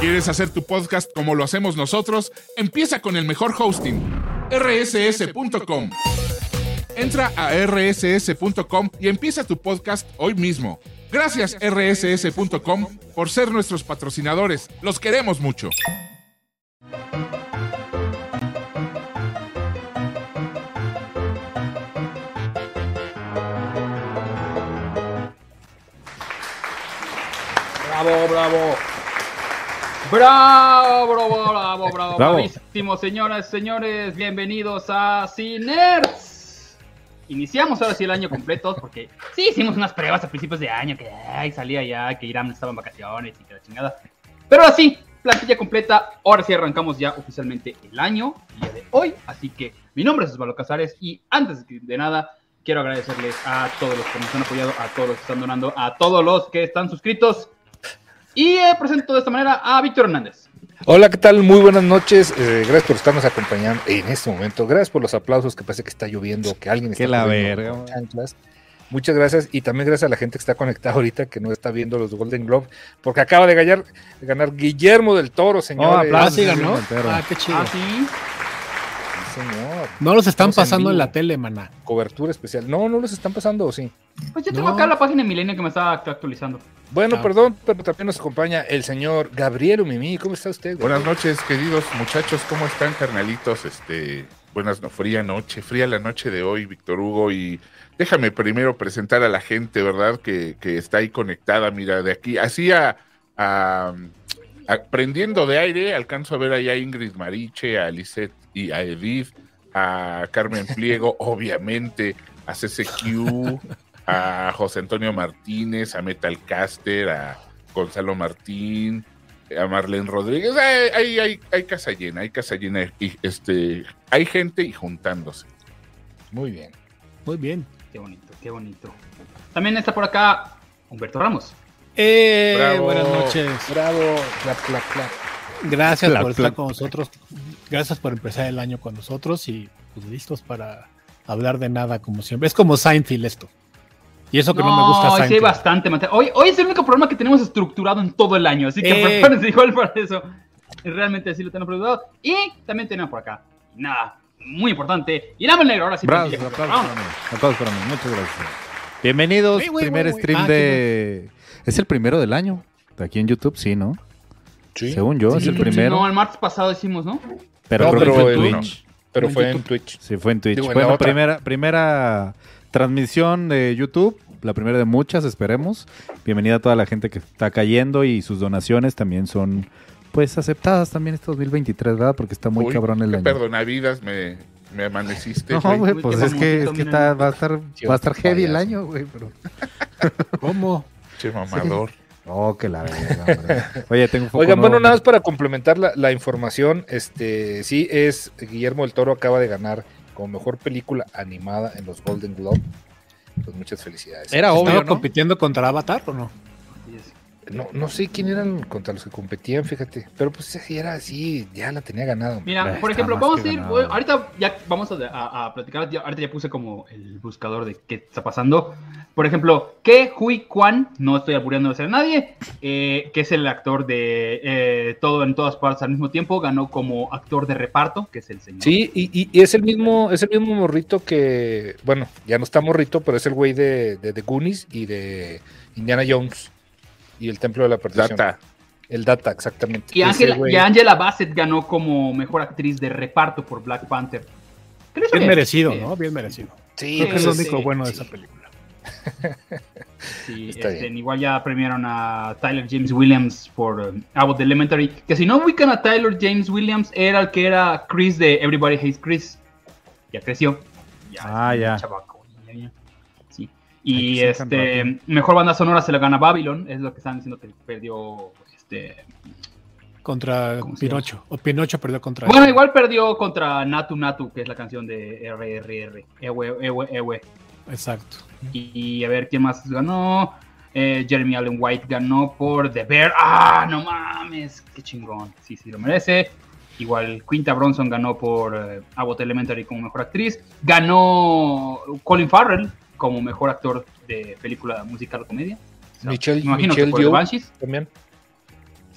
¿Quieres hacer tu podcast como lo hacemos nosotros? Empieza con el mejor hosting, rss.com. Entra a rss.com y empieza tu podcast hoy mismo. Gracias rss.com por ser nuestros patrocinadores. Los queremos mucho. Bravo, bravo. Bravo, bravo, bravo, bravo. Bravísimo, señoras y señores. Bienvenidos a Cinerts. Iniciamos ahora sí el año completo porque sí hicimos unas pruebas a principios de año que ay, salía ya, que Irán estaba en vacaciones y que la chingada. Pero ahora sí, plantilla completa. Ahora sí arrancamos ya oficialmente el año, el día de hoy. Así que mi nombre es Osvaldo Casares y antes de nada quiero agradecerles a todos los que nos han apoyado, a todos los que están donando, a todos los que están suscritos. Y eh, presento de esta manera a Víctor Hernández. Hola, ¿qué tal? Muy buenas noches. Eh, gracias por estarnos acompañando en este momento. Gracias por los aplausos, que parece que está lloviendo, que alguien está Que la poniendo verga, man. chanclas. Muchas gracias y también gracias a la gente que está conectada ahorita, que no está viendo los Golden Globe, porque acaba de ganar, de ganar Guillermo del Toro, señor. Oh, Ah, aplausos. sí ganó. Montero. Ah, qué chido. Ah, sí. señor. No los están Estamos en pasando en vivo. la tele, maná. Cobertura especial. No, no los están pasando, ¿o sí. Pues yo tengo No. acá la página de Milenio que me está act- actualizando. Bueno, Ah. perdón, pero también nos acompaña el señor Gabriel Umimi. ¿Cómo está usted? Buenas noches, queridos muchachos. ¿Cómo están, carnalitos? Este, buenas, no, fría noche, fría la noche de hoy, Víctor Hugo. Y déjame primero presentar a la gente, ¿verdad? Que, que está ahí conectada, mira, de aquí. Así a, a- a- prendiendo de aire, alcanzo a ver ahí a Ingrid Mariche, a Lisette y a Edith, a Carmen Pliego, obviamente, a CCQ, a José Antonio Martínez, a Metalcaster, a Gonzalo Martín, a Marlene Rodríguez. Hay, hay, hay, hay casa llena, hay casa llena. Y, este, hay gente y juntándose. Muy bien. Muy bien. Qué bonito, qué bonito. También está por acá Humberto Ramos. Eh, Bravo. buenas noches. Bravo. Clap, clap, clap. Gracias Clap, por estar clap. con nosotros. Gracias por empezar el año con nosotros y pues listos para hablar de nada como siempre. Es como Seinfeld esto. Y eso que no, me gusta hoy sí hay Seinfeld. bastante material. Hoy, hoy es el único programa que tenemos estructurado en todo el año, así que Eh. prepárense igual para eso. Realmente sí lo tenemos preparado. Y también tenemos por acá, nada, muy importante, Irán Negro, ahora sí. Ah, Brazos, plantilla aplausos completa. para mí. Aplausos para mí. Muchas gracias. Bienvenidos. Güey, güey, primer güey, güey. stream Ah, de. Es el primero del año. Aquí en YouTube, sí, ¿no? Sí. Según yo, es Sí, el creo que primero. No, el martes pasado hicimos, ¿no? Pero No, creo que pero fue en el- Twitch. Pero En fue en YouTube. Twitch. Sí, fue en Twitch. Digo, en la bueno, otra. primera, primera transmisión de YouTube, la primera de muchas, esperemos. Bienvenida a toda la gente que está cayendo y sus donaciones también son, pues, aceptadas también este 2023, ¿verdad? Porque está muy Uy, cabrón el qué año. Perdonavidas, me, me amaneciste. No, güey. güey, Uy, pues qué es que, es mamoncito, que miren. está- va a estar, va a estar heavy el Payaso. año, güey, pero... ¿Cómo? Che mamador. Oh, que la verga, hombre. Oye, tengo un foco Oigan, bueno, nuevo. nada más para complementar la, la información, este sí es Guillermo del Toro acaba de ganar como mejor película animada en los Golden Globe. Pues muchas felicidades. Era obvio, ¿Estaba ¿no? compitiendo contra Avatar o no? Así es. No, no sé quién eran contra los que competían, fíjate. Pero pues sí, era así, ya la tenía ganada. hombre. Mira, Está por ejemplo, más vamos a que ir. ganado. voy- ahorita ya vamos a, a- a platicar. ya- ahorita ya puse como el buscador de qué está pasando. Por ejemplo, que Hui Kwan, no estoy albureando a nadie, eh, que es el actor de eh, todo en todas partes al mismo tiempo, ganó como actor de reparto, que es el señor. Sí, y, y- y es el mismo, es el mismo morrito que, bueno, ya no está morrito, pero es el güey de, de The Goonies y de Indiana Jones y el Templo de la Perdición. Data. El Data, exactamente. Y Ese Ángela, güey. y Angela Bassett ganó como mejor actriz de reparto por Black Panther. Que lo hizo Bien bien. merecido, Sí, ¿no? Bien merecido. Sí, Creo que es lo pues, único sí, bueno de sí. esa película. Sí, Está este, bien. igual ya premiaron a Tyler James Williams por um, Abbott Elementary. Que si no ubican a Tyler James Williams, era el que era Chris de Everybody Hates Chris. Ya creció. Ya, Ah, es un ya. chavaco, ya, ya. Sí. Ay, Y que sí, tan este, mejor banda sonora se la gana Babylon. Es lo que están diciendo que perdió. Este... Contra ¿Cómo se Pinocho. O Pinocho perdió contra. Bueno, igual perdió contra Natu Natu, que es la canción de RRR. Ewe, ewe, ewe. Exacto. Y a ver quién más ganó. Eh, Jeremy Allen White ganó por The Bear. ¡Ah, no mames! ¡Qué chingón! Sí, sí, lo merece. Igual Quinta Bronson ganó por eh, Abbott Elementary como mejor actriz. Ganó Colin Farrell como mejor actor de película musical o comedia. O sea, Michelle- me imagino que Michelle por The Yeoh. Banshees. También.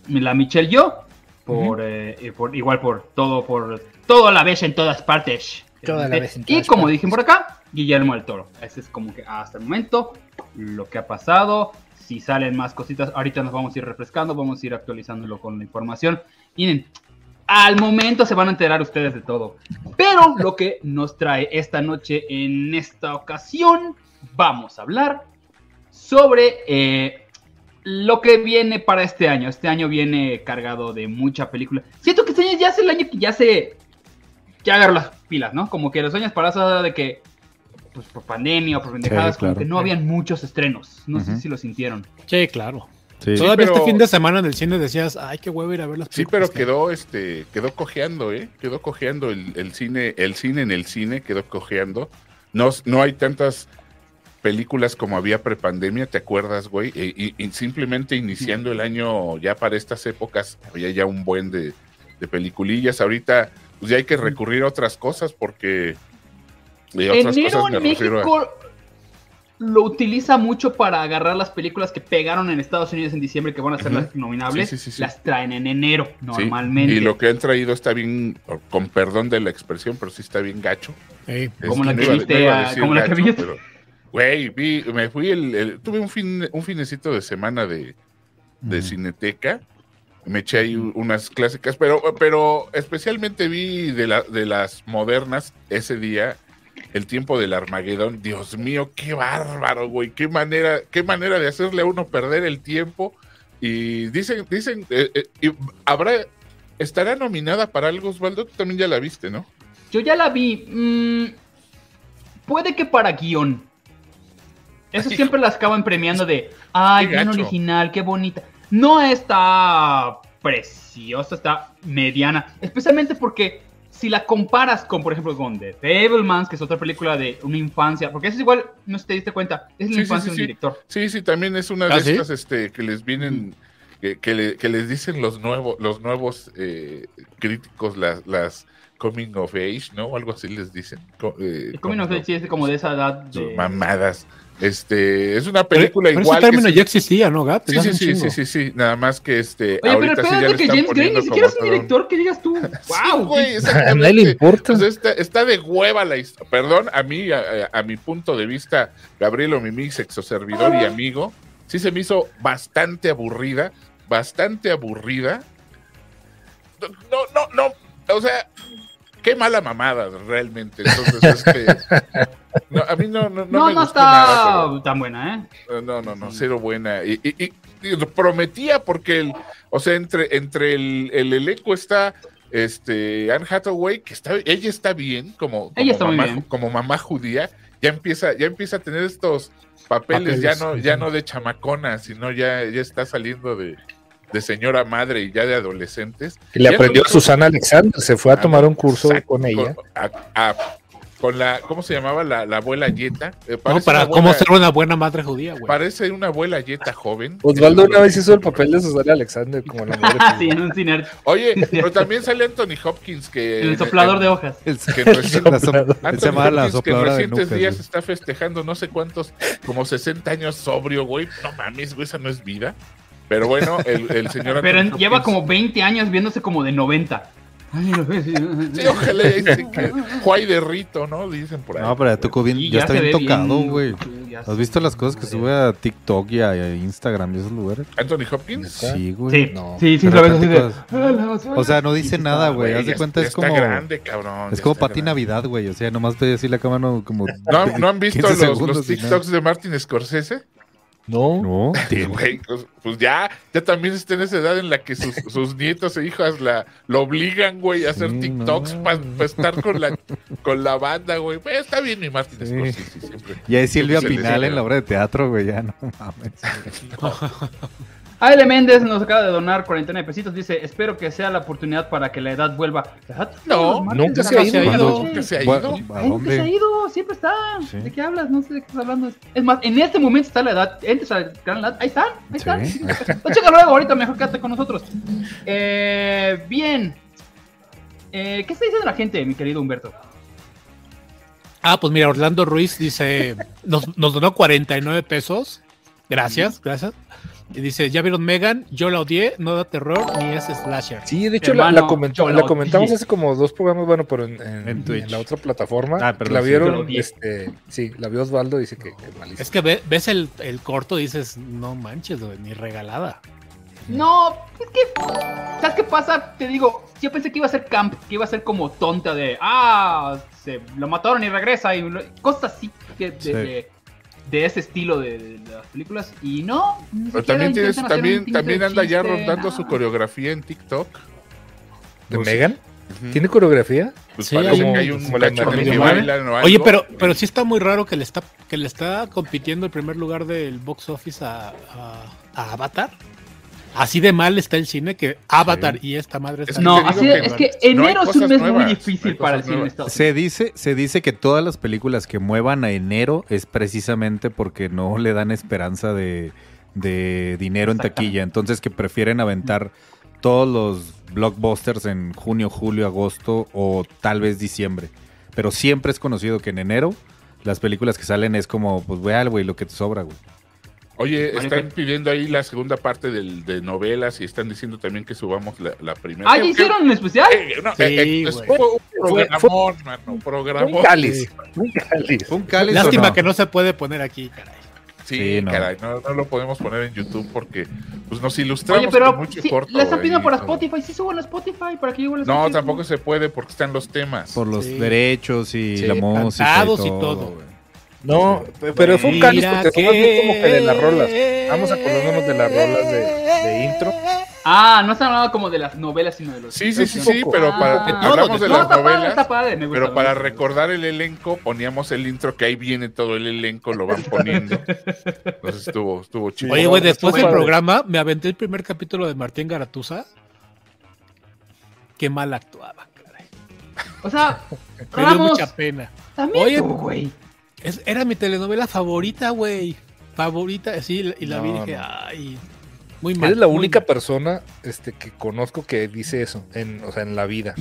la Michelle yo, por, eh, y por- igual por todo, por todo a la vez en todas partes. Todo a la Eh, vez en y todas como partes. dicen por acá, Guillermo del Toro. Ese es como que hasta el momento lo que ha pasado. Si salen más cositas, ahorita nos vamos a ir refrescando, vamos a ir actualizándolo con la información. Miren, al momento se van a enterar ustedes de todo. Pero lo que nos trae esta noche, en esta ocasión, vamos a hablar sobre eh, lo que viene para este año. Este año viene cargado de mucha película. Siento que este año ya es el año que ya se. Ya agarró las pilas, ¿no? Como que los años pasados era de que. Pues por pandemia o por pendejadas, como claro. que no habían muchos estrenos. No sé Ujú. si lo sintieron. Sí, claro. Sí. Todavía pero- este fin de semana en el cine decías, ay, qué huevo ir a ver las Sí, pero películas". quedó, este, quedó cojeando, ¿eh? Quedó cojeando el, el cine, el cine en el cine quedó cojeando. No, no hay tantas películas como había prepandemia, ¿te acuerdas, güey? E- Y, y simplemente iniciando el año ya para estas épocas había ya un buen de, de peliculillas. Ahorita pues ya hay que recurrir a otras cosas porque de otras Enero cosas me en refiero a- México lo utiliza mucho para agarrar las películas que pegaron en Estados Unidos en diciembre que van a ser Ujú. las nominables. Sí, sí, sí, sí. Las traen en enero Sí, normalmente. Y lo que han traído está bien, con perdón de la expresión, pero sí está bien gacho. Sí. Como la no que iba- viste no iba a- decir como la que viste. pero, Güey, vi, me fui el, el- tuve un fin, un finecito de semana de, de Ujú. cineteca. Me eché ahí unas clásicas, pero, pero especialmente vi de, la- de las modernas ese día, el tiempo del Armagedón. Dios mío, qué bárbaro, güey. Qué manera, qué manera de hacerle a uno perder el tiempo. Y dicen, dicen, eh, eh, y habrá, estará nominada para algo, Osvaldo. Tú también ya la viste, ¿no? Yo ya la vi. mm, puede que para guión. Eso Hijo. siempre las acaban premiando de. Ay, Qué guión gacho. original, qué bonita. No está preciosa, está mediana. Especialmente porque si la comparas con, por ejemplo, con The Fablemans, que es otra película de una infancia. Porque eso es igual, no sé si te diste cuenta, es la Sí, sí, infancia sí, de un sí. director. Sí, sí, también es una ¿Ah, de sí? estas este, que les vienen, que, que le- que les dicen los nuevos, los nuevos eh, críticos, las, las coming of age, ¿no? O algo así les dicen. co- eh, El Coming of como Age es como de esa edad. sus De... Mamadas. Este, es una Pero- película pero igual. ese que término se- ya existía, ¿no, Gap? Sí, Desde sí, hace sí, un sí, chingo. sí, sí, nada más que este, Oye, pero el ahorita sí pedo ya es le de que están James Gray poniendo ni siquiera es como todo un un- director que digas tú. Sí, ¡Wow! güey, A nadie le Este, exactamente. importa. Pues está, está de hueva la historia. Perdón, a mí, a, a- a mi punto de vista, Gabriel Omimix, exoservidor y amigo, sí se me hizo bastante aburrida, bastante aburrida. No, no, no, o sea, qué mala mamada realmente. Entonces, este, no, a mí no, no, no, No, me no gustó está nada, pero- tan buena, ¿eh? no, no, no, no, cero buena. Y, y- y- y prometía porque el, o sea, entre, entre el, el elenco está este Anne Hathaway, que está, ella está bien, como, como Ella está muy mamá, bien. como mamá judía, ya empieza, ya empieza a tener estos papeles, Papeles, ya no, ya ujú. no de chamacona, sino ya, ya está saliendo de, de señora madre y ya de adolescentes. Y le Ya aprendió no- Susana Alexander, se Ah, fue a tomar un curso Exacto, con ella. Con, a- a- con la, ¿cómo se llamaba la, la abuela Yeta? Eh, No, parece para una cómo abuela- ser una buena madre judía, güey. Parece una abuela Yeta joven. Osvaldo una vez hizo el papel de Susana Alexander como la madre. Ah, sí, en un cine Oye, pero también sale Anthony Hopkins que el soplador de hojas. El- que en reci- la so- Anthony Anthony él se llamaba la Hopkins, Ah, que en sopladora de recientes nucas. días güey. está festejando no sé cuántos, como 60 años sobrio, güey. No mames, güey, esa no es vida. Pero bueno, el, el señor Anthony Pero en- lleva Hopkins- como 20 años viéndose como de 90. Ay, lo ves, sí, Sí, ojalá y se que- Juay de Rito, ¿no? Dicen por ahí. No, pero tú bien, Y ya está se bien ve tocado, bien, güey. ya ¿Has se- visto las cosas que sube a TikTok y a, a Instagram y esos lugares? Anthony Hopkins. Sí, güey. Sí, No. sí, sí, De lo ves así repente de, cosas- "Ah, la basura". O sea, no dice Sí, nada, güey. Haz ya de cuenta, está- es ya como. Está grande, cabrón. Es ya como está para ti grande. Navidad, güey. O sea, nomás ve así la cámara como. ¿No, han- no han visto 15 los, los segundos y nada. TikToks de Martin Scorsese? No, No, Sí, güey, pues, pues ya, ya también está en esa edad en la que sus, sus nietos e hijas la, lo obligan, güey, a hacer Sí, no. TikToks para estar con la, con la banda, güey. Pues, está bien mi Martin Sí. Scorsese, siempre. Y ahí Silvia Se les Pinal en olvida. la obra de teatro, güey. Ya no mames. Ale Méndez nos acaba de donar 49 pesitos. Dice: Espero que sea la oportunidad para que la edad vuelva. Ah, No, Martes nunca de se la ha ido. noche. Cuando- nunca se ha ido. Bueno, ¿A Ay, nunca se ha dónde? ido, siempre está. Sí. ¿De qué hablas? No sé de qué estás hablando. Es más, en este momento está la edad. Entras a la gran edad. Ahí están, ahí están. Sí. No, chécalo luego, ahorita mejor quédate con nosotros. Eh, bien. Eh, ¿Qué está diciendo la gente, mi querido Humberto? Ah, pues mira, Orlando Ruiz dice, nos, nos donó 49 pesos Gracias, gracias. Y dice, ¿ya vieron Megan? Yo la odié, no da terror ni es slasher. Sí, de hecho la- Hermano, la, comentó- yo la la comentamos odié. hace como dos programas, bueno, pero en, en- En Twitch. en la otra plataforma. Ah, pero la sí, vieron, yo la odié. este, sí, la vio Osvaldo, dice que, que malísima. Es que ve- ves el, el corto y dices, no manches, güey, ni regalada. No, es que. ¿Sabes qué pasa? Te digo, yo pensé que iba a ser camp, que iba a ser como tonta de. Ah, se lo mataron y regresa. Y lo- cosas así que de, Sí. de- de ese estilo de, de las películas. Y no. ni Pero siquiera también, tienes, intentan hacer un también, pinche también anda ya chiste, rondando nada. su coreografía en TikTok. ¿De Pues- Megan? ¿Tiene coreografía? Pues Sí, parece como- que hay un como la cacho en el Marlene que Morán. bailan o Oye, algo. pero, pero sí está muy raro que le está, que le está compitiendo el primer lugar del box office a, a- a Avatar. Así de mal está el cine que Avatar y esta madre Es está que No, te digo así que de- es que no hay enero es un cosas mes muy nuevas, no difícil hay para el cosas cine en nuevas. Estados Unidos. Se dice, se dice que todas las películas que muevan a enero es precisamente porque no le dan esperanza de, de dinero en Exactamente. taquilla. Entonces que prefieren aventar todos los blockbusters en junio, julio, agosto o tal vez diciembre. Pero siempre es conocido que en enero las películas que salen es como, pues ve algo y lo que te sobra, güey. Oye, Bueno, están que- pidiendo ahí la segunda parte del, de novelas y están diciendo también que subamos la, la primera. Ah, ¿ya hicieron un especial? Eh, no, Sí, eh, eh, es- güey. fue un Fue- programón, mano, Un programón. cáliz. Un cáliz. Un cáliz o Lástima no? que no se puede poner aquí, caray. Sí, Sí, no. caray, no, no lo podemos poner en YouTube porque pues, nos ilustramos Oye, pero con mucho sí, corto. le están pidiendo ahí, para ¿no? Spotify. Sí, suban a Spotify para que yo igual No, escuche. tampoco se puede porque están los temas. por los Sí. derechos y Sí, la música y cantados todo. y todo. güey. No, pero fue un cáliz porque somos bien como que de las rolas. Vamos acordándonos de las rolas de, de intro. Ah, no están hablando como de las novelas, sino de los. Sí, sí, sí, Un sí, poco. pero para, Ah. hablamos de No, las está padre, novelas. está padre, me gusta, Pero me para gusta. recordar el elenco, poníamos el intro que ahí viene todo el elenco, lo van poniendo. Entonces estuvo, estuvo chido. Oye, güey, no, después está del padre. programa me aventé el primer capítulo de Martín Garatuza. Qué mal actuaba, caray. O sea, Me dio Ramos, mucha pena. también Oye. tú, güey. Es- era mi telenovela favorita, güey. Favorita, sí, y la vi y No, dije, no. ay, muy mal. Eres la muy única mal. persona este, que conozco que dice eso, en, o sea, en la vida.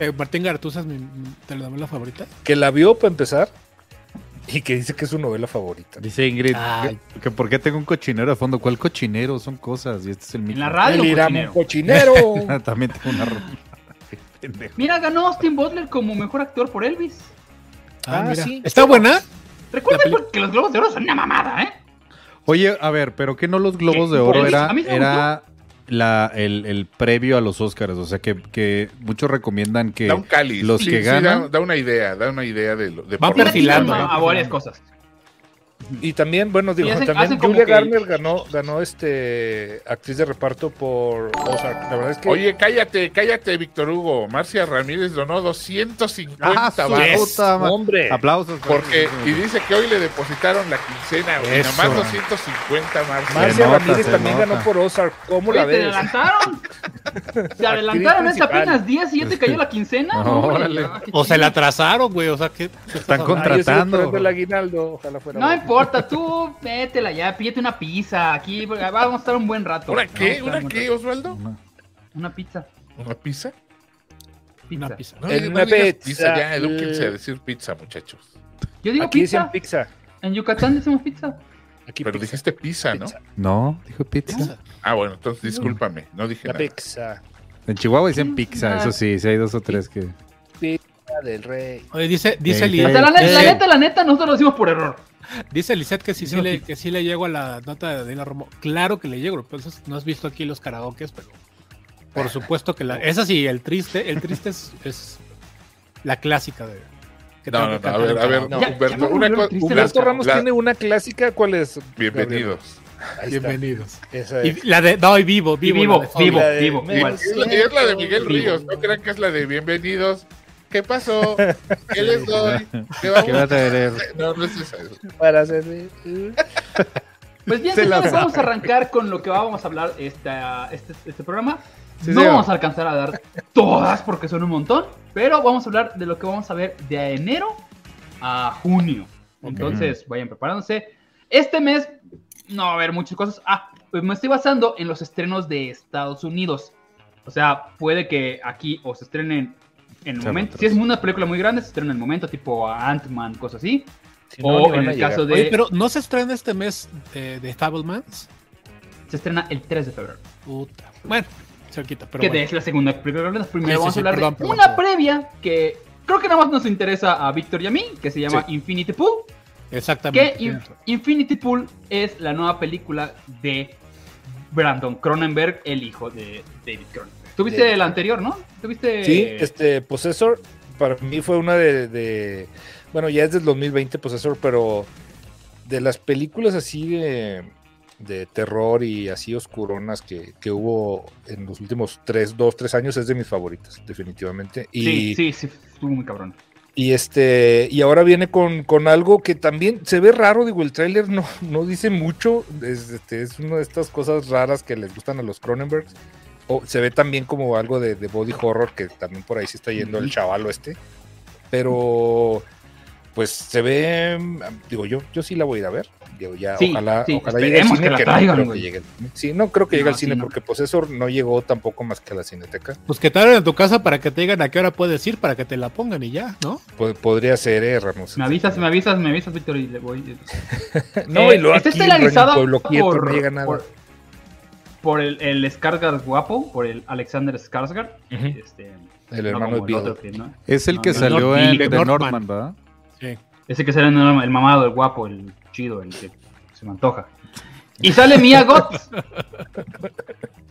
Eh, Martín Garatuza es mi mi telenovela favorita. Que la vio para empezar y que dice que es su novela favorita. Dice Ingrid, Ay. que, que ¿por qué tengo un cochinero de fondo? ¿Cuál cochinero? Son cosas y este es el En micro. la radio, El Irán "Ah, cochinero. cochinero. Ah, También tengo una ropa. Qué pendejo. Mira, ganó Austin Butler como mejor actor por Elvis. Ah, Ah, mira. sí. ¿Está buena? Recuerden La peli- porque pues los globos de oro son una mamada, ¿eh? Oye, a ver, pero que no los globos ¿Qué? de oro Elvis, era, a mí sí me era la, el, el previo a los Óscares. O sea que, que muchos recomiendan que da un cáliz. los que da- ganan- da, una idea, da una idea de, lo- de Van por lo que- perfilando, A- ¿no? a varias cosas. Y también, bueno, digo, Y hacen- también hacen como Julia que- Garner ganó, ganó este actriz de reparto por Ozark. La verdad es que Oye, cállate, cállate, Víctor Hugo. Marcia Ramírez donó 250 Ah, su varos. puta ma- hombre. Aplausos. Porque, y dice que hoy le depositaron la quincena, güey. Eso, Nomás man. 250, Marcia. Marcia, Marcia Se nota, Ramírez se también nota. ganó por Ozark. ¿Cómo Oye, la ¿Te ves? adelantaron? ¿Te adelantaron? ¿Es principal. apenas 10 y ya te cayó la quincena? No, hombre, Órale. ah, qué O se chido. la atrasaron, güey. O sea, que están Ay, yo sigo contratando. esperando el aguinaldo. Ojalá fuera No bueno. importa, tú métela ya, pídete una pizza aquí, porque vamos a estar un buen rato. ¿Una Vamos a qué? estar ¿Una un buen qué, rato. Osvaldo? Una pizza. ¿Una pizza? pizza. una pizza. No, En no una digas pizza. pizza. Ya, edúquense a decir pizza, muchachos. Yo digo Aquí pizza. dicen pizza. En Yucatán decimos pizza. Aquí Pero pizza. dijiste pizza, ¿no? Pizza. No, dijo pizza. Ah, bueno, entonces discúlpame, no dije La nada. pizza. En Chihuahua dicen Ah. pizza, eso sí, sí hay dos o tres que. La del rey. Oye, dice, dice, Sí, Li- sí. O sea, la, ne- la dice- Este, neta, la neta, nosotros lo decimos por error. dice Lisette que sí, sí No, le, sí. que sí le llego a la nota de Daniela Romo. Claro que le llego, entonces no has visto aquí los karaokes, pero por supuesto que la. Esa sí, el triste, el triste es, es la clásica de. que No, tengo no, que no, a cantar ver, en a ver, No. Ya- Humberto, ya me una volvieron cosa. tristes. Humberto Humberto Ramos la- tiene una clásica. ¿Cuál es? Bienvenidos. Gabriel? Ahí está. Bienvenidos. Esa es. Y la de. No, y vivo, Y vivo. vivo, la de- vivo, la de- vivo. me- igual. Y es la- y es la de Miguel Vivo. Ríos, ¿no crean que es la de Bienvenidos? ¿Qué pasó? ¿Qué les doy? ¿Qué vamos ¿Qué va a a tener? hacer? No, no es esa. es- Para hacer- Pues bien, Se la señores, sabe. vamos a arrancar con lo que vamos a hablar esta, este, este programa. Sí, no señor. vamos a alcanzar a dar todas porque son un montón, pero vamos a hablar de lo que vamos a ver de enero a junio. Entonces, vayan preparándose. Este mes no va a haber muchas cosas. Ah, pues me estoy basando en los estrenos de Estados Unidos. O sea, puede que aquí o se estrenen en el Se momento. retrasen. Si es una película muy grande, se estrena en el momento, tipo Ant-Man, cosas así. Si no, o ni en van a el llegar. caso de. Oye, pero ¿no se estrena este mes de, de Fablemans? Se estrena el 3 de febrero. Puta. Bueno, cerquita, pero que bueno. es la segunda primero Sí, sí, primero vamos sí, a hablar perdón, de perdón, una perdón. previa que creo que nada más nos interesa a Víctor y a mí que se llama Infinity Pool que Exactamente. In- Infinity Pool es la nueva película de Brandon Cronenberg el hijo de David Cronenberg tuviste David. el anterior no tuviste Sí, este Possessor para mí fue una de, de- bueno, ya es del 2020 Possessor, pero de las películas así de, de terror y así oscuronas que, que hubo en los últimos tres, dos, tres años es de mis favoritas, definitivamente. Y, sí sí sí estuvo muy cabrón y este y ahora viene con, con algo que también se ve raro, digo, el tráiler no, no dice mucho, es, este, es una de estas cosas raras que les gustan a los Cronenbergs. O se ve también como algo de, de body horror que también por ahí se está yendo el Ujú. chavalo este. Pero pues se ve, mm, digo yo, yo sí la voy a ir a ver. Digo, ya, Sí, ojalá, sí, ojalá llegue al esperemos cine, que la que no traigan, creo que güey. llegue al cine. Sí, no creo que llegue No, al sí, cine no. porque Possessor no llegó tampoco más que a la cineteca. Pues que te abran en tu casa para que te digan a qué hora puedes ir, para que te la pongan y ya, ¿no? Po- podría ser, eh, Ramos. me avisas me avisas me avisas Víctor y le voy No, Eh, y luego está aquí, en estelarizada Pueblo Quieto, por, no llega nada. por- por el, el Skarsgård guapo, por el Alexander Skarsgård, este, El no hermano de como el Bill. otro que, ¿no? Es el No, que no, salió Nord- en y- The Northman. Northman, ¿verdad? ¿Ah, Sí. Ese que sale en el, el mamado, el guapo, el chido, el que se me antoja. Y sale Mia Gott.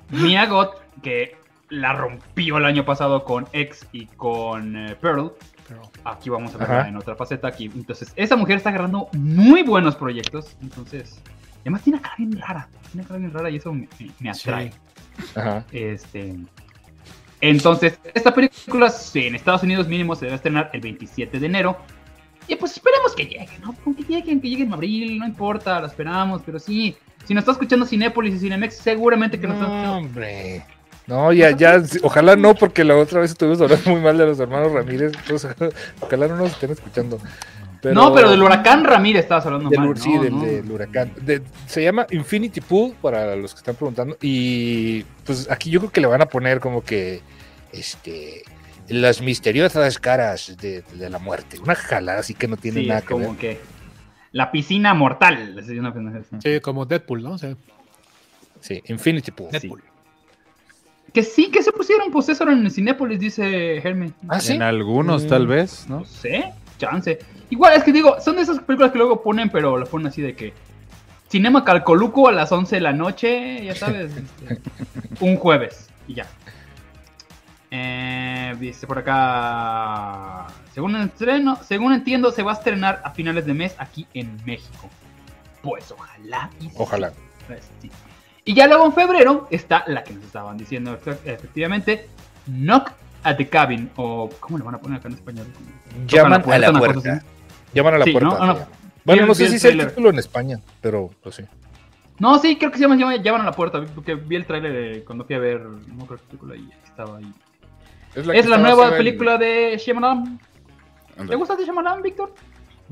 Mia Gott, que la rompió el año pasado con X y con eh, Pearl. Pero Aquí vamos a Ajá. verla en otra faceta. Aquí. Entonces, esa mujer está agarrando muy buenos proyectos. Entonces, y además tiene una cara bien rara. Tiene una cara bien rara y eso me, me- me Sí. atrae. Ajá. Este. Entonces, esta película sí, en Estados Unidos mínimo se debe estrenar el 27 de enero. Y pues esperemos que lleguen, ¿no? Con que lleguen, que lleguen en abril, no importa, la esperamos, pero sí. Si nos está escuchando Cinépolis y Cinemex, seguramente que nos está No, escuchando. hombre. No, ya, ya, sí, ojalá no, porque la otra vez estuvimos hablando muy mal de los hermanos Ramírez, entonces, ojalá no nos estén escuchando. no, pero del huracán Ramírez estabas hablando del mal, hur- ¿no? sí, del, No. del huracán. De- se llama Infinity Pool, para los que están preguntando, y pues aquí yo creo que le van a poner como que, este, las misteriosas caras de, de la muerte, una jalada así que no tiene Sí, nada es que ver. como que la piscina mortal. así una cosa así. Sí, como Deadpool, ¿no? O sea, Sí, Infinity Pool. Deadpool. Que sí, que se pusieron posesor en Cinépolis, dice Hermes. Ah, sí. En algunos, Mm. tal vez, ¿no? No sé, Pues chance. Igual es que digo, son de esas películas que luego ponen, pero las ponen así de que. Cinema Calcoluco a las 11 de la noche, ya sabes. este, un jueves, y ya. Eh, dice por acá. Según, estreno, según entiendo, se va a estrenar a finales de mes aquí en México. Pues ojalá. y sí. Ojalá. Pues, sí. Y ya luego en febrero está la que nos estaban diciendo efe- efectivamente, Knock at the Cabin, o ¿cómo le van a poner acá en español? Llaman Tocan a la una cosa puerta. así. Llaman a la Sí, puerta. ¿no? se Ah, no. llama. Bueno, Vi- no vi sé el si es el tráiler. título en España, pero pues sí. No, sí, creo que se llama, llama- llaman a la puerta, vi- porque vi el tráiler de- cuando fui a ver, no creo que película y estaba ahí. que es la está nueva basada en- película de Shyamalan. Ándale. ¿Te gusta de Shyamalan, Víctor?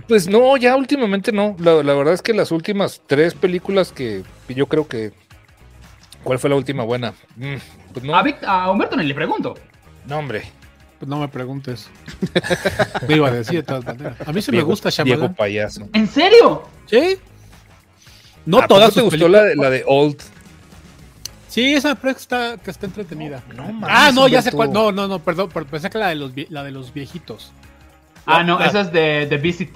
Pues no, ya últimamente no. La, la verdad es que las últimas tres películas que yo creo que. ¿Cuál fue la última buena? Mm, pues no, A, Vic- a Humberto ni le pregunto. no, hombre. Pues no me preguntes. Me iba a decir de todas maneras. A mí sí me Diego- gusta Diego Shyamalan. Payaso. ¿En serio? Sí. No Ah, ¿A todas poco pues, te sus gustó la de, la de Old? Sí, esa pero está, que está entretenida. No, no mames, ah, no, ya sé Humberto. cuál. No, no, no, perdón, pero pensé que la de los, vie- la de los viejitos. Ah, no, La- esa es de The Visit.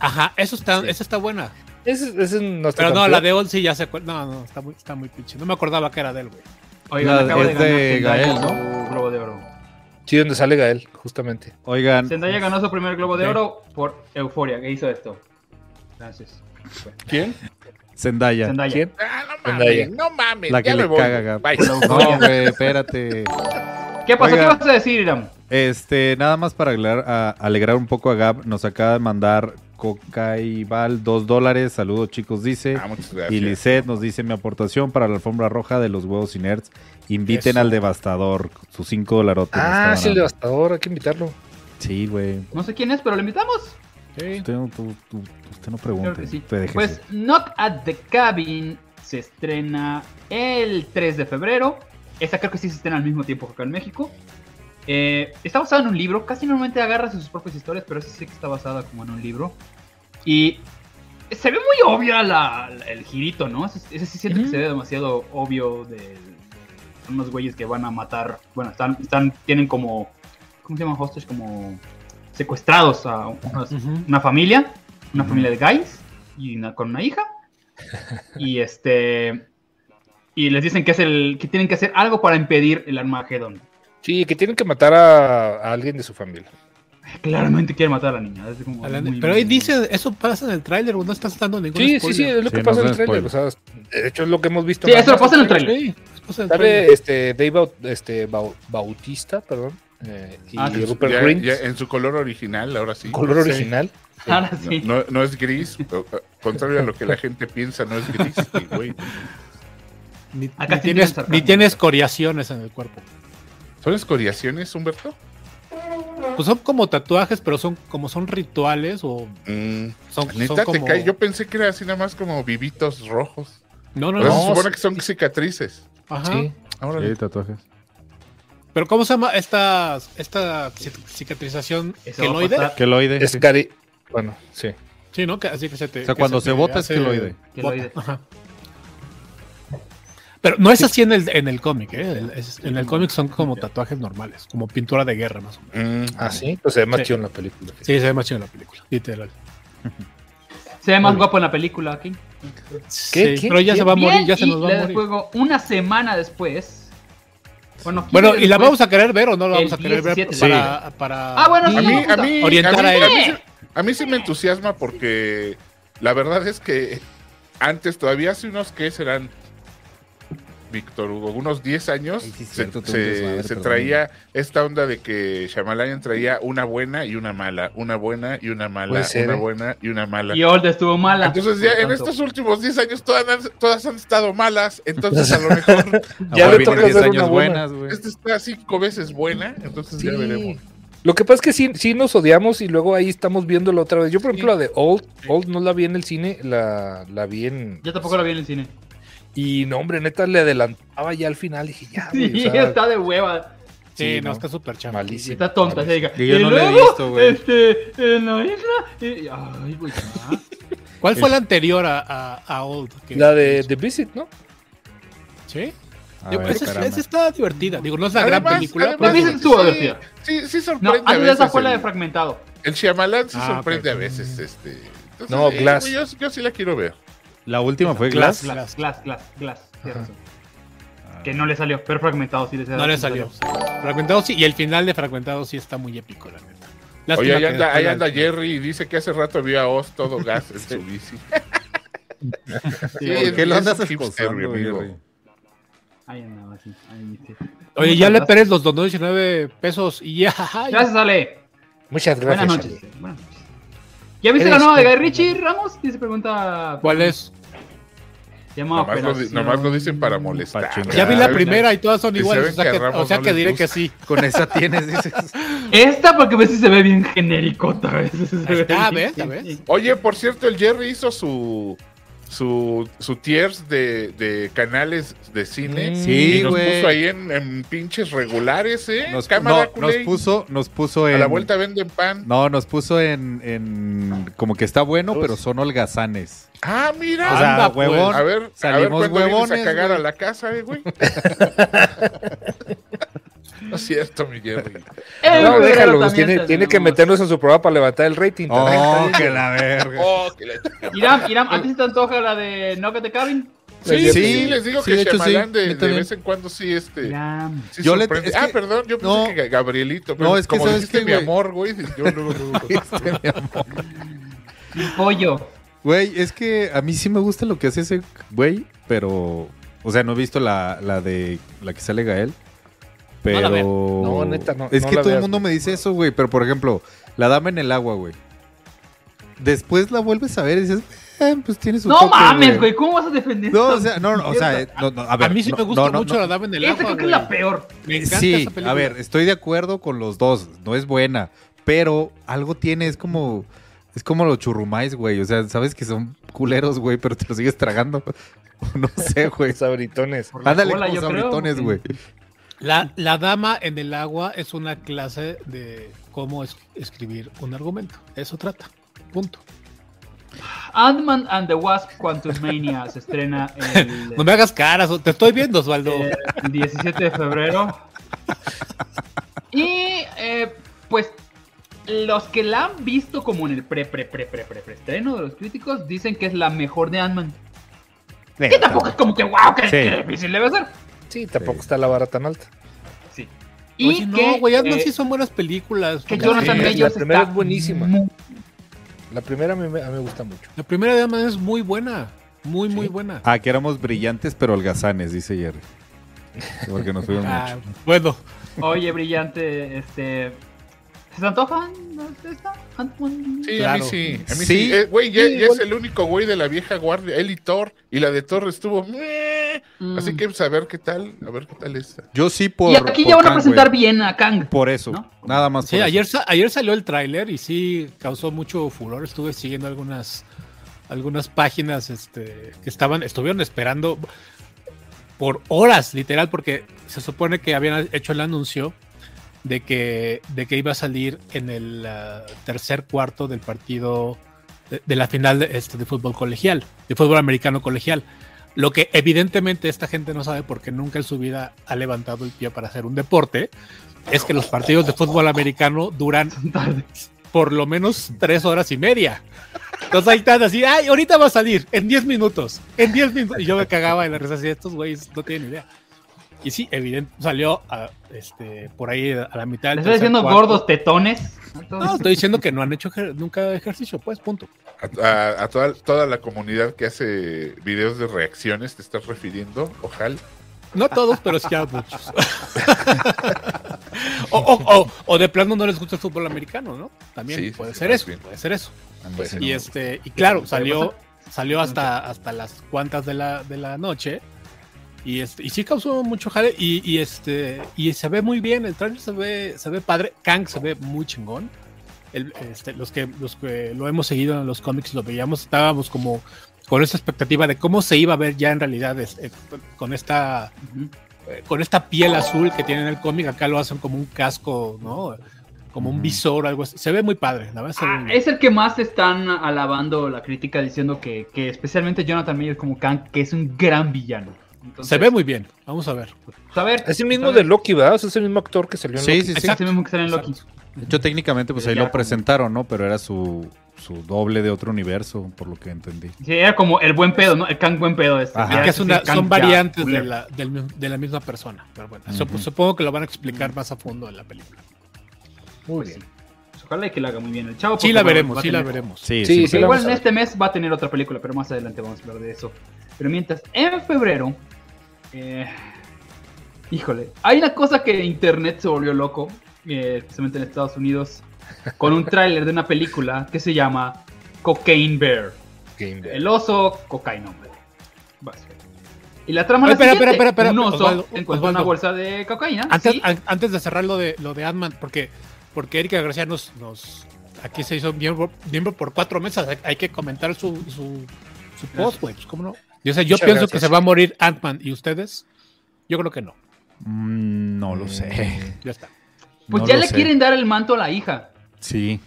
Ajá, eso está, Sí. esa está buena. Ese, ese no está Pero tan no, peor. la de Old sí ya sé cuál. No, no, está muy, está muy pinche. No me acordaba que era de él, güey. Oigan, La- acaba es de de ganar Zendaya Gael, su Globo de Oro. Sí, donde sale Gael, justamente. Oigan, Zendaya ganó su primer Globo de Sí. Oro por Euforia, que hizo esto. Gracias. ¿Quién? Zendaya. Zendaya. ¿Quién? Ah, no Zendaya. mames, no mames. La que ya le me voy. caga, Gab. Bye. Por No, Euforia. güey, espérate. ¿Qué pasó? Oiga. ¿Qué vas a decir, Iram? Este, nada más para alegrar, a- alegrar un poco a Gab, nos acaba de mandar Cocaibal dos dólares. Saludos, chicos, dice. Ah, muchas gracias. Y Lisette nos dice mi aportación para la alfombra roja de los huevos inerts. Inviten Eso. al devastador, sus cinco dolarotes. nos Ah, estaban sí, el dando. devastador, hay que invitarlo. Sí, güey. No sé quién es, pero lo invitamos. Sí. Usted, no- tú- tú- usted no Claro pregunte. que sí. usted déjese. Pues Knock at the Cabin se estrena el 3 de febrero. Esta creo que sí se estrena al mismo tiempo que acá en México. Eh, está basada en un libro. Casi normalmente agarra sus propias historias, pero esta sí que está basada como en un libro. Y se ve muy obvio la, la- el girito, ¿no? Ese, ese sí siento que se ve demasiado obvio de, de unos güeyes que van a matar. Bueno, están, están, tienen como. ¿Cómo se llama hostage? Como secuestrados a unas- una familia, una familia de guys y una- con una hija. Y este. Y les dicen que es el. que tienen que hacer algo para impedir el Armagedón. Sí, que tienen que matar a, a alguien de su familia. Claramente quieren matar a la niña. es como A la- muy- pero ahí dice, eso pasa en el tráiler, no estás dando ningún Sí, sí, sí, spoiler. es lo Sí, que no, pasa en no el es trailer. O sea, de hecho es lo que hemos visto. Sí, nada eso lo más. pasa en el trailer. Sí, eso pasa en el tráiler. Sale este, Dave Baut- este, Bau- Bautista, perdón, eh, y Ah, sí, Rupert Ya- Grint, ya en su color original, ahora sí. color Sí. original. Ahora No- sí. No, no es gris, o- o- contrario a lo que la gente piensa, no es gris. y, güey, Ni, ni Acá sí tienen tienes, sarcasmo. ni tienes coriaciones en el cuerpo. ¿Son escoriaciones, Humberto? Pues son como tatuajes, pero son como son rituales o Mm, son, son neta, te como... cae. Yo pensé que era así nada más como vivitos rojos. No, no, O sea, se no. supone que son cicatrices. Ajá. Sí. Ahora Sí, tatuajes. Pero ¿cómo se llama esta, esta cic- cicatrización Eso va a queloide? pasar. Queloide. Es cari- Bueno, sí. Sí, ¿no? Que, así que se te, O sea, que cuando te se bota es hace- queloide. Queloide. Ajá. Pero no es así en el, en el cómic, ¿eh? El- es- en el cómic son como tatuajes normales, como pintura de guerra más o menos. Mm, Ah, sí. Pues se ve más Sí. chido en la película. Sí, se ve más chido en la película, literal. Se ve más Muy bien. guapo en la película aquí. Sí, ¿Qué? Pero ya se va a Bien, morir, ya se y nos va le a morir. juego una semana después. Bueno, Bueno, quince ¿y la después. vamos a querer ver o no la El vamos a querer ver 17. para, para Ah, bueno, sí, A mí, puta. a mí, Orientar a mí- a él. a mí Eh. se- a mí sí me entusiasma porque la verdad es que antes, todavía hace unos que serán, Víctor Hugo, unos 10 años, Ay, sí, se, cierto, tú se- eres madre, se perdón. traía esta onda de que Shyamalan traía una buena y una mala, una buena y una mala, Puede ser, una ¿eh? buena y una mala. Y Old estuvo mala. Entonces, ya Por en tanto. estos últimos 10 años todas han, todas han estado malas, entonces a lo mejor Ya Ahora le vienen toca 10 hacer años una buena. buenas, güey. esta está cinco veces buena, entonces ya Sí. veremos. Lo que pasa es que sí, sí nos odiamos y luego ahí estamos viéndolo otra vez. Yo, por ejemplo, la de Old, Old no la vi en el cine, la, la vi en. Yo tampoco la vi en el cine. Y no, hombre, neta, le adelantaba ya al final. Dije, ya, güey, Sí, o sea, está de hueva. Sí, Sí, no, ¿no? está súper chamba. malísimo. Está tonta. malísimo. se diga, Y yo y no la he luego, visto, güey. este, en la isla. y- ay, güey, ya. ¿Cuál fue la anterior a, a, a Old? Que- La de The Visit, ¿no? Sí. A Digo, ver, esa, es- caramba. esa está divertida. Digo, no es la gran Además- película. además, pero es La Visit estuvo divertida. sí, sí, divertida. sí No, sorprende a antes de esa veces fue la de el- fragmentado. El Shyamalan sí Ah, sorprende ok. a veces, este. Entonces, No, eh, Glass. güey, Yo, yo sí la quiero ver. La última fue Glass. Glass, Glass. Glass, Glass, Glass. tienes razón. Ah. Que no le salió, pero fragmentado sí le salió. No le salió. Fragmentado sí. Y el final de Fragmentado sí está muy épico, la neta. Lástima Oye, ahí que anda, después ahí la- anda Jerry y dice que hace rato vio a Oz todo gas en su bici. Sí, ¿Por ¿Qué lo es un hipster, andas mi esposando, amigo. Jerry? Ahí andaba, sí. Ahí, sí. Oye, ya le Pérez los donó 19 pesos. Y ya. Gracias, Ale. Muchas gracias. Buenas Ale. noches. Buenas noches. ¿Ya viste la Eres nueva de Guy tú. Ritchie, Ramos? Dice pregunta. ¿Cuál es? Se llama Nomás lo, di- Operación- nomás lo dicen para molestar. Para chingar. Ya vi la Ay, primera y todas son Que iguales. se ve O que sea que, a Ramos o sea no que le diré que gusta. sí. Con esa tienes, dices. Esta, porque ves si se ve bien genericota. ¿ves? Se ve está, bien- ¿ves? Ya ves. Oye, por cierto, el Jerry hizo su su, su tiers de, de canales de cine. Mm. y Sí, nos güey. puso ahí en, en pinches regulares, ¿eh? Nos, Cámara, no, nos culé. puso, nos puso A en. la vuelta venden pan. No, nos puso en, en. Como que está bueno, pero son holgazanes. Ah, mira. O sea, Anda, pues. huevón. A ver, Salimos a ver cuándo vienes huevones, a cagar güey. a la casa, eh, güey. no es cierto, mi Jerry. En No, febrero déjalo, pues, también tiene, tiene tenemos- que meternos en su programa para levantar el rating. Oh, que la verga. Oh, que la- Iram, Iram, ¿a ti se te antoja la de Knock at the Cabin? Sí, sí, Sí, les digo sí, que de hecho, sí, Shyamalan de, yo de también. vez en cuando sí, este. Iram. sí Yo le- sorprende. es que- ah, perdón, yo pensé no. que Gabrielito. Pero No, es que como ¿sabes dijiste qué, mi güey? amor, güey. Yo luego, luego, luego. Mi pollo. Güey, es que a mí sí me gusta lo que hace ese güey, pero. O sea, no he visto la, la de. La que sale Gael. Pero. No la No, neta, no- Es no que la todo el veas, mundo güey. me dice eso, güey. Pero por ejemplo, la dama en el agua, güey. Después la vuelves a ver y dices, "Eh, pues tiene su. No toque, mames, güey. ¿Cómo vas a defender esta- No, o sea, no, no, o sea, eh, no, no, a A ver. mí sí no, me gusta no, no, mucho no. la dama en el Esta agua. creo que es la güey. peor. Me encanta sí, esa película. a ver, estoy de acuerdo con los dos. No es buena, pero algo tiene, es como. Es como los churrumais, güey. O sea, sabes que son culeros, güey, pero te los sigues tragando. No sé, güey. Sabritones. Por la Ándale cola, como yo creo, sabritones, güey. La, la dama en el agua es una clase de cómo es- escribir un argumento. Eso trata. Punto. Ant-Man and the Wasp Quantumania se estrena el, No me hagas caras, te estoy viendo, Osvaldo. eh, 17 de febrero. Y eh, pues los que la han visto como en el pre pre pre pre pre estreno de los críticos dicen que es la mejor de Ant-Man. Que tampoco es como que wow, que, Sí. que difícil debe ser. Sí, tampoco está la vara tan alta. Sí. Y Oye, que, no, güey, Ant-Man eh, sí son buenas películas. que Sí. Jonathan Sí, Majors la primera está es buenísima. muy- La primera a mí, me- a mí me gusta mucho. La primera de Ant-Man es muy buena. Muy, muy buena. Ah, que éramos brillantes pero holgazanes, dice Jerry. Porque nos fuimos Ah, mucho. bueno, Oye, brillante, este. ¿Se te antojan? ¿Esta? Ant-Man? Sí, a Claro. mí sí. A mí sí. Sí. Eh, güey, ya, Sí, ya es igual. el único güey de la vieja guardia. Él y Thor. Y la de Thor estuvo. meh. Mm. Así que pues, a ver qué tal. A ver qué tal esta. Yo sí por. Y aquí por ya van a Kang, presentar güey. bien a Kang. Por eso, ¿No? nada más. sí, por ayer, eso. sa- ayer salió el tráiler y sí causó mucho furor. Estuve siguiendo algunas algunas páginas este, que estaban estuvieron esperando por horas, literal, porque se supone que habían hecho el anuncio de que, de que iba a salir en el ah, tercer cuarto del partido de, de la final de, este, de fútbol colegial, de fútbol americano colegial. Lo que evidentemente esta gente no sabe porque nunca en su vida ha levantado el pie para hacer un deporte, es que los partidos de fútbol americano duran por lo menos tres horas y media. Entonces ahí están así, ay, ahorita va a salir, en 10 minutos, en 10 minutos. Y yo me cagaba en la risa así, estos güeyes no tienen idea. Y sí, evidente, salió a, este, por ahí a la mitad. del Les estoy tercer diciendo cuarto. gordos tetones. No, estoy diciendo que no han hecho ejer- nunca ejercicio, pues, punto. A, a- a toda, toda la comunidad que hace videos de reacciones, ¿te estás refiriendo? Ojalá. No todos, pero sí a muchos. o, o- o- o de plano no les gusta el fútbol americano, ¿no? También Sí, sí, puede sí, ser más eso, bien. puede ser eso. Pues, Y no. este, y claro, ¿Qué salió, salió No hasta, hasta las cuantas de la, de la noche. Y este, y sí causó mucho jale. Y, y este, y se ve muy bien. El trailer se ve, se ve padre. Kang se ve muy chingón. El- este, los que los que lo hemos seguido en los cómics, lo veíamos, estábamos como con esa expectativa de cómo se iba a ver ya en realidad este, con esta Ujú. eh, con esta piel azul que tiene en el cómic, acá lo hacen como un casco, ¿no? Como un Ujú. visor, algo así. Se ve muy padre, la verdad. se ve Ah, muy bien. es el que más están alabando la crítica diciendo que, que especialmente Jonathan Majors como Kang, que es un gran villano. Entonces, pues, Se ve muy bien. Vamos a ver. A ver, Es el mismo a ver, de Loki, ¿verdad? O sea, es el mismo actor que salió en Sí, Loki. sí, sí. Es el mismo que sale en Loki. De hecho, técnicamente, pues ahí Ya lo como- presentaron, ¿no? Pero era su, su doble de otro universo, por lo que entendí. Sí, era como el buen pedo, ¿no? El Kang buen pedo. Este. Ajá. Ya, Que es ese una- sí, Kang son ya, variantes de culero. la, del mi- de la misma persona. Pero bueno, Ujú. sup- supongo que lo van a explicar más a fondo en la película. Muy Pues bien. sí. Pues Ojalá y que la haga muy bien el chavo. Sí, porque la va- veremos, va a sí, la tener- veremos. Sí, Sí, sí. sí, pero- vamos Igual en este mes va a tener otra película, pero más adelante vamos a hablar de eso. Pero mientras, en febrero. eh, híjole, hay una cosa que internet se volvió loco, eh, especialmente en Estados Unidos, con un tráiler de una película que se llama Cocaine Bear. Game Boy. El oso cocaíno. hombre. Básicamente. Y la trama Oye, es la espera, siguiente. espera, espera, espera, un oso Osvaldo, encuentra Osvaldo. una bolsa de cocaína. Antes, sí, an- antes de cerrar lo de, lo de Ant-Man, porque, porque Erika García nos, nos. Aquí se hizo miembro, miembro por cuatro meses. Hay, hay que comentar su, su, su post, güey. pues, ¿Cómo no? Yo, sé, yo Muchas pienso que gracias. se va a morir Ant-Man. ¿Y ustedes? Yo creo que no. Mm, no lo sé. Ya está. pues No ya lo le sé. quieren dar el manto a la hija. Sí.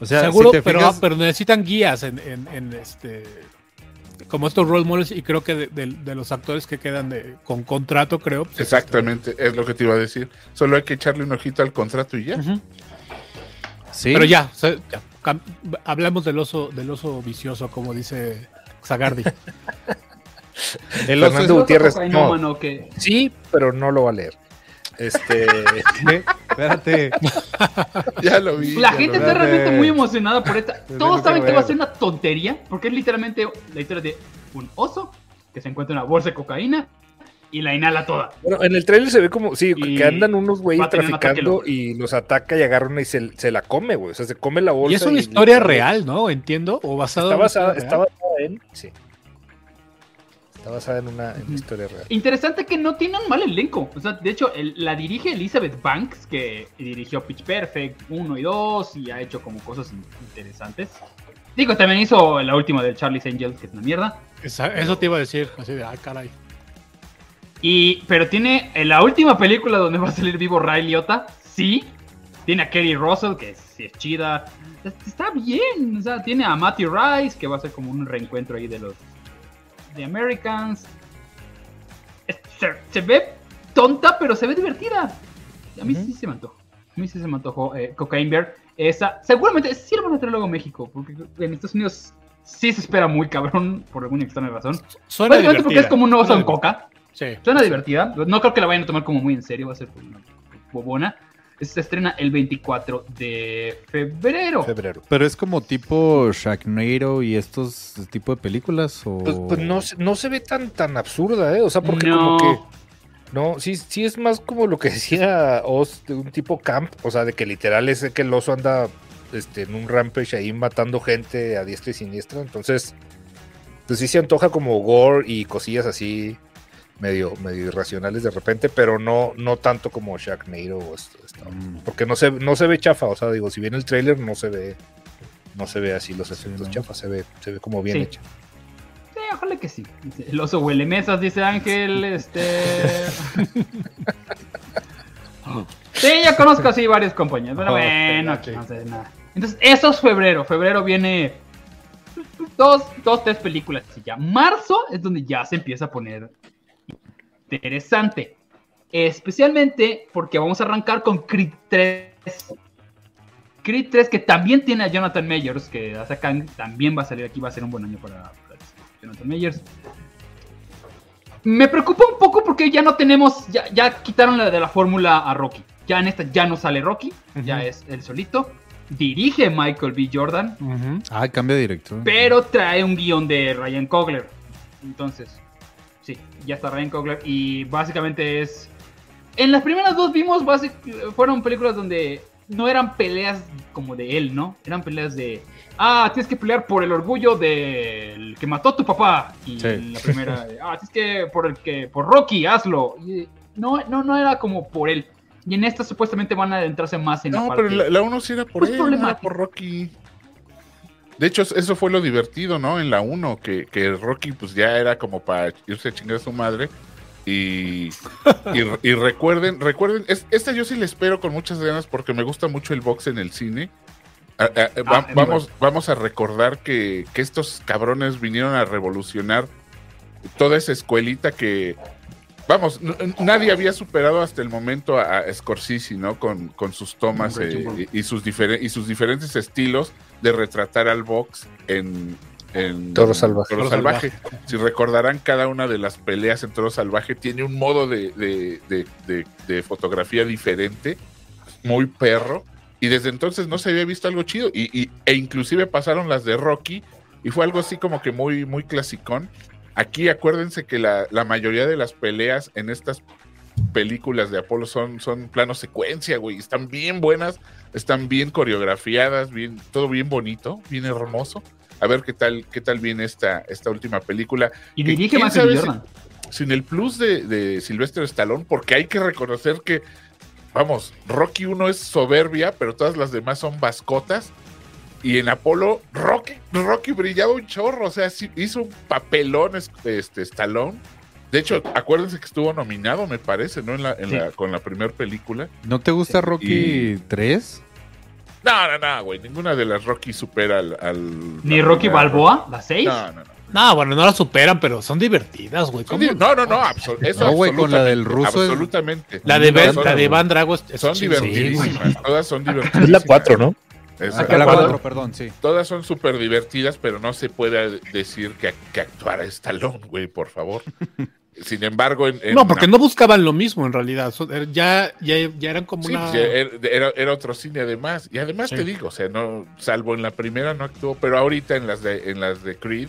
O sea, Seguro, si te pero, ah, fijas- pero necesitan guías en, en- en este. Como estos role models, y creo que de, de- de los actores que quedan de- con contrato, creo. pues, Exactamente, es lo que te iba a decir. Solo hay que echarle un ojito al contrato y ya. este, ujú. Sí. este, Pero ya, o sea, ya, cam- hablamos del oso, del oso vicioso, como dice Zagardi. El oso Fernando es- Gutiérrez, no. cocainómano que- Sí, pero no lo va a leer. Este, ¿Qué? Espérate. Ya lo vi. La ya gente lo está vi. realmente muy emocionada por esta. Desde lo Todos que saben que veo. va a ser una tontería, porque es literalmente la historia de un oso que se encuentra una bolsa de cocaína y la inhala toda. bueno, en el trailer se ve como, sí, Y que andan unos va güeyes a tener un ataque traficando loco. y los ataca y agarra una y se, se la come, güey. O sea, se come la bolsa. y es una y- historia real, ¿no? Entiendo. O basada Está en una basada, historia está real. basada en. Sí. Está basada en una, en una historia real. Interesante que no tiene un mal elenco. O sea, de hecho, el- la dirige Elizabeth Banks, que dirigió Pitch Perfect 1 y 2 y ha hecho como cosas in- interesantes. Digo, también hizo la última del Charlie's Angels, que es una mierda. Esa- Eso te iba a decir, así de, ah, caray. Y, pero tiene eh, la última película donde va a salir vivo Ray Liotta, sí. Tiene a Kerry Russell, que sí es chida. Está bien. O sea, tiene a Matty Rice, que va a ser como un reencuentro ahí de los de Americans. Se, se ve tonta, pero se ve divertida. A mí sí se me antojó. A mí sí se me antojó eh, Cocaine Bear. Esa, seguramente sí lo van a traer luego a México, porque en Estados Unidos sí se espera muy cabrón, por alguna extraña razón. Suena Básicamente porque divertida. es como un oso Suena en coca. Sí. Suena divertida. No creo que la vayan a tomar como muy en serio, va a ser como una bobona. Se estrena el 24 de febrero. febrero. Pero es como tipo Sharknado y estos este tipo de películas o Pues, pues no, se- no se ve tan, tan absurda, ¿eh? O sea, porque no, como que. No, sí, sí es más como lo que decía Oz, de un tipo camp, o sea, de que literal es que el oso anda este, en un rampage ahí matando gente a diestra y siniestra, entonces, pues sí se antoja como gore y cosillas así medio, medio irracionales de repente, pero no, no tanto como Sharknado o esto, esto. Mm. porque no se, no se ve chafa, o sea, digo, si bien el tráiler no se ve, no se ve así los efectos no. chafas, se ve, se ve como bien Sí. hecha. Sí, ojalá que sí. El oso huele mesas, dice Ángel. Este. sí, yo conozco así varias compañías. Pero Oh, bueno, ok. aquí no sé nada. Entonces, eso es febrero. Febrero viene dos, dos, tres películas y ya. Marzo es donde ya se empieza a poner interesante. Especialmente porque vamos a arrancar con Creed 3. Creed 3, que también tiene a Jonathan Mayors, que hace Kang, también va a salir aquí, va a ser un buen año para, para Jonathan Mayors. Me preocupa un poco porque ya no tenemos, ya, ya quitaron la de la fórmula a Rocky. Ya en esta ya no sale Rocky, ya es el solito. Dirige Michael B. Jordan, Ah, cambia de director. pero trae un guión de Ryan Cogler. Entonces, sí, ya está Ryan Cogler. Y básicamente es. En las primeras dos vimos, basic- fueron películas donde no eran peleas como de él, ¿no? Eran peleas de. Ah, tienes que pelear por el orgullo del que mató a tu papá. Y Sí. la primera, ah, tienes que. Por el que. Por Rocky, hazlo. Y no, no, no era como por él. Y en esta supuestamente van a adentrarse más en la No, parte. pero la, la uno sí era por Pues él, no era problemático. por Rocky. De hecho, eso fue lo divertido, ¿no? En la 1, que, que Rocky pues ya era como para irse a chingar a su madre. Y, y- y recuerden, recuerden, es- esta yo sí la espero con muchas ganas porque me gusta mucho el box en el cine. A- a- va- Ah, es vamos, vamos a recordar que, que estos cabrones vinieron a revolucionar toda esa escuelita que, vamos, n- n- nadie había superado hasta el momento a, a Scorsese, ¿no? Con, con sus tomas Hombre, eh, chingón. y, y sus difere- y sus diferentes estilos de retratar al box en... en Toro Salvaje. Toro Toro Salvaje. Si recordarán, cada una de las peleas en Toro Salvaje tiene un modo de, de- de- de- de fotografía diferente, muy perro. Y desde entonces no se había visto algo chido. Y, y- e inclusive pasaron las de Rocky y fue algo así como que muy, muy clasicón. Aquí acuérdense que la, la mayoría de las peleas en estas películas de Apolo son, son planos secuencia, güey. y Están bien buenas, están bien coreografiadas, bien, todo bien bonito, bien hermoso. A ver qué tal, qué tal viene esta, esta última película. y que dirige quién Michael B. sabe si- Jordan. Sin el plus de, de Silvestre Stallone, porque hay que reconocer que, vamos, Rocky 1 es soberbia, pero todas las demás son bascotas. Y en Apolo, Rocky, Rocky brillaba un chorro, o sea, sí, hizo un papelón es- este, Stallone. De hecho, acuérdense que estuvo nominado, me parece, ¿no? En la, en Sí. la- con la primera película. ¿No te gusta Rocky Y- 3? No, no, no, güey. Ninguna de las Rocky supera al. al- Ni la Rocky primera. Balboa, la 6. No, no, no. No, bueno, no la superan, pero son divertidas, güey. ¿Cómo No, no, no. absol- eso No, güey, con la del absolutamente, ruso es- Absolutamente. La de, Ben- Son- la de Van Drago es- es Son chingón. Sí, güey. divertidísimas. Todas son divertidas. Es la 4, ¿no? Ah, la 4, perdón, sí. Todas son súper divertidas, pero no se puede decir que, que actuara Stallone, güey, por favor. Sin embargo, en. en- No, porque no buscaban lo mismo en realidad. So- er- Ya, ya, ya eran como Sí, una. pues, ya eh, era, era- era otro cine además. Y además Sí. te digo, o sea, no, salvo en la primera no actuó, pero ahorita en las de, en las de Creed,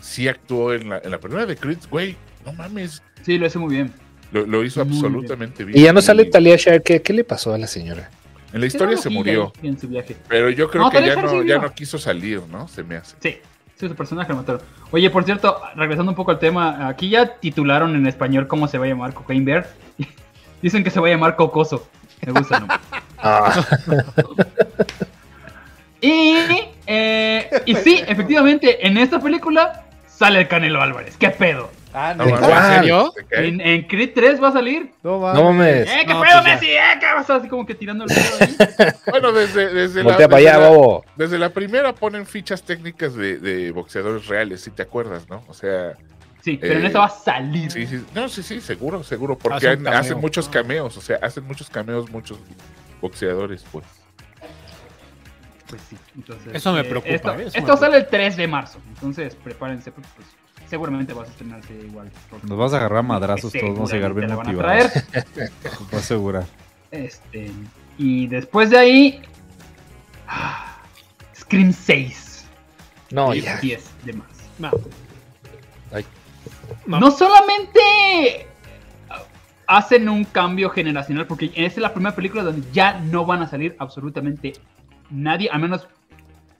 sí actuó en la, en la primera de Creed, güey, no mames. Sí, lo hizo muy bien. Lo, lo hizo Muy bien. absolutamente bien. Y ya no sale Talia Shire. ¿Qué, qué le pasó a la señora? En la historia se Era murió, Hitler En su viaje. pero yo creo No, que Talia ya Shire no, sí ya murió. no quiso salir, ¿no? Se me hace. Sí, sí, su personaje lo mataron. Oye, por cierto, regresando un poco al tema, aquí ya titularon en español cómo se va a llamar Cocaine Bear. Dicen que se va a llamar Cocoso. Me gusta el nombre. Y, eh, y sí, efectivamente, en esta película sale el Canelo Álvarez. ¿Qué pedo? Ah, No, ¿neta? mames. ¿En serio? Se cae. ¿En, en Creed 3 va a salir? No Ah, No mames. ¡Eh, qué No, pedo, pues ya. Messi! ¡Eh, qué vas así como que tirando el pedo ahí! Bueno, desde, desde la. Voltea para desde allá, la- bobo. Desde la primera ponen fichas técnicas de, de boxeadores reales, si te acuerdas, ¿no? O sea, Sí, pero en Eh, esta va a salir. sí, sí, no, sí, sí, seguro, seguro, porque Hacen han- cameo. hacen muchos cameos, o sea, hacen muchos cameos muchos boxeadores, pues. Pues sí, entonces, Eso me eh, preocupa, Esto, eh, eso me esto preocupa. sale el 3 de marzo, entonces prepárense, porque pues, seguramente vas a estrenarse igual. pronto. Nos vas a agarrar a madrazos Sí, todos, vamos a llegar bien seguramente la van a motivados. traer. Te puedo asegurar. Este, y después de ahí, ah, Scream 6, No, Oh, el ya. 10 de marzo. No. No. No. solamente hacen un cambio generacional, porque esta es la primera película donde ya no van a salir absolutamente nadie, a menos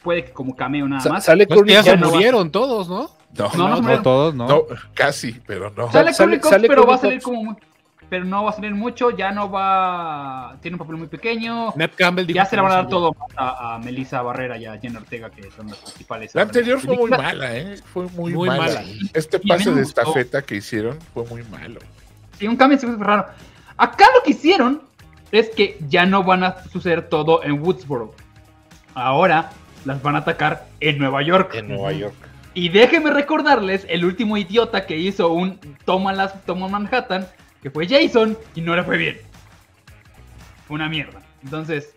puede que como cameo nada Sa- más. sale Pues que Courtney ya se Cox. murieron todos, ¿no? No, no, No, no. todos, no. No, casi, pero no. Sale, Sale- Courtney Cox, sale pero va a Courtney salir Cox. como muy- pero no va a salir mucho, ya no va, tiene un papel muy pequeño. Ned Campbell dijo Ya se que le no van a dar salía. todo a, a Melissa Barrera y a Jenna Ortega, que son las principales. La anterior fue muy Película- mala, ¿eh? Fue muy, Muy mala. mala. Este Y a mí pase me de gustó. estafeta que hicieron fue muy malo. Sí, un cambio se me hizo raro. Acá lo que hicieron es que ya no van a suceder todo en Woodsboro. Ahora las van a atacar en Nueva York. En Nueva York. Y déjenme recordarles el último idiota que hizo un toma las toma Manhattan, que fue Jason y no le fue bien. Fue una mierda. Entonces,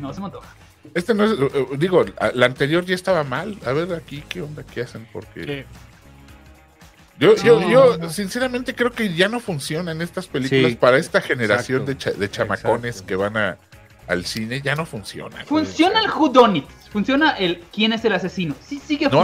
no se me antoja. Este no es, eh, eh, digo, a- la anterior ya estaba mal. A ver aquí qué onda, qué hacen, porque... Que- Yo, yo, No, yo no, no. sinceramente creo que ya no funcionan estas películas Sí, para esta generación de, exacto, cha- de chamacones exacto. que van a, al cine, ya no funcionan. güey, Funciona o el sea, whodunit, funciona el quién es el asesino. Sí sigue no, pero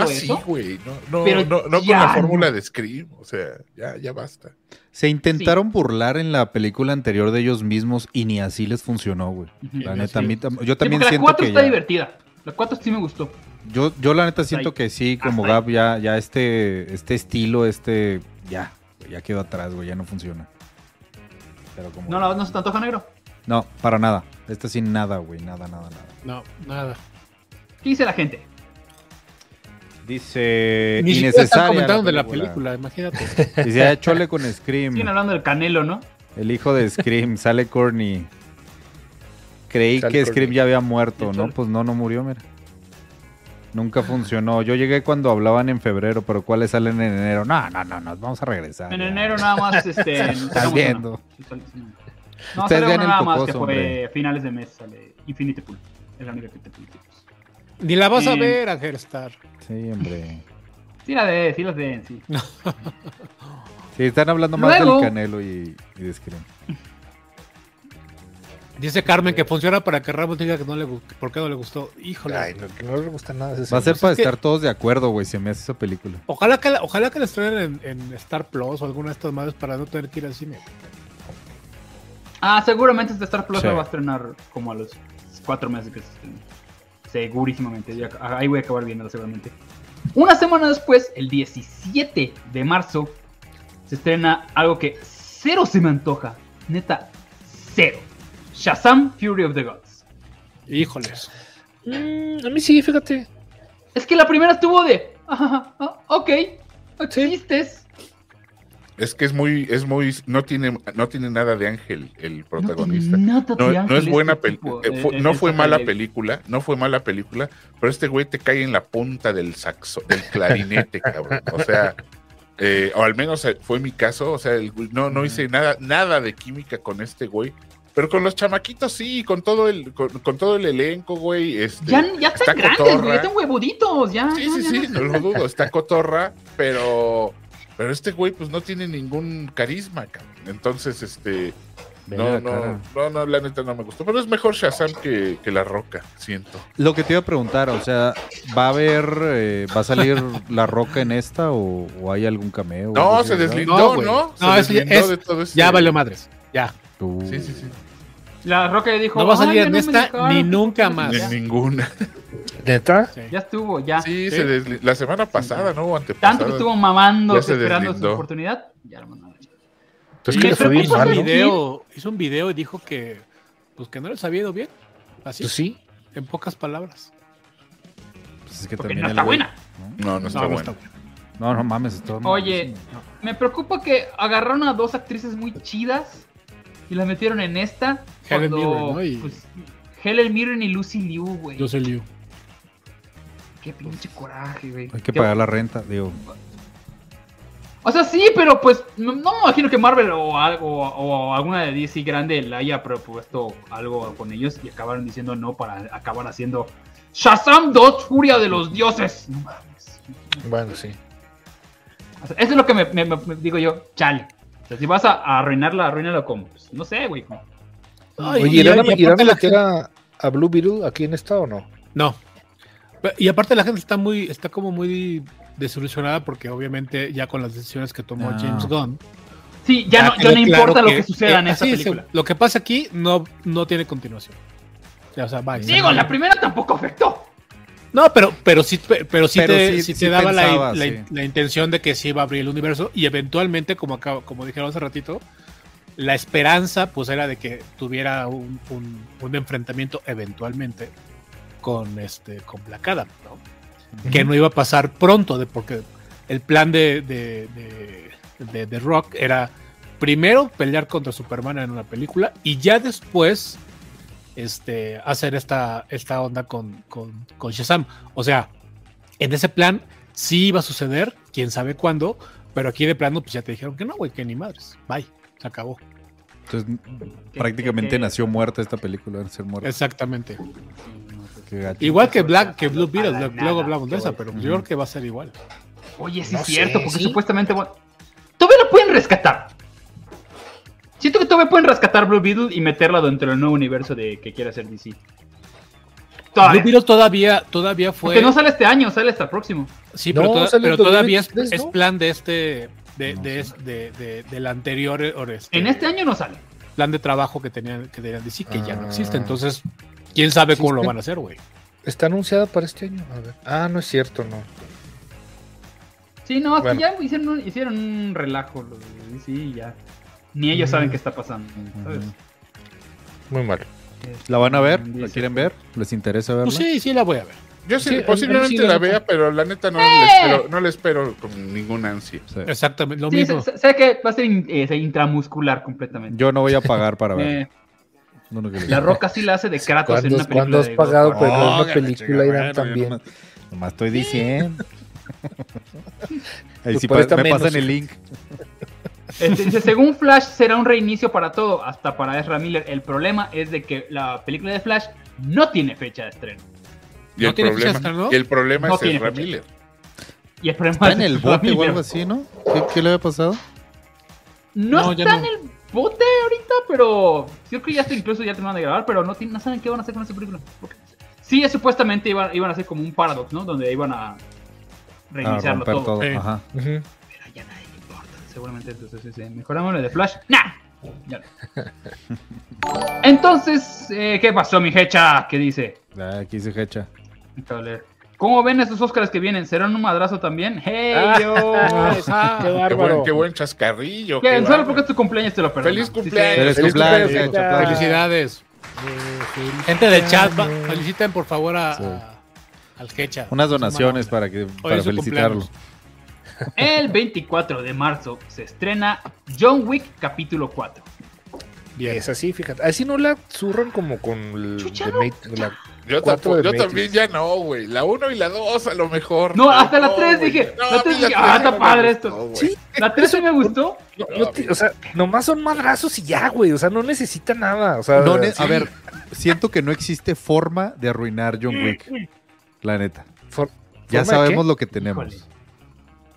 no así, eso. güey. No, no, Pero no, no con ya la no. fórmula de Scream. O sea, ya, ya basta. Se intentaron burlar en la película anterior de ellos mismos y ni así les funcionó, güey. Ujú. La Sí, neta, a sí. mí tam- yo Sí, también porque la siento 4 que está ya- divertida. La 4 sí me gustó. yo, yo la neta siento ahí. que sí, como Hasta ahí. Gab, ya, ya este, este estilo, este, ya, güey, ya quedó atrás, güey, ya no funciona. Pero como, No, no, la- no se te antoja negro. para nada. Esta sin nada, güey, nada, nada, nada. No, nada. ¿Qué dice la gente? Dice Ni siquiera están Eh, innecesaria. comentando de la película, imagínate. Dice, "Ah, chole con Scream. Siguen hablando del canelo, ¿no? El hijo de Scream, sale Courtney. Creí Sale que Courtney. Scream ya había muerto, Sí, ¿no? chale. Pues no, no murió, mira. Nunca funcionó. Yo llegué cuando hablaban en febrero, pero ¿cuáles salen en enero? No, no, no, nos vamos a regresar. En ya. enero nada más, este... Estás viendo. No, Ustedes sale una vean el nada más que Cocoso, fue hombre. a finales de mes, sale Infinity Pool. Es la única que te pide. Ni la vas a Y- ver, Ángel Star. Sí, hombre. Sí la de, sí las de, sí. Sí, están hablando más Luego- del Canelo y, y de Scream. Dice Carmen que funciona para que Ramos diga que no le, gu- por qué no le gustó. Híjole. Ay, no, que no le gusta nada. ese Va a ser pues señor. para es que- estar todos de acuerdo, güey, se me hace esa película. Ojalá que, la- ojalá que la estrenen en, en Star Plus o alguna de estas madres para no tener que ir al cine. Ah, seguramente este Star Plus Sí. la va a estrenar como a los cuatro meses que se estrene. Segurísimamente. ya- ahí voy a acabar viéndola seguramente. Una semana después, el 17 de marzo, se estrena algo que cero se me antoja. Neta, cero. Shazam Fury of the Gods. Híjoles. Mm, a mí sí, fíjate. Es que la primera estuvo de... "Ah, ah, ah, ok, chistes. Es que es muy, es muy, no tiene, no tiene nada de ángel el protagonista. No, tiene nada No, no de es ángel buena este película, tipo, eh, no eh, fue esta mala peli. película, no fue mala película, pero este güey te cae en la punta del saxo, del clarinete, cabrón. O sea, eh, o al menos eh, fue mi caso, o sea, el güey- no, no hice nada, nada de química con este güey, pero con los chamaquitos sí, con todo el, con, con todo el elenco, güey, este, Ya, ya están está grandes, güey, ya cotorra. están huevuditos, ya. Sí, ya, sí, ya, sí, ya. no lo dudo, está cotorra, pero, pero este güey pues no tiene ningún carisma, cabrón. Entonces, este, Ve no, la no, cara. no, no, la neta no me gustó. Pero es mejor Shazam que, que La Roca, siento. Lo que te iba a preguntar, o sea, ¿va a haber, eh, va a salir La Roca en esta o, o hay algún cameo? No, se deslizó. deslindó, ¿no? güey. Se No, eso ya- deslindó es- de todo este- Ya valió madres. Ya. Sí, sí, sí. La Roca ya dijo. No va a "Ay, salir ya en me esta dejaron". ni nunca más. Ni Ya, ninguna. ¿Neta? Sí. ya estuvo, ya. Sí, Ah, Sí. se desli- la semana pasada, ¿no? O antepasada. Tanto que estuvo mamando, Ya se esperando su deslindó. oportunidad. Ya lo mandaron. Entonces, Y ¿qué Me le fue hizo, bien hizo preocupa mal, un no? Marvel. video, hizo un video y dijo que pues que no les había ido bien. Así, Pues sí. en pocas palabras. Pues es que Porque pues también no el está güey- buena. No, no está No, no bueno. está bueno. No, no mames, esto. Oye, me preocupa que agarraron a dos actrices muy chidas y las metieron en esta. Helen cuando, Mirren, ¿no? Y- pues, Helen Mirren y Lucy Liu, güey. Yo soy Liu. Qué pinche coraje, güey. Hay que Qué- pagar la renta, digo. O sea, sí, pero pues no, no me imagino que Marvel o algo o alguna de DC grande le haya propuesto algo con ellos y acabaron diciendo no para acabar haciendo Shazam 2, Furia de los Dioses. No mames. Bueno, sí. O sea, eso es lo que me, me- me- me digo yo, chale. O sea, si vas a, a arruinarla, arruínala como, pues, no sé, güey. como- Ay, Oye, y- ¿irán a, y aparte irán a la meter a, a Blue Beetle aquí en esta o no? No. Pe- Y aparte la gente está muy, está como muy desilusionada porque obviamente ya con las decisiones que tomó Ah. James Gunn. Sí, ya, no, ya quedó no importa claro lo que, suceda en eh, esta así es, película. lo que pasa aquí no, no tiene continuación. Ya, o sea, bye. Digo, la primera tampoco afectó. No, pero, pero sí, pe- pero sí Pero te, sí- sí sí te daba la- pensabas, la, sí. la intención de que sí iba a abrir el universo y eventualmente, como acabo, como dijeron hace ratito, la esperanza pues era de que tuviera un, un- un enfrentamiento eventualmente con este con Black Adam, ¿no? que no iba a pasar pronto, de, porque el plan de, de, de- de- de Rock era primero pelear contra Superman en una película y ya después este, hacer esta, esta onda con, con, con Shazam. O sea, en ese plan sí iba a suceder, quién sabe cuándo, pero aquí de plano pues ya te dijeron que no, güey, que ni madres, bye, se acabó. Entonces, Que- prácticamente que- que- nació muerta esta película, de ser muerta. Exactamente. Qué gacho. Igual que Eso Black, ya que Blue a la Beetle, lo- nada, luego hablamos de qué esa, bueno. pero yo creo que va a ser igual. Oye, sí No es cierto, sé, porque ¿sí? supuestamente. bueno, todavía lo pueden rescatar. Siento que todavía pueden rescatar Blue Beetle y meterla dentro del nuevo universo de que quiere hacer DC. Todavía. Blue Beetle todavía, todavía fue. Porque no sale este año, sale hasta el próximo. Sí, No, pero, toda- sale en pero todavía es, 2023, es ¿no? plan de este. De, No de, es- de- de- del anterior eh, or este, En este año no sale. plan de trabajo que tenían que tenían DC que ya no Ah. existe entonces quién sabe cómo lo ¿Existe? van a hacer güey Está anunciada para este año. A ver. Ah, no es cierto, no. Sí, no, es que Bueno. ya hicieron un, hicieron un relajo. Lo de DC y ya. Ni ellos saben qué está pasando. ¿sabes? Muy mal. ¿La van a ver? ¿La Dice- quieren ver? ¿Les interesa verla? pues sí sí la voy a ver Yo sí, Sí, posiblemente sí, la sí. vea, pero la neta no, ¡Eh! la espero, no la espero con ninguna ansia. Sí. exactamente lo Sí, mismo sé, sé- sé que va a ser in- eh, intramuscular completamente. Yo no voy a pagar para ver. Eh, No, no, que les- la Roca sí la hace de Kratos Ah, pues, en ¿Cuándo, una película. cuándo has de God pagado of War. por ver Oh, una que la chingada, película, Irán, bueno, yo también? Nomás, nomás estoy diciendo. Ahí Pues sí por pa- esta me menos. pasan el link. Este, dice, según Flash será un reinicio para todo, hasta para Ezra Miller. El problema es de que la película de Flash no tiene fecha de estreno. Y, No el, tiene problema, fichas, ¿no? y el problema No es el tiene fichas. Ramírez. Y el problema Está en es el Ezra bote o Miller. algo así, ¿no? ¿Qué, qué le había pasado? No, No, ya está no. en el bote ahorita, pero yo creo que ya está incluso ya terminaron de grabar, pero no, tienen- no saben qué van a hacer con esa película. Porque Sí, es supuestamente iban, iban a hacer como un paradox, ¿no? Donde iban a A reiniciarlo Ah, romper todo. todo. Sí. Ajá. Ujú. Pero ya nadie le importa. Seguramente entonces dice, mejoramos lo de Flash. ¡Nah! Ya no. Entonces, eh, ¿qué pasó, mi hecha? ¿Qué dice? Ah, Aquí se hecha. Acabo de leer. ¿Cómo ven esos Óscares que vienen? ¿Serán un madrazo también? ¡Hey, Ah, yo! Ah, Qué Qué buen, bárbaro. qué buen chascarrillo. Que qué Solo bárbaro. porque es tu cumpleaños te lo perdono. Feliz Sí, cumpleaños. Feliz cumpleaños, cumpleaños. mucho Ah. aplauso. felicidades gente del chat va- feliciten por favor a, a- al Hecha Unas donaciones para, que, para es su felicitarlo. El 24 de marzo se estrena John Wick capítulo 4. bien Es así, fíjate. Así no la zurran como con el, Chucha, The no. Mate- la- Yo, Cuatro tampoco- de yo 20. también ya no, güey. La 1 y la 2 a lo mejor. No, Pero hasta la tres güey. dije. No, La a mí tres dije, tres ah, está no me padre gustó, esto. güey. Sí, La 13 me gustó. yo- yo te- o sea, nomás son madrazos y ya, güey. O sea, no necesita nada. O sea, No ne- sí, a ver, siento que no existe forma de arruinar John Wick. La neta. for- ¿forma Ya de sabemos qué? lo que tenemos.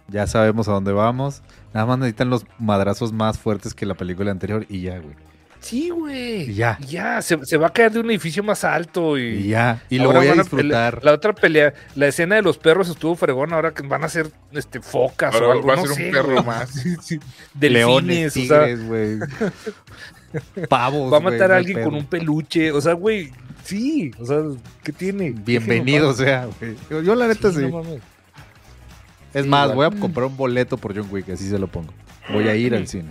Ya sabemos a dónde vamos. Nada más necesitan los madrazos más fuertes que la película anterior y ya, güey. Sí, güey. Y ya. Ya, se, se va a caer de un edificio más alto y. Y ya. Y lo Ahora voy a van disfrutar. pele- La otra pelea, la escena de los perros estuvo fregón, ahora que van a ser este, focas Ahora o algo, va a no ser sé, un perro más. delfines, Leones, o sea, tigres, güey. Pavos. va a matar güey, no a hay alguien pedo. con un peluche, o sea, güey, sí, o sea, ¿qué tiene? Déjenlo, Bienvenido sea, güey. Yo, yo la va. neta sí. no mames. es sí, más, va. voy a comprar un boleto por John Wick, así se lo pongo. Voy a ir al cine.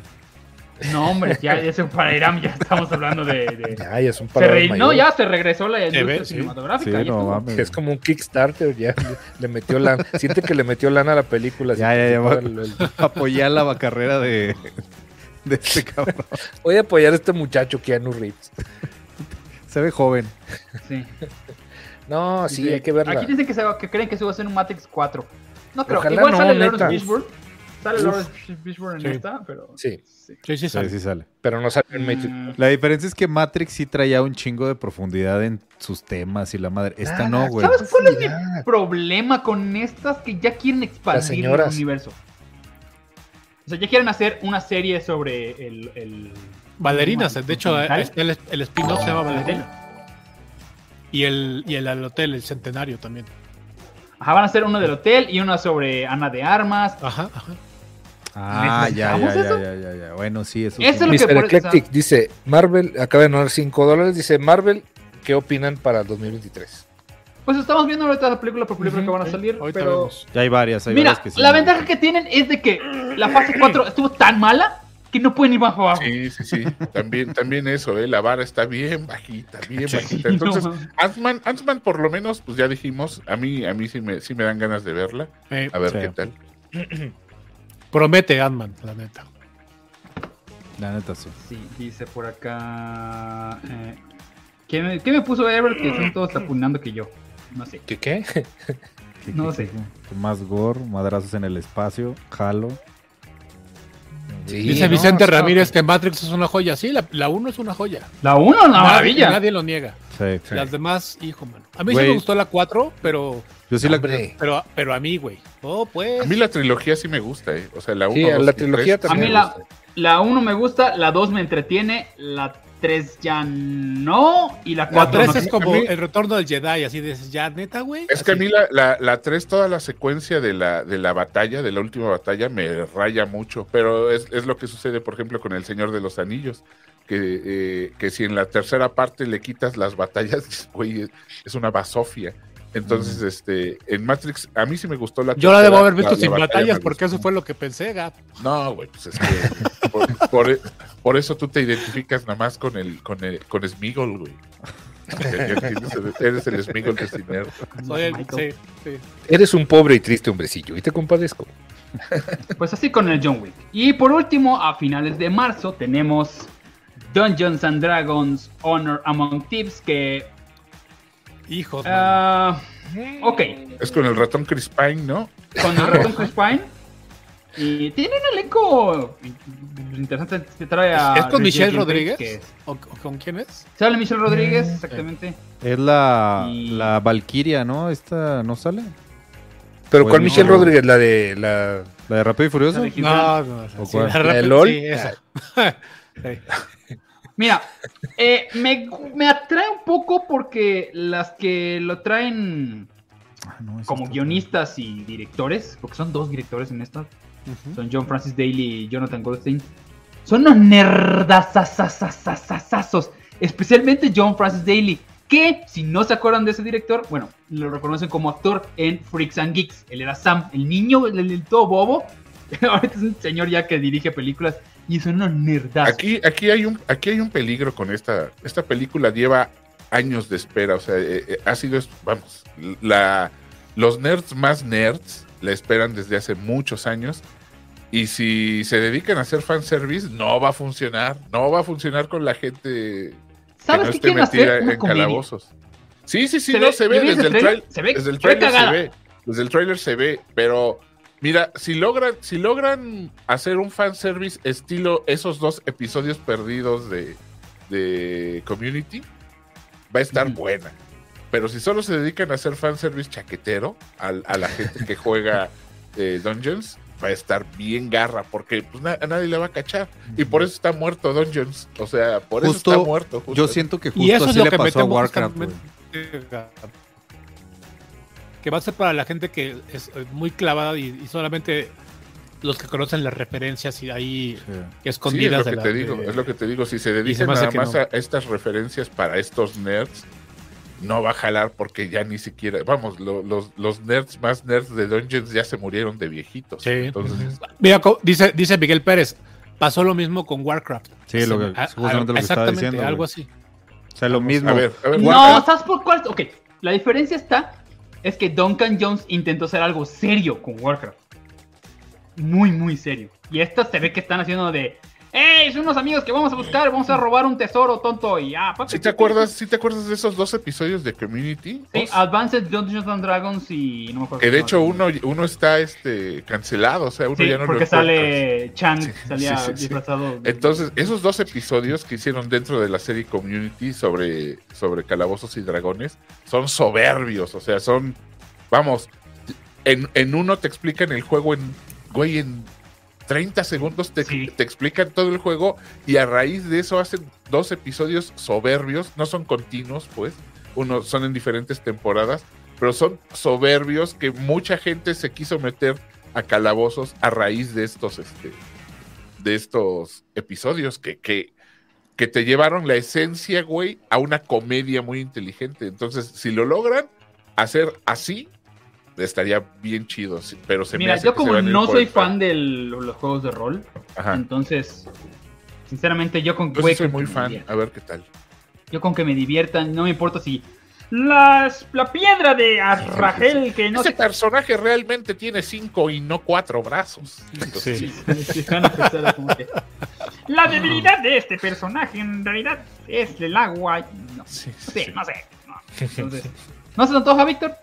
No, hombre, ya eso para Irán ya estamos hablando de. de- Ya, ya son Se palabras re- No, mayores. ya se regresó la industria ve, sí. Ah, Sí, cinematográfica. ya no estuvo. mames. Es como un Kickstarter, ya. Le metió lana. Siente que le metió lana a la película. Ya, siente ya, que ya, todo va. el- el- Apoyar la carrera de, de este cabrón. Voy a apoyar a este muchacho, Keanu Reeves. Se ve joven. Sí. No, Ah, sí, Dice, hay que verla. Aquí dicen que, se va- que creen que se va a hacer un Matrix 4. No creo. Ojalá Igual no, sale neta. Lawrence Fishburne. Sale Uf. Lawrence Fishburne en Sí. esta, pero. Sí, Sí, sí, Sí, sale. sí sale. pero no sale en Matrix. Mm, La diferencia es que Matrix sí traía un chingo de profundidad en sus temas y la madre. Esta no, güey. Ah, ¿Sabes cuál es mi Nada. problema con estas que ya quieren Las expandir el señoras. universo? O sea, ya quieren hacer una serie sobre el. el- Bailarinas, ¿Cómo? de hecho, ¿Sale? eh, el, el spin-off se llama Ballerina. Y el, y el al hotel, el centenario también. Ajá, van a hacer una del hotel y una sobre Ana de Armas. Ajá, ajá. Ah, ya, ya, ¿Necesitamos ya, eso? ya, ya, ya. Bueno, sí, eso. Eso sí. es lo que Mr. por- Eclectic o dice, Marvel, acaba de donar 5 dólares, dice, Marvel, ¿qué opinan para el 2023? Pues estamos viendo ahorita la película por película que van a Ujú, salir. ahorita Pero vemos. Ya hay varias. Hay Mira, varias que sí. la ventaja que tienen es de que la fase 4 estuvo tan mala que no pueden ir bajo abajo. Oh, Sí, sí, sí. También, también eso, ¿eh? La vara está bien bajita, bien Sí. bajita. Entonces, No, mames. Ant-Man, Ant-Man por lo menos, pues ya dijimos, a mí, a mí sí me, sí me dan ganas de verla. Eh, A ver Sí. qué tal. promete Ant-Man, la neta. La neta, sí. Sí, dice por acá. eh, ¿qué, me, qué me puso Ever que son todos apuñando que yo? No sé. ¿Qué qué? ¿Qué- No qué- sé. qué- qué Más gore, madrazos en el espacio, jalo. Sí, Dice no, Vicente está- Ramírez que Matrix es una joya. Sí, la, la uno es una joya. La 1 una Nadie- Ah, maravilla. Nadie lo niega. Sí. Sí. Las demás, hijo, mano. A mí sí Güey. me gustó la 4, pero, Yo sí la Hombre, pero, pero a mí, güey. Oh, pues. A mí la trilogía sí me gusta, ¿eh? O sea, la 1, Sí, a la trilogía A también. mí me la, gusta. la 1 me gusta, la 2 me entretiene, la 3 ya no, y la La 4 3 no. es como a mí- el retorno del Jedi, así de ya, neta, güey. Es que a Así. mí la, la, la 3, toda la secuencia de la, de la batalla, de la última batalla, me raya mucho. Pero es, es lo que sucede, por ejemplo, con El Señor de los Anillos. Que, eh, que si en la tercera parte le quitas las batallas, güey, es- es una basofia. Entonces, este, en Matrix, a mí sí me gustó la Yo la debo tercera- haber visto la- la sin batalla batallas, me porque gustó eso fue lo que pensé, Gab. No, güey, pues es que por, por- e, por eso tú te identificas nada más con el con el, con Smigol, güey. Ya entiendes, eres- Eres el Smigol de Ciner. Soy el- Michael. sí, sí. Eres un pobre y triste hombrecillo, y te compadezco. Pues así con el John Wick. Y por último, a finales de marzo tenemos Dungeons and Dragons Honor Among Thieves que... Hijos, mano. ah, ok, Es con el ratón Crispine, ¿no? con el ratón Chris Pine. Y tiene un elenco interesante. Se trae a ¿Es con Regina Michelle King Rodríguez? Mm, que- ¿O, o con quién es? Sale Michelle Rodríguez, exactamente. Es la, Y- la Valkyria, ¿no? Esta no sale. Pero Pues ¿cuál no. Michelle Rodríguez? La de la... La de Rápido y Furioso. Sale Gibran. no. ¿O cuál? la ¿La de rep- LOL? sí, esa. Sí. Mira, eh, me, me atrae un poco porque las que lo traen Ah, no, esa como está- guionistas y directores, porque son dos directores en esta, Ujú. son John Francis Daly y Jonathan Goldstein, son unos nerdazazazazazazazos, especialmente John Francis Daly, que si no se acuerdan de ese director, bueno, lo reconocen como actor en Freaks and Geeks, él era Sam, el niño, el, el todo bobo, ahorita es un señor ya que dirige películas y son unos nerdazos. Aquí, aquí hay un, aquí hay un peligro con esta. Esta película lleva años de espera. O sea, eh, eh, ha sido, es- vamos, la, los nerds más nerds la esperan desde hace muchos años. Y si se dedican a hacer fanservice, no va a funcionar. No va a funcionar con la gente ¿Sabes qué que no quieren esté metida hacer? Una en comedia. calabozos. Sí, sí, sí, Se no ve- se ¿y ve ves desde el el tráiler? tráiler. Se ve- Desde el se ve tráiler se cagada. ve. Desde el tráiler se ve, pero mira, si logran, si logran hacer un fanservice estilo esos dos episodios perdidos de, de Community, va a estar Ujú. buena. Pero si solo se dedican a hacer fanservice chaquetero al- a, la gente que juega eh, Dungeons, va a estar bien garra, porque pues, na- a nadie le va a cachar. Y por eso está muerto Dungeons. O sea, por eso Justo, está muerto. justo. Yo siento que Y justo eso es así lo le que pasó a metemos Warcraft. güey. justamente, Gab. Que va a ser para la gente que es eh, muy clavada y, y solamente los que conocen las referencias y ahí Sí. Sí, es escondidas. lo de que la- te digo, de- es lo que te digo. Si se se dedican me hace nada que más no. a estas referencias para estos nerds, no va a jalar porque ya ni siquiera, vamos, lo- los, los nerds más nerds de Dungeons ya se murieron de viejitos. Sí. Entonces, Mira, co- dice, dice Miguel Pérez, Pasó lo mismo con Warcraft. Sí, lo que- A- a- justamente lo que estaba exactamente, diciendo, algo güey. así. O sea, lo mismo. pues, A ver, a ver, No, Warcraft. ¿sabes por cuál? Ok, la diferencia está es que Duncan Jones intentó hacer algo serio con Warcraft. Muy, muy serio. Y estas se ve que están haciendo de... ¡Ey! Son unos amigos que vamos a buscar, vamos a robar un tesoro, tonto. Y ah, papi. ¿Sí te acuerdas, ¿sí te acuerdas de esos dos episodios de Community? Sí, Dos. Advanced Dungeons and Dragons y no me acuerdo. Que de qué hecho más. uno, uno está este cancelado, o sea, uno Sí, ya no lo porque encuentras. sale Chang, salía sí, sí, sí. disfrazado. de- Entonces, esos dos episodios que hicieron dentro de la serie Community sobre, sobre calabozos y dragones son soberbios, o sea, son, vamos, en, en uno te explican el juego en, güey, en 30 segundos te, Sí. te explican todo el juego y a raíz de eso hacen dos episodios soberbios, no son continuos, pues, uno son en diferentes temporadas, pero son soberbios que mucha gente se quiso meter a calabozos a raíz de estos, este, de estos episodios que, que, que te llevaron la esencia, güey, a una comedia muy inteligente. Entonces, si lo logran hacer así, estaría bien chido. sí, Pero se me Mira, hace yo que se como van a ir no por soy el fan. fan de los juegos de rol, Ajá. entonces, sinceramente, yo con Yo sí güey, soy con muy que me fan. divierta. A ver qué tal. Yo con que me diviertan, no me importa si. Las, la piedra de Arragel que no Ese sé. personaje realmente tiene cinco y no cuatro brazos. Entonces, Sí. Sí, van a empezar como que, La debilidad de este personaje en realidad es el agua. No sí, sí, sé, sí. no sé. No, Entonces, ¿no se te antoja, Víctor?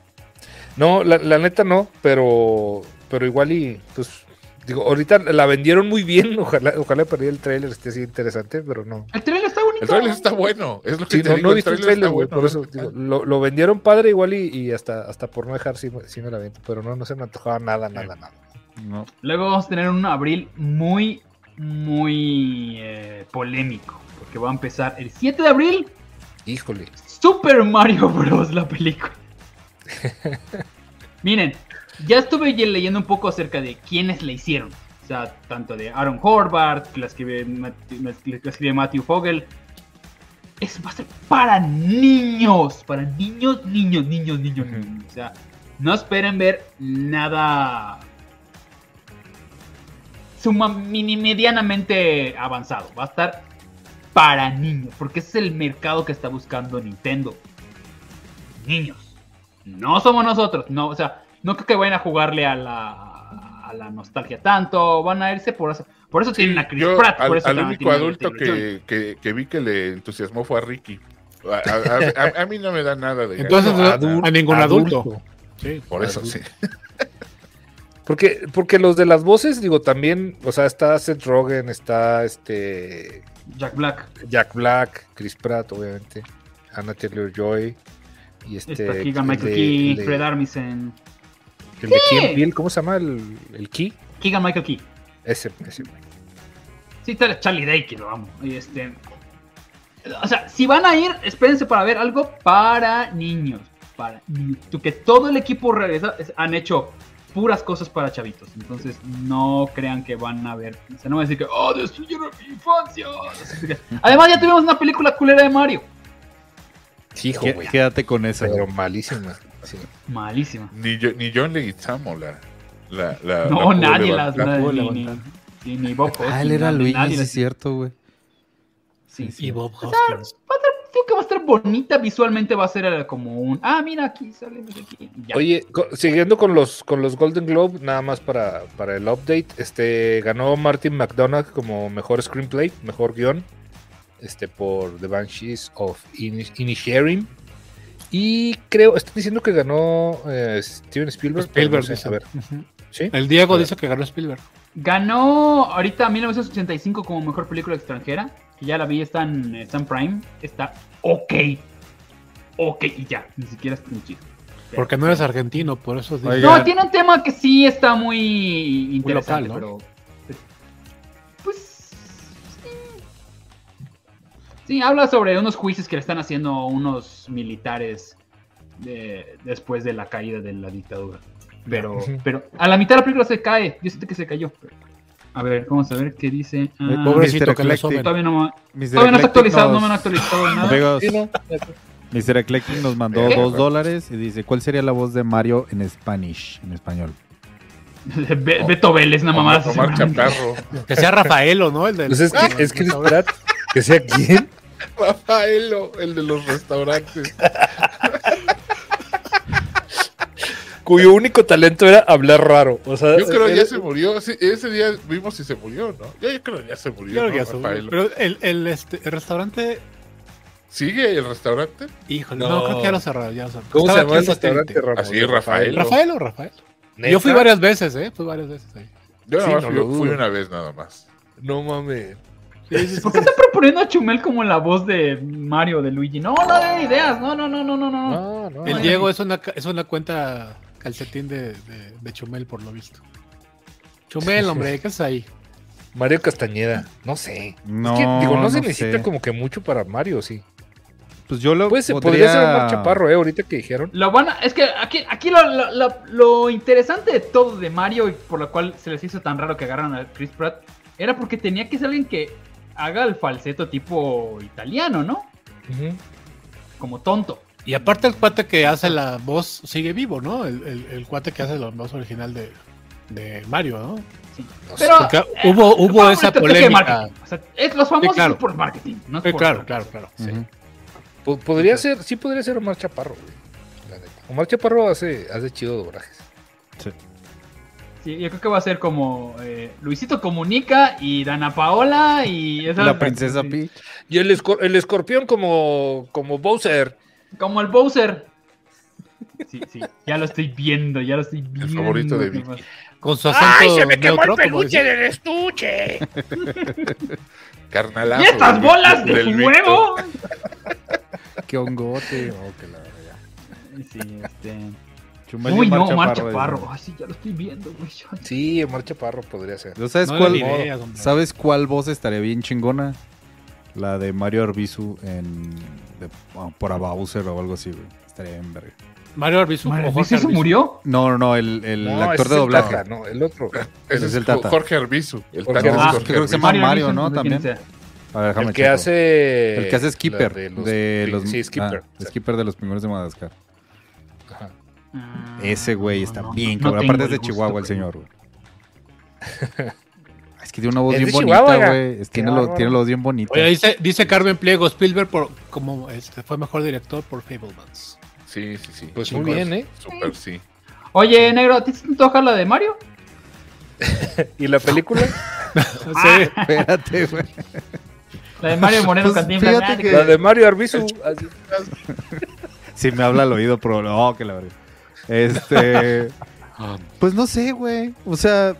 No, la, la neta no, pero, pero igual y pues digo, ahorita la vendieron muy bien, ojalá, ojalá perdí el trailer, esté así interesante, pero no. El trailer está bonito. El trailer está bueno. Es lo que Sí, te no, digo, no he el visto el tráiler trailer, está güey, bueno, por a eso ver qué digo, tal. lo, lo vendieron padre igual y, y hasta, hasta por no dejar si, me la vento, pero no, no se me antojaba nada, nada, nada. No. Luego vamos a tener un abril muy, muy eh, polémico. Porque va a empezar el 7 de abril Híjole. Super Mario Bros. la película. Miren, ya estuve ye- leyendo un poco acerca de quiénes la hicieron. O sea, tanto de Aaron Horvath, la escribe, Mat- Mat- la escribe Matthew Fogel. Es, va a ser para niños, para niños, niños, niños, niños. Ujú. niños. O sea, no esperen ver nada suma mini medianamente avanzado. Va a estar para niños, porque ese es el mercado que está buscando Nintendo. Niños. No somos nosotros, no, o sea, no creo que vayan a jugarle a la, a la nostalgia tanto, van a irse por eso. Por eso tienen a Chris Yo Pratt, al, por eso al también único tienen a adulto Steve Jobs. que, que, que vi que le entusiasmó fue a Ricky. A, a- a- a mí no me da nada de ganas. Entonces, No, no, nada. a ningún adulto. Sí. por eso sí. Porque, porque los de las voces, digo, también, o sea, está Seth Rogen, está este Jack Black, Jack Black, Chris Pratt, obviamente, Anna Taylor Joy, y este. está aquí el Michael de- Key, el de- Fred Armisen, el de Sí. Kill Bill, ¿cómo se llama? El, el Key. Keegan Michael Key. Ese, ese. Sí, está Charlie Day, que lo amo. Y este. O sea, si van a ir, espérense para ver algo para niños. Para niños. Tú Que todo el equipo regresa, es- han hecho puras cosas para chavitos. Entonces, no crean que van a ver. O sea, no van a decir que, oh, destruyeron mi infancia. Además, ya tuvimos una película culera de Mario. Hijo, Qué- güey. Quédate con esa. Pero güey. malísima. sí. Malísima. Ni, yo, ni John Leguizamo la, la, la- Ah, la No, pudo nadie las. levantar. la pudo ni- ni, levantar. ni, ni Bob Hoskins, Ah, él era nadie- Luigi, nadie sí las- es cierto, güey. Sí, Y Bob Hoskins. Creo que va a estar bonita visualmente, va a ser eh, como un. Ah, mira, aquí sale. mira aquí", y ya. Oye, co- siguiendo con los con los Golden Globe, nada más para, para el update, este ganó Martin McDonagh como mejor screenplay, mejor guión, este por The Banshees of Inis- Inisherin. Y creo, están diciendo que ganó eh, Steven Spielberg. pero no Spielberg, sé, dice. a ver, Ujú. ¿sí? El Diego dice que ganó Spielberg. Ganó ahorita 1985 como mejor película extranjera. Que ya la vi, está en, está en Prime. Está ok. Ok, y ya. Ni siquiera está tan chido. Porque no eres argentino, por eso dice. Oiga. No, tiene un tema que sí está muy interesante, local, ¿no? pero. Pues. Sí. Sí, habla sobre unos juicios que le están haciendo a unos militares de- después de la caída de la dictadura. Pero, Ujú. pero a la mitad de la película se cae. Yo siento que se cayó. pero- A ver, vamos a ver qué dice. Ah, Pobrecito, Mr. que lo soben. todavía no, me- Mr. todavía no está Eclectic actualizado, nos- no me han actualizado nada. Amigos, Sí, no, Mr. Eclectic nos mandó ¿Qué? dos dólares y dice, ¿cuál sería la voz de Mario en Spanish, en español? Be- Beto Vélez, una mamada. Omar, así, Omar seguramente. Chaparro. Que sea Rafaelo, ¿no? El del- Pues es que, es que el Prat, que sea quién. Rafaelo, el de los restaurantes. Cuyo único talento era hablar raro. O sea, Yo creo él- ya se murió. Sí, ese día vimos si se murió, ¿no? Yo, yo creo ya se murió. Claro ¿no, que ya subió. Rafaelo? Pero el, el, este, el restaurante, ¿Sigue el restaurante? híjole, No. no. creo que ya lo cerraron. Ya lo cerraron. ¿Cómo se llama el Estaba aquí en restaurante, satélite. Ramón? Así, Rafael. Rafael o Rafael. ¿Neta? Yo fui varias veces, ¿eh? Fui varias veces ahí. Yo nada Sí, más no fui, lo dudo. fui una vez nada más. No mames. ¿Por qué está proponiendo a Chumel como la voz de Mario, de Luigi? No, no de ideas. No, no, no, no, no. no. No, Ah, no. El Ay. Diego es una, ca- es una cuenta calcetín de, de, de Chumel, por lo visto. Chumel, hombre, ¿qué haces ahí? Mario Castañeda. No sé. No, es que, digo, no, se necesita sé. como que mucho para Mario, sí. Pues yo lo Pues se podría ser Omar Chaparro, ¿eh? Ahorita que dijeron. Lo van a- es que aquí, aquí lo, lo- lo- lo interesante de todo de Mario y por lo cual se les hizo tan raro que agarran a Chris Pratt era porque tenía que ser alguien que haga el falseto tipo italiano, ¿no? Ujú. Como tonto. Y aparte el cuate que hace la voz sigue vivo, ¿no? El, el- el cuate que hace la voz original de, de Mario, ¿no? Sí. No sé, Pero eh, porque hubo- hubo fue un esa estrategia de polémica. marketing. O sea, es- los famosos Sí, claro. es por marketing. No es Eh, por claro, otra claro, cosa. claro. sí. Ujú. po- podría ser, sí podría ser Omar Chaparro, güey. la neta. Omar Chaparro hace, hace chido doblajes. Sí, yo creo que va a ser como eh, Luisito Comunica y Dana Paola y esas- La princesa sí. Peach. Y el, escor- el escorpión como, como Bowser. Como el Bowser. Sí, sí, ya lo estoy viendo, ya lo estoy viendo. favorito de ¿qué Vicky. más? Con su acento neutro, como dice. del estuche! Carnalazo. ¡Y estas del- bolas de del Víctor. huevo! Qué hongote. Oh, que la verga. Sí, este... Chumel y Uy, no, Omar Chaparro, Chaparro. Ay, sí, ya lo estoy viendo, güey. Sí, Omar Chaparro podría ser. ¿No sabes No cuál? eran ideas, hombre. ¿Sabes cuál voz estaría bien chingona? La de Mario Arbizu en de- ah, por a Bowser o algo así, güey. Estaría bien verga. Mario Arbizu o Madre, Jorge ¿Dice se Arbizu. murió? No, no, no, el, el No, ese actor es de el doblaje. Tata, no, el otro. Ese Ese es es el Tata. Jorge Arbizu. El Jorge Tata es Arbizu. Jorge Creo que se Arbizu. llama Mario, Arbizu, ¿no? sé quién También. sea. A ver, déjame El que checo. hace. El que hace Skipper. la De los, Sí, Skipper. ah, Skipper de los pingüinos de Madagascar. Ajá. Ah, Ese güey está no, no, bien no cabrón. tengo Aparte es de el gusto, Chihuahua el pero- señor, güey. es que tiene una voz Es bien de Chihuahua, bonita, ya. güey. Tiene, Qué lo- bárbaro. tiene la voz bien bonita. Oye, dice, dice Carmen Pliego, Spielberg por, como este, fue mejor director por Fablemans. Sí, sí, sí. Pues muy bien, ¿eh? Super, sí. Oye, negro, ¿a ti se te antoja la de Mario? ¿Y la película? Ah. Sí. Espérate, güey. La de Mario Moreno Pues, Cantinflas. fíjate ah, que- la de Mario Arbizu. así. Si me habla al oído, pero no, que la verdad. Este. pues no sé, güey. O sea,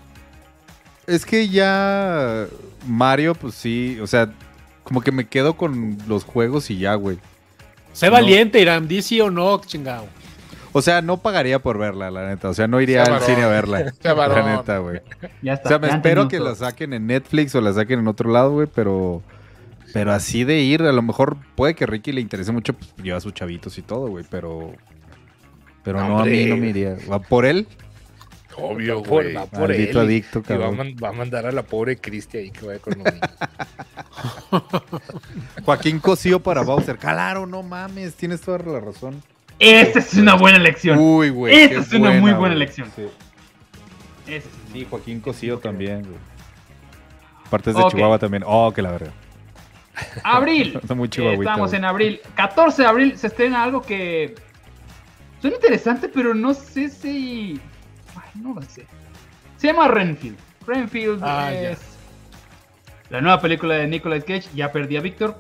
es que ya Mario, pues sí. O sea, como que me quedo con los juegos y ya, güey. Sé valiente, Irán, di sí o no, chingado. O sea, no pagaría por verla, la neta. O sea, no iría Sea al varón. cine a verla. Sea varón. La neta, güey. Ya O está. sea, me ya espero entendimos que todo. la saquen en Netflix o la saquen en otro lado, güey, pero. Pero así de ir, a lo mejor puede que Ricky le interese mucho, pues lleva a sus chavitos y todo, güey, pero. Pero no, a mí Hombre. no me iría. Va por él, Obvio, Va por- güey. va por maldito él. adicto, Y va a, cabrón. man- va a mandar a la pobre Cristi ahí que vaya con los niños. Joaquín Cosío para Bowser. Claro, no mames, tienes toda la razón. Esta es una buena elección. Uy, güey. Esa qué es una muy buena güey. elección. Sí, Esa es una sí, buena. Joaquín Cosío también, güey. Partes de Ok. Chihuahua también. Oh, que la verdad. Abril. Está muy Eh, chihuahuita, Estamos güey. en abril. 14 de abril se estrena algo que suena interesante, pero no sé si. Ay, no lo sé. Se llama Renfield. Renfield Ah, es la nueva película de Nicolas Cage. Ya perdí a Víctor.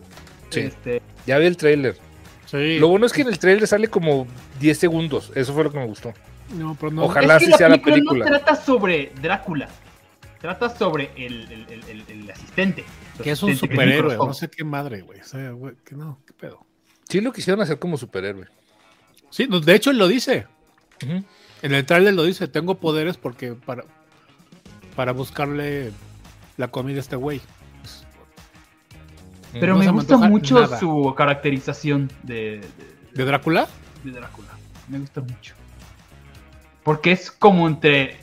Sí. Este, Ya vi el tráiler. Sí. Lo bueno es que en el tráiler sale como 10 segundos. Eso fue lo que me gustó. No, pero no. Ojalá es que sí la sea la película, película. no trata sobre Drácula. Trata sobre el, el- el- el- el asistente. Que es un Asistente que es superhéroe, Nicolas no Cage. sé qué madre, güey. O sea, güey, que no, qué pedo. Sí lo quisieron hacer como superhéroe. Sí, no, de hecho él lo dice. Ujú. En el trailer lo dice, tengo poderes porque para, para buscarle la comida a este güey. Pero No me se me gusta antoja mucho nada. su caracterización de- de, ¿De Drácula? de Drácula. Me gusta mucho. Porque es como entre.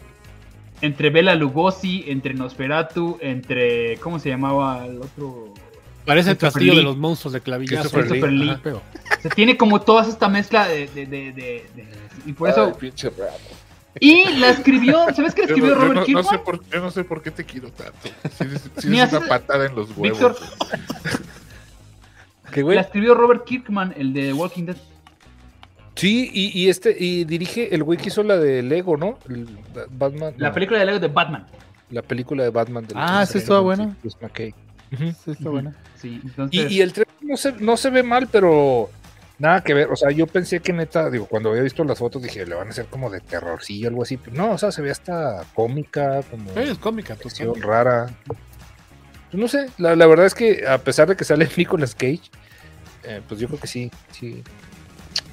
Entre Bela Lugosi, entre Nosferatu, entre. ¿Cómo se llamaba el otro? Parece el Christopher castillo Lee. de los monstruos de clavillazo. Christopher Lee. Ajá, Ajá. pedo. Ah, O sea, tiene como toda esta mezcla de. de- de- de- de- y por Ay, eso pinche raro. Y la escribió, ¿sabes qué la Yo no- yo escribió Robert no, no Kirkman? sé por, yo no sé por qué te quiero tanto. Si eres, si Ni eres una haces- patada en los huevos. Víctor, Que, güey, la escribió Robert Kirkman, el de Walking Dead. Sí, y, y este, y dirige el güey que hizo la de Lego, ¿no? El- la- Batman. La no, película de Lego de Batman. la película de Batman. del Ah, sí, estaba buena. Chris McKay. Sí, está buena. Sí, Y, entonces. y el trailer no se, no se ve mal, pero nada que ver. O sea, yo pensé que neta, digo, cuando había visto las fotos dije, le van a hacer como de terrorcillo algo así. pero no, o sea, se ve hasta cómica, como Eh, es cómica, acción total. rara. Pues no sé, la, la verdad es que a pesar de que sale Nicolas Cage, eh, pues yo creo que sí, sí,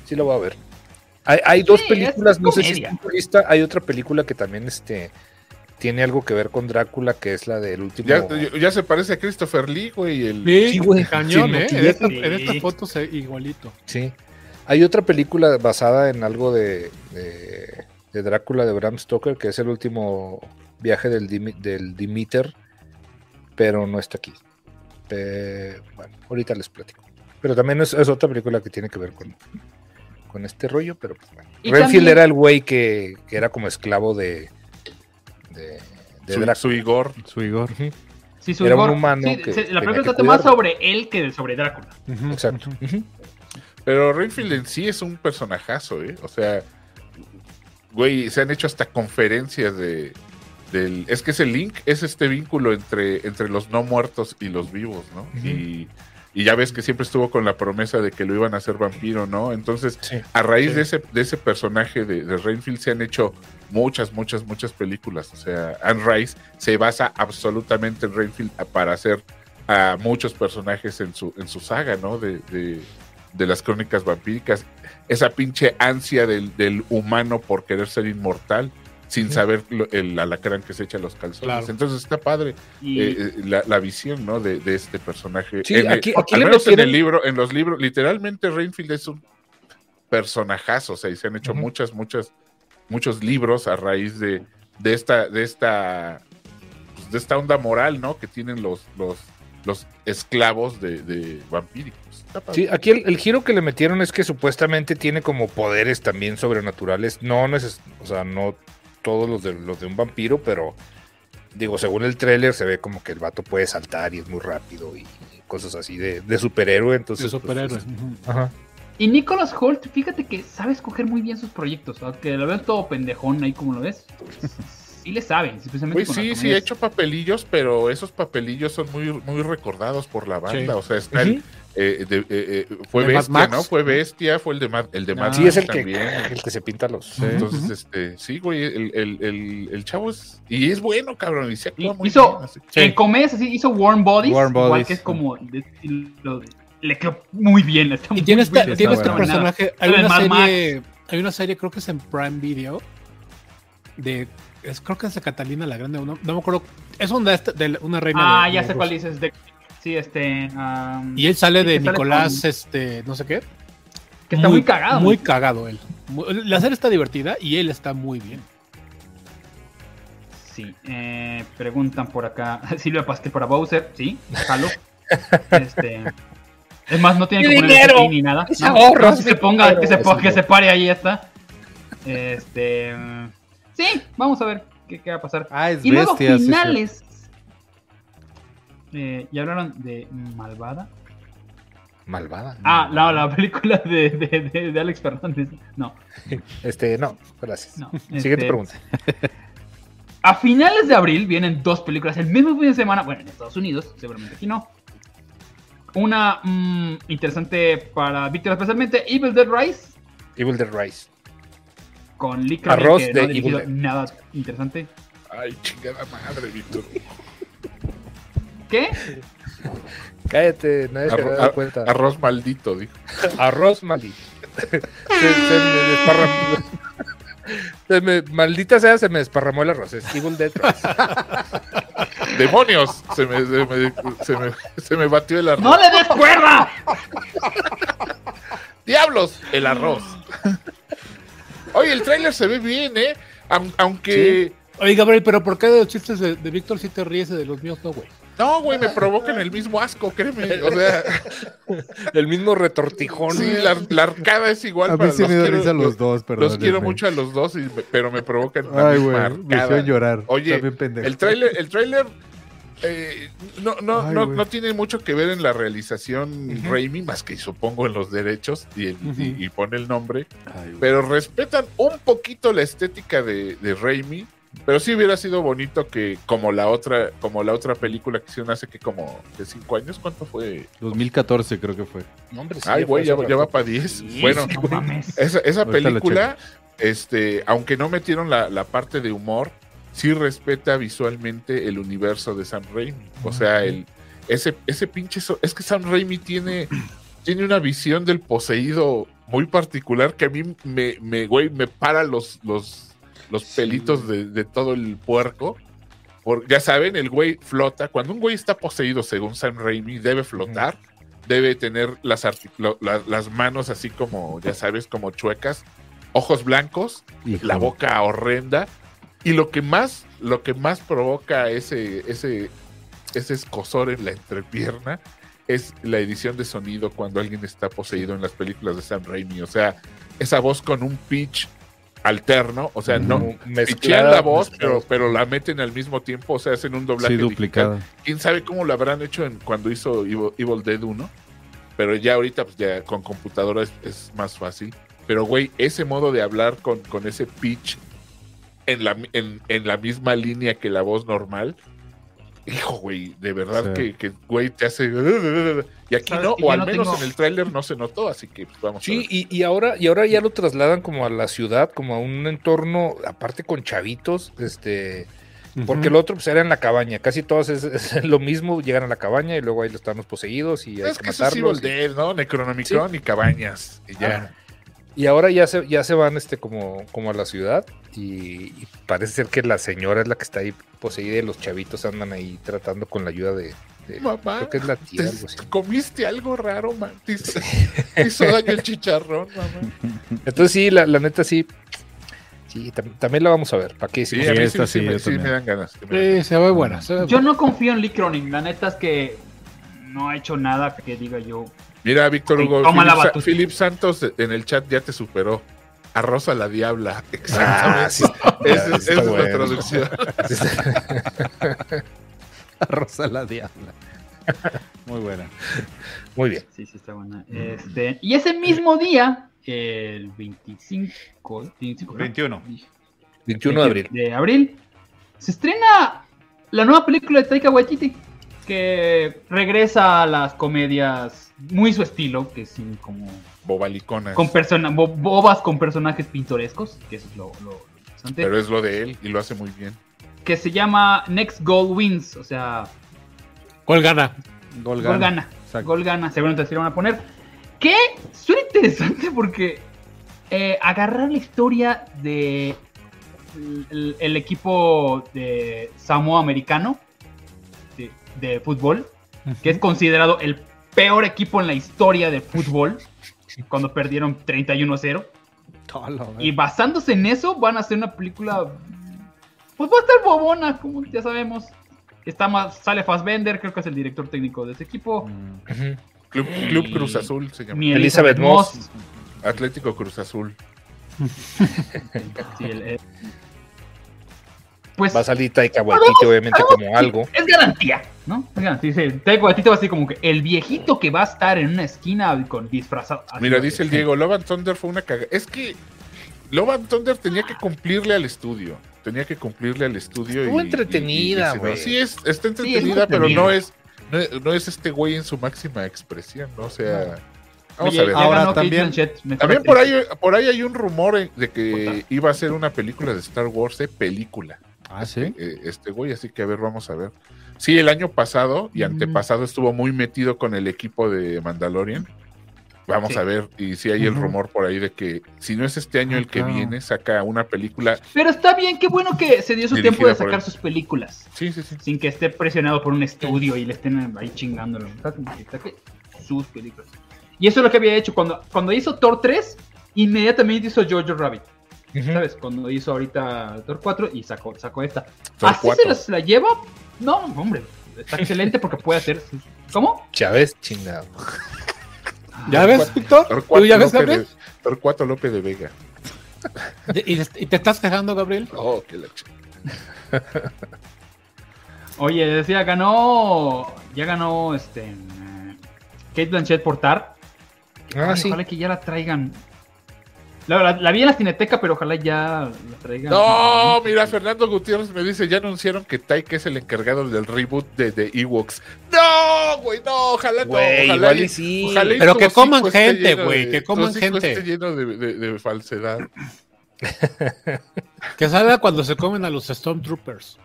sí lo voy a ver. Hay, hay dos Sí, es películas, no sé si comedia. está en tu lista, hay otra película que también este, tiene algo que ver con Drácula, que es la del último... Ya, ya se parece a Christopher Lee, güey. El, Sí, Sí, güey. cañón, Sí, ¿eh? maquillaje. En esta, en Sí. esta foto se- igualito. Sí. Hay otra película basada en algo de, de, de Drácula de Bram Stoker, que es el último viaje del, Dimi- del Demeter, pero no está aquí. Eh, bueno, ahorita les platico. Pero también es, es otra película que tiene que ver con, con este rollo, pero pues bueno. Y Renfield también- era el güey que, que era como esclavo de, de, de su, Drácula. su Igor. Su Igor. sí, su era un humor- humano sí, que se- la tenía que película trata más cuidarlo. sobre él que sobre Drácula. Ujú, Exacto. ujú. Ujú. Pero Renfield en sí es un personajazo, ¿eh? O sea, güey, se han hecho hasta conferencias de. Del, es que ese link es este vínculo entre, entre los no muertos y los vivos, ¿no? Ujú. y, y ya ves que siempre estuvo con la promesa de que lo iban a hacer vampiro, ¿no? Entonces, Sí. a raíz Sí. de, ese, de ese personaje de, de Renfield se han hecho muchas, muchas, muchas películas. O sea, Anne Rice se basa absolutamente en Renfield a- para hacer a muchos personajes en su, en su saga, ¿no? De, de- de las crónicas vampíricas. Esa pinche ansia del, del humano por querer ser inmortal sin Ujú. saber lo- el alacrán que se echa a los calzones. Claro. Entonces está padre Y eh, eh, la, la visión, ¿no? De, de este personaje. Sí, En el- aquí- aquí al le menos en metieron- el libro, en los libros, literalmente Rainfield es un personajazo, o sea, y se han hecho Ujú. muchas, muchas, muchos libros a raíz de, de esta, de esta, pues, de esta onda moral, ¿no? Que tienen los, los, los esclavos de, de vampíricos. Está padre. Sí, aquí el, el giro que le metieron es que supuestamente tiene como poderes también sobrenaturales. No neces- o sea, no todos los de, los de un vampiro, pero digo, según el tráiler se ve como que el vato puede saltar y es muy rápido y cosas así de, de superhéroe. Entonces, De pues, superhéroe. es- ujú. ajá. Y Nicholas Holt, fíjate que sabe escoger muy bien sus proyectos, aunque lo veas todo pendejón ahí como lo ves. Sí le saben, especialmente Güey, con Pues sí, las sí, he comedias. hecho papelillos, pero esos papelillos son muy, muy recordados por la banda. Sí. O sea, está el, Ujú. eh, de- eh, eh, fue De Mad Bestia, Max. ¿no? Fue Bestia, fue el de Mad, el de Mad Ah, Sí, Max es el que, también. el que se pinta los. Entonces, este, sí, güey, el, el, el, el chavo es, y es bueno, cabrón, y se actúa Y- muy hizo- bien. así. En comedias así hizo Warm Bodies, Warm igual Bodies. que es como de estilo de- le quedó muy bien. Está Y muy tiene, esta- bien tiene está este buena. nominada. personaje. Hay Sale en una, Mad serie, hay una serie, creo que es en Prime Video. De, es- creo que es de Catalina la Grande. No, no me acuerdo. Es una, esta- de la- una reina. Ah, de- ya de sé Rusia. cuál dices. De, sí, este. am, Y él sale Sí, de que sale Nicolás, con- este, no sé qué. que está muy, cagado. Muy ¿no? cagado él. Muy- La serie está divertida y él está muy bien. Sí, eh, preguntan por acá. Silvia Pastel para Bowser, sí, jalo. Este. Es más, no tiene Mi que poner dinero, bikini ni nada. mis No, ahorros, no, que se mi ponga, dinero. que se, po- Eso que no. se pare ahí, ya está. Este. Sí, vamos a ver qué, qué va a pasar. Ah, es Y luego bestia. sí, sí. finales. Eh, ya hablaron de Malvada. Malvada. Ah, la, la película de, de, de, de Alex Fernández. No, Este, no, gracias. no. Siguiente este, pregunta. A finales de abril vienen dos películas el mismo fin de semana. Bueno, en Estados Unidos, seguramente aquí no. Una mm, interesante para Víctor, especialmente Evil Dead Rise Evil Dead Rise. con Lee Kramer, Arroz que de no ha Evil dirigido Dead. nada interesante. Ay, chingada madre, Víctor. ¿Qué? Cállate, nadie se Arro- había dado ar- cuenta. Arroz maldito, dijo. Arroz maldito. se, se me desparramó. Se me- maldita sea, se me desparramó el arroz. Es Evil Dead Rise. ¡Demonios! Se me, se me, se me, se me batió el arroz. ¡No le des cuerda! ¡Diablos! El arroz. Oye, el tráiler se ve bien, ¿eh? Am- aunque... Oye, Gabriel, pero ¿por qué de los chistes de, de Víctor si te ríes y de los míos no, güey? No, güey, me provocan el mismo asco, créeme. O sea, El mismo retortijón. sí, la, la arcada es igual. A mí para- sí me dio risa los dos, perdón. Los quiero mucho a los dos, y- pero me provocan la Ay, misma güey, me arcada. hicieron llorar. Oye, También pendejo. El tráiler, el tráiler eh, no, no, Ay, no, güey. no tiene mucho que ver en la realización Raimi, más que supongo en los derechos y, el- y- Ujú. y pone el nombre. Ay, güey. Pero respetan un poquito la estética de, de Raimi. Pero sí hubiera sido bonito que, como la otra, como la otra película que hicieron hace que como de cinco años, ¿cuánto fue? 2014 creo que fue. No, hombre, sí, Ay, güey, ya, fue hace ya va rato. para 10. Bueno, no mames. esa, esa Ahorita la película, este, aunque no metieron la, la parte de humor, sí respeta visualmente el universo de Sam Raimi. O sea, el, ese, ese pinche. so- es que Sam Raimi tiene, tiene una visión del poseído muy particular que a mí me, me, güey, me para los, los, los pelitos de, de todo el puerco. Por, ya saben, el güey flota. Cuando un güey está poseído, según Sam Raimi, debe flotar debe tener las, artic- lo- la- las manos así como, ya sabes, como chuecas, ojos blancos, Híjole. la boca horrenda. Y lo que más, lo que más provoca ese, ese, ese escosor en la entrepierna es la edición de sonido cuando alguien está poseído en las películas de Sam Raimi. O sea, esa voz con un pitch alterno, o sea, no Como pichean mezclada, la voz, mezclada. pero, pero la meten al mismo tiempo, o sea, hacen un doblaje Sí, digital duplicada. quién sabe cómo lo habrán hecho en, cuando hizo Evil, Evil Dead 1, pero ya ahorita pues ya con computadora es, es más fácil. Pero güey, ese modo de hablar con, con ese pitch en la, mi- en, en la misma línea que la voz normal, hijo güey, de verdad Sí. que, que, güey te hace... Y aquí ¿Sabes no, que o yo al no menos tengo- en el tráiler no se notó, así que pues vamos Sí, y, y ahora, y ahora ya lo trasladan como a la ciudad, como a un entorno, aparte con chavitos, este, porque el otro pues era en la cabaña, casi todas es, es lo mismo, llegan a la cabaña y luego ahí están los poseídos a y hay ver. Es que que eso es Evil matarlos. y- Ah, Dead, ¿no? Necronomicon y cabañas. Y ya. Y, ahora ya se, ya se van este como, como a la ciudad y, y parece ser que la señora es la que está ahí poseída y los chavitos andan ahí tratando con la ayuda de, de- Mamá, creo que es la tía, te- algo así. comiste algo raro, man. Te hizo, te hizo daño el chicharrón, mamá. Entonces sí, la, la neta sí, sí, tam- también la vamos a ver, ¿para qué Sí, hicimos a Sí, mí sí, esta sí sí, me, yo sí me también. dan ganas. sí me dan Sí, se ve buena. Se ve Yo buena. no confío en Lee Cronin, la neta es que no ha hecho nada que diga yo. ganas. Mira, Víctor Sí, Hugo, toma la Philip, Sa- batuta. Philip Santos en el chat ya te superó. Arroz a la diabla. Exactamente. Ah, sí, está- Esa está esa es la bueno. traducción. Sí, está- Rosa la diabla. Muy buena. Muy bien. Sí, sí, está buena. Este, y ese mismo día, el 25, 25 ¿no? 21. 21 de abril. de abril, se estrena la nueva película de Taika Waititi, que regresa a las comedias muy su estilo, que sí, como Bobaliconas. con persona, bo- bobas con personajes pintorescos, que eso es lo, lo interesante, Pero es lo de él y lo hace muy bien. que se llama Next Goal Wins, o sea, ¿Cuál gana? Gol Gol gana. gana. Exacto. Gol gana. Seguramente así lo van a poner. Que suena interesante porque eh, agarrar la historia de el, el equipo de Samoa americano de, de fútbol, que es considerado el peor equipo en la historia del fútbol, cuando perdieron 31-0. Y basándose en eso, van a hacer una película. Pues va a estar bobona, como ya sabemos. Está más, sale Fassbender, creo que es el director técnico de ese equipo. Mm. Ujú. Club, Ey. Club Cruz Azul se llama. Ni Elizabeth Moss. Atlético Cruz Azul. Sí, el- el- Pues Va a salir Taika Waititi, obviamente, como algo. es garantía, ¿no? Es garantía. Dice, Taika Waititi va así como que el viejito que va a estar en una esquina con disfrazado. así Mira, va a dice el decir. Diego, Love and Thunder fue una caga. Es que Love and Thunder tenía que cumplirle al estudio. Tenía que cumplirle al estudio. Estuvo y- entretenida, y- y- y se- güey. Sí, es, está muy entretenida, pero entretenida. no es, no, es- no es este güey en su máxima expresión, ¿no? O sea, vamos Oye, a ver. ya Ahora ganó Kate también- Blanchett, mejor También por actriz. ahí, por ahí hay un rumor en- de que Puta. iba a ser una película de Star Wars de película. Ah, sí. eh, este güey, así que a ver, vamos a ver. Sí, el año pasado y Mm. antepasado estuvo muy metido con el equipo de Mandalorian. Vamos Sí. a ver, y si hay el Ujú. rumor por ahí de que si no es este año Ah, el que claro. viene, saca una película. Pero está bien, qué bueno que se dio su Dirigida tiempo de por sacar él. sus películas. Sí, sí, sí. sin que esté presionado por un estudio y le estén ahí chingándolo. Está como que saque Sus películas. Y eso es lo que había hecho cuando, cuando hizo Thor 3, inmediatamente hizo Jojo Rabbit. ¿Sabes? Cuando hizo ahorita Thor 4 y sacó, sacó esta. Thor ¿Así cuatro. se las la lleva? No, hombre. Está excelente porque puede hacer. sus- ¿Cómo? Chávez, chingado. Ah, ¿Ya ves, Víctor? ¿Tú ya López ves, de- Gabriel? Torcuato López de Vega. ¿Y y te estás quejando, Gabriel? Oh, qué la ch- Oye, decía, ganó. Ya ganó este. eh, Kate Blanchett por Tar. Ah, Ay, sí. Ojalá que ya la traigan. La, la- la vi en la cineteca, pero ojalá ya la traigan. No, mira, Fernando Gutiérrez me dice, ya anunciaron que Taika es el encargado del reboot de The Ewoks. No, güey, no, ojalá Güey, no, ojalá igual y- y sí. ojalá y Pero tu que hocico coman esté gente, lleno güey, de- que tu coman hocico gente. esté lleno de, de- de falsedad. Que salga cuando se comen a los Stormtroopers.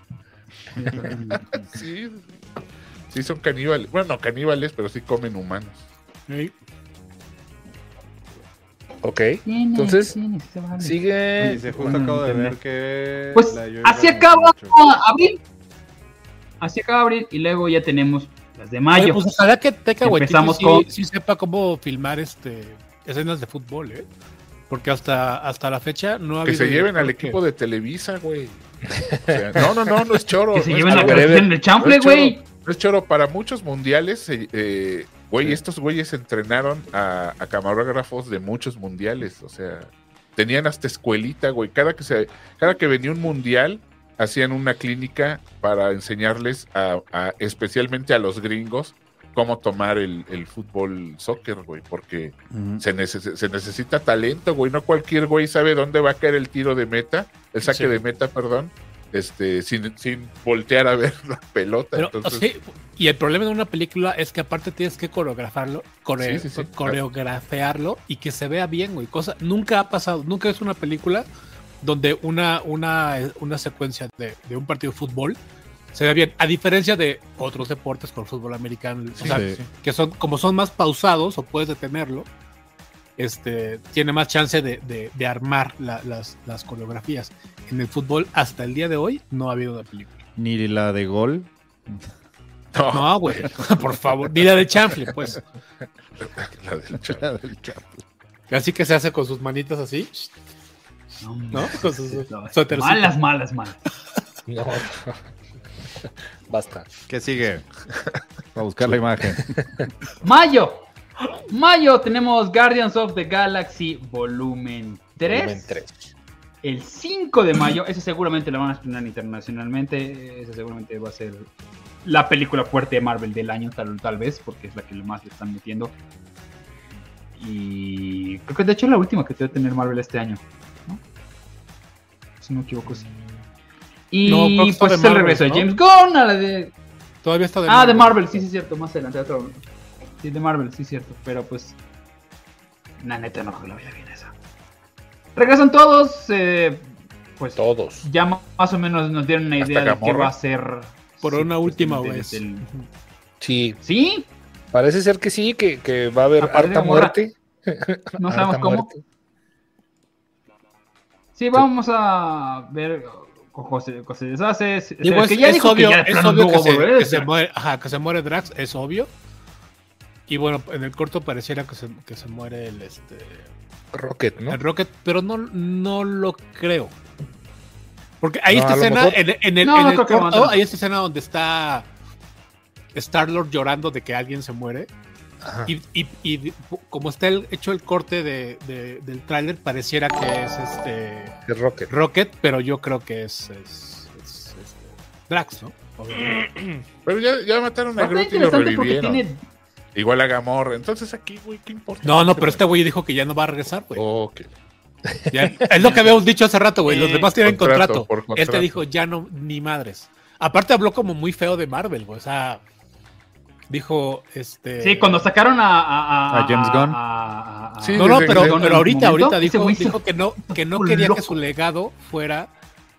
Sí, sí son caníbales. Bueno, no caníbales, pero sí comen humanos. ¿sí? Ok. Tiene, Entonces, tiene, se vale. Sigue. Dice, justo Eh, bueno, acabo de entendí. ver que. Pues la Joy así Ryan acaba mucho. abril. Así acaba abril y luego ya tenemos las de mayo. Oye, pues ojalá que Teca Waititi Empezamos sí, con- sí sepa cómo filmar este escenas de fútbol, ¿eh? Porque hasta, hasta la fecha no ha Que habido se lleven director al que- equipo de Televisa, güey. O sea, no, no, no, no es choro. que se no es lleven a choro. a ver, en el No chanfle, es güey. choro, No es choro, para muchos mundiales, eh, eh, güey, estos güeyes entrenaron a, a camarógrafos de muchos mundiales, o sea, tenían hasta escuelita, güey. Cada que, se, cada que venía un mundial, hacían una clínica para enseñarles, a, a- especialmente a los gringos, cómo tomar el, el fútbol soccer, güey, porque Ujú. se, neces- se necesita talento, güey. No cualquier güey sabe dónde va a caer el tiro de meta, el saque Sí. de meta, perdón. Este, sin, sin voltear a ver la pelota. Pero, Entonces, sí, y el problema de una película es que aparte tienes que coreografarlo, core- Sí, sí, sí. coreografiarlo y que se vea bien, güey. Cosa, nunca ha pasado, nunca es una película donde una, una, una secuencia de, de un partido de fútbol se vea bien, a diferencia de otros deportes con fútbol americano, o Sí, sea, sí. que son, como son más pausados o puedes detenerlo, este, tiene más chance de, de- de armar la- las, las coreografías. En el fútbol, hasta el día de hoy, no ha habido una película. Ni la de gol. no, No, güey, por favor, ni la de chanfle, pues. la del Chavo. La del Chapo. Así que se hace con sus manitas así, ¿no? Con sus suétercito. Malas, malas, malas. No. Basta. ¿Qué sigue? A buscar la imagen. Mayo. Mayo tenemos Guardians of the Galaxy volumen 3. Volumen tres. El 5 de mayo, ese seguramente lo van a estrenar internacionalmente. Ese seguramente va a ser la película fuerte de Marvel del año, tal, tal vez, porque es la que más le están metiendo. Y creo que de hecho es la última que debe tener Marvel este año, ¿no? Si no me equivoco, sí. Y No, creo que está pues de es el Marvel, regreso ¿no? de James Gunn a la de Todavía está de ah, de Marvel, sí, sí, cierto. Más adelante, otro. Sí, de Marvel, sí, cierto. Pero pues. La neta, no creo que la vaya bien esa. Regresan todos. eh, pues Todos. ya ma- más o menos nos dieron una Hasta idea de qué Gamorra. va a ser. Por sí, una última del- vez. del- Sí. Sí, Parece ser que sí, que, que va a haber Aparte de harta morra. muerte. no harta sabemos cómo. muerte. Sí, vamos a ver. Con José, José Deshace. se- Digo, se- es, que ya es dijo que obvio, ya de es plano obvio no que, va a se, volver, que o se sea, muere, ajá, que se muere Drax, es obvio. Y bueno, en el corto pareciera que se, que se muere el, este, Rocket, ¿no? el Rocket, pero no, no lo creo. Porque hay No, esta a lo escena mejor- en, en el, No, en no el creo que lo corto, manden. hay esta escena donde está Star Lord llorando de que alguien se muere. Ajá. Y, y- y di- como está el- hecho el corte de- de- del tráiler, pareciera que es este El Rocket. Rocket, pero yo creo que es, es- es, este, Drax, ¿no? Mm. Obviamente. Pero ya, ya mataron a Está Groot y lo interesante porque revivieron. tiene. Igual a Gamorra. Entonces aquí, güey, ¿qué importa? No, no, pero este güey dijo que ya no va a regresar, güey. Oh, que- Ya- Es lo que habíamos dicho hace rato, güey. Los Eh, demás tienen contrato, contrato. por Él te contrato. dijo, ya no, ni madres. Aparte habló como muy feo de Marvel, güey. O sea, dijo, este... Sí, cuando sacaron a. A, A James Gunn. a- a- a- Sí, No, no, desde- pero, desde- pero ahorita, momento, ahorita ese dijo, güey se- dijo que no, que no un quería que loco. su legado fuera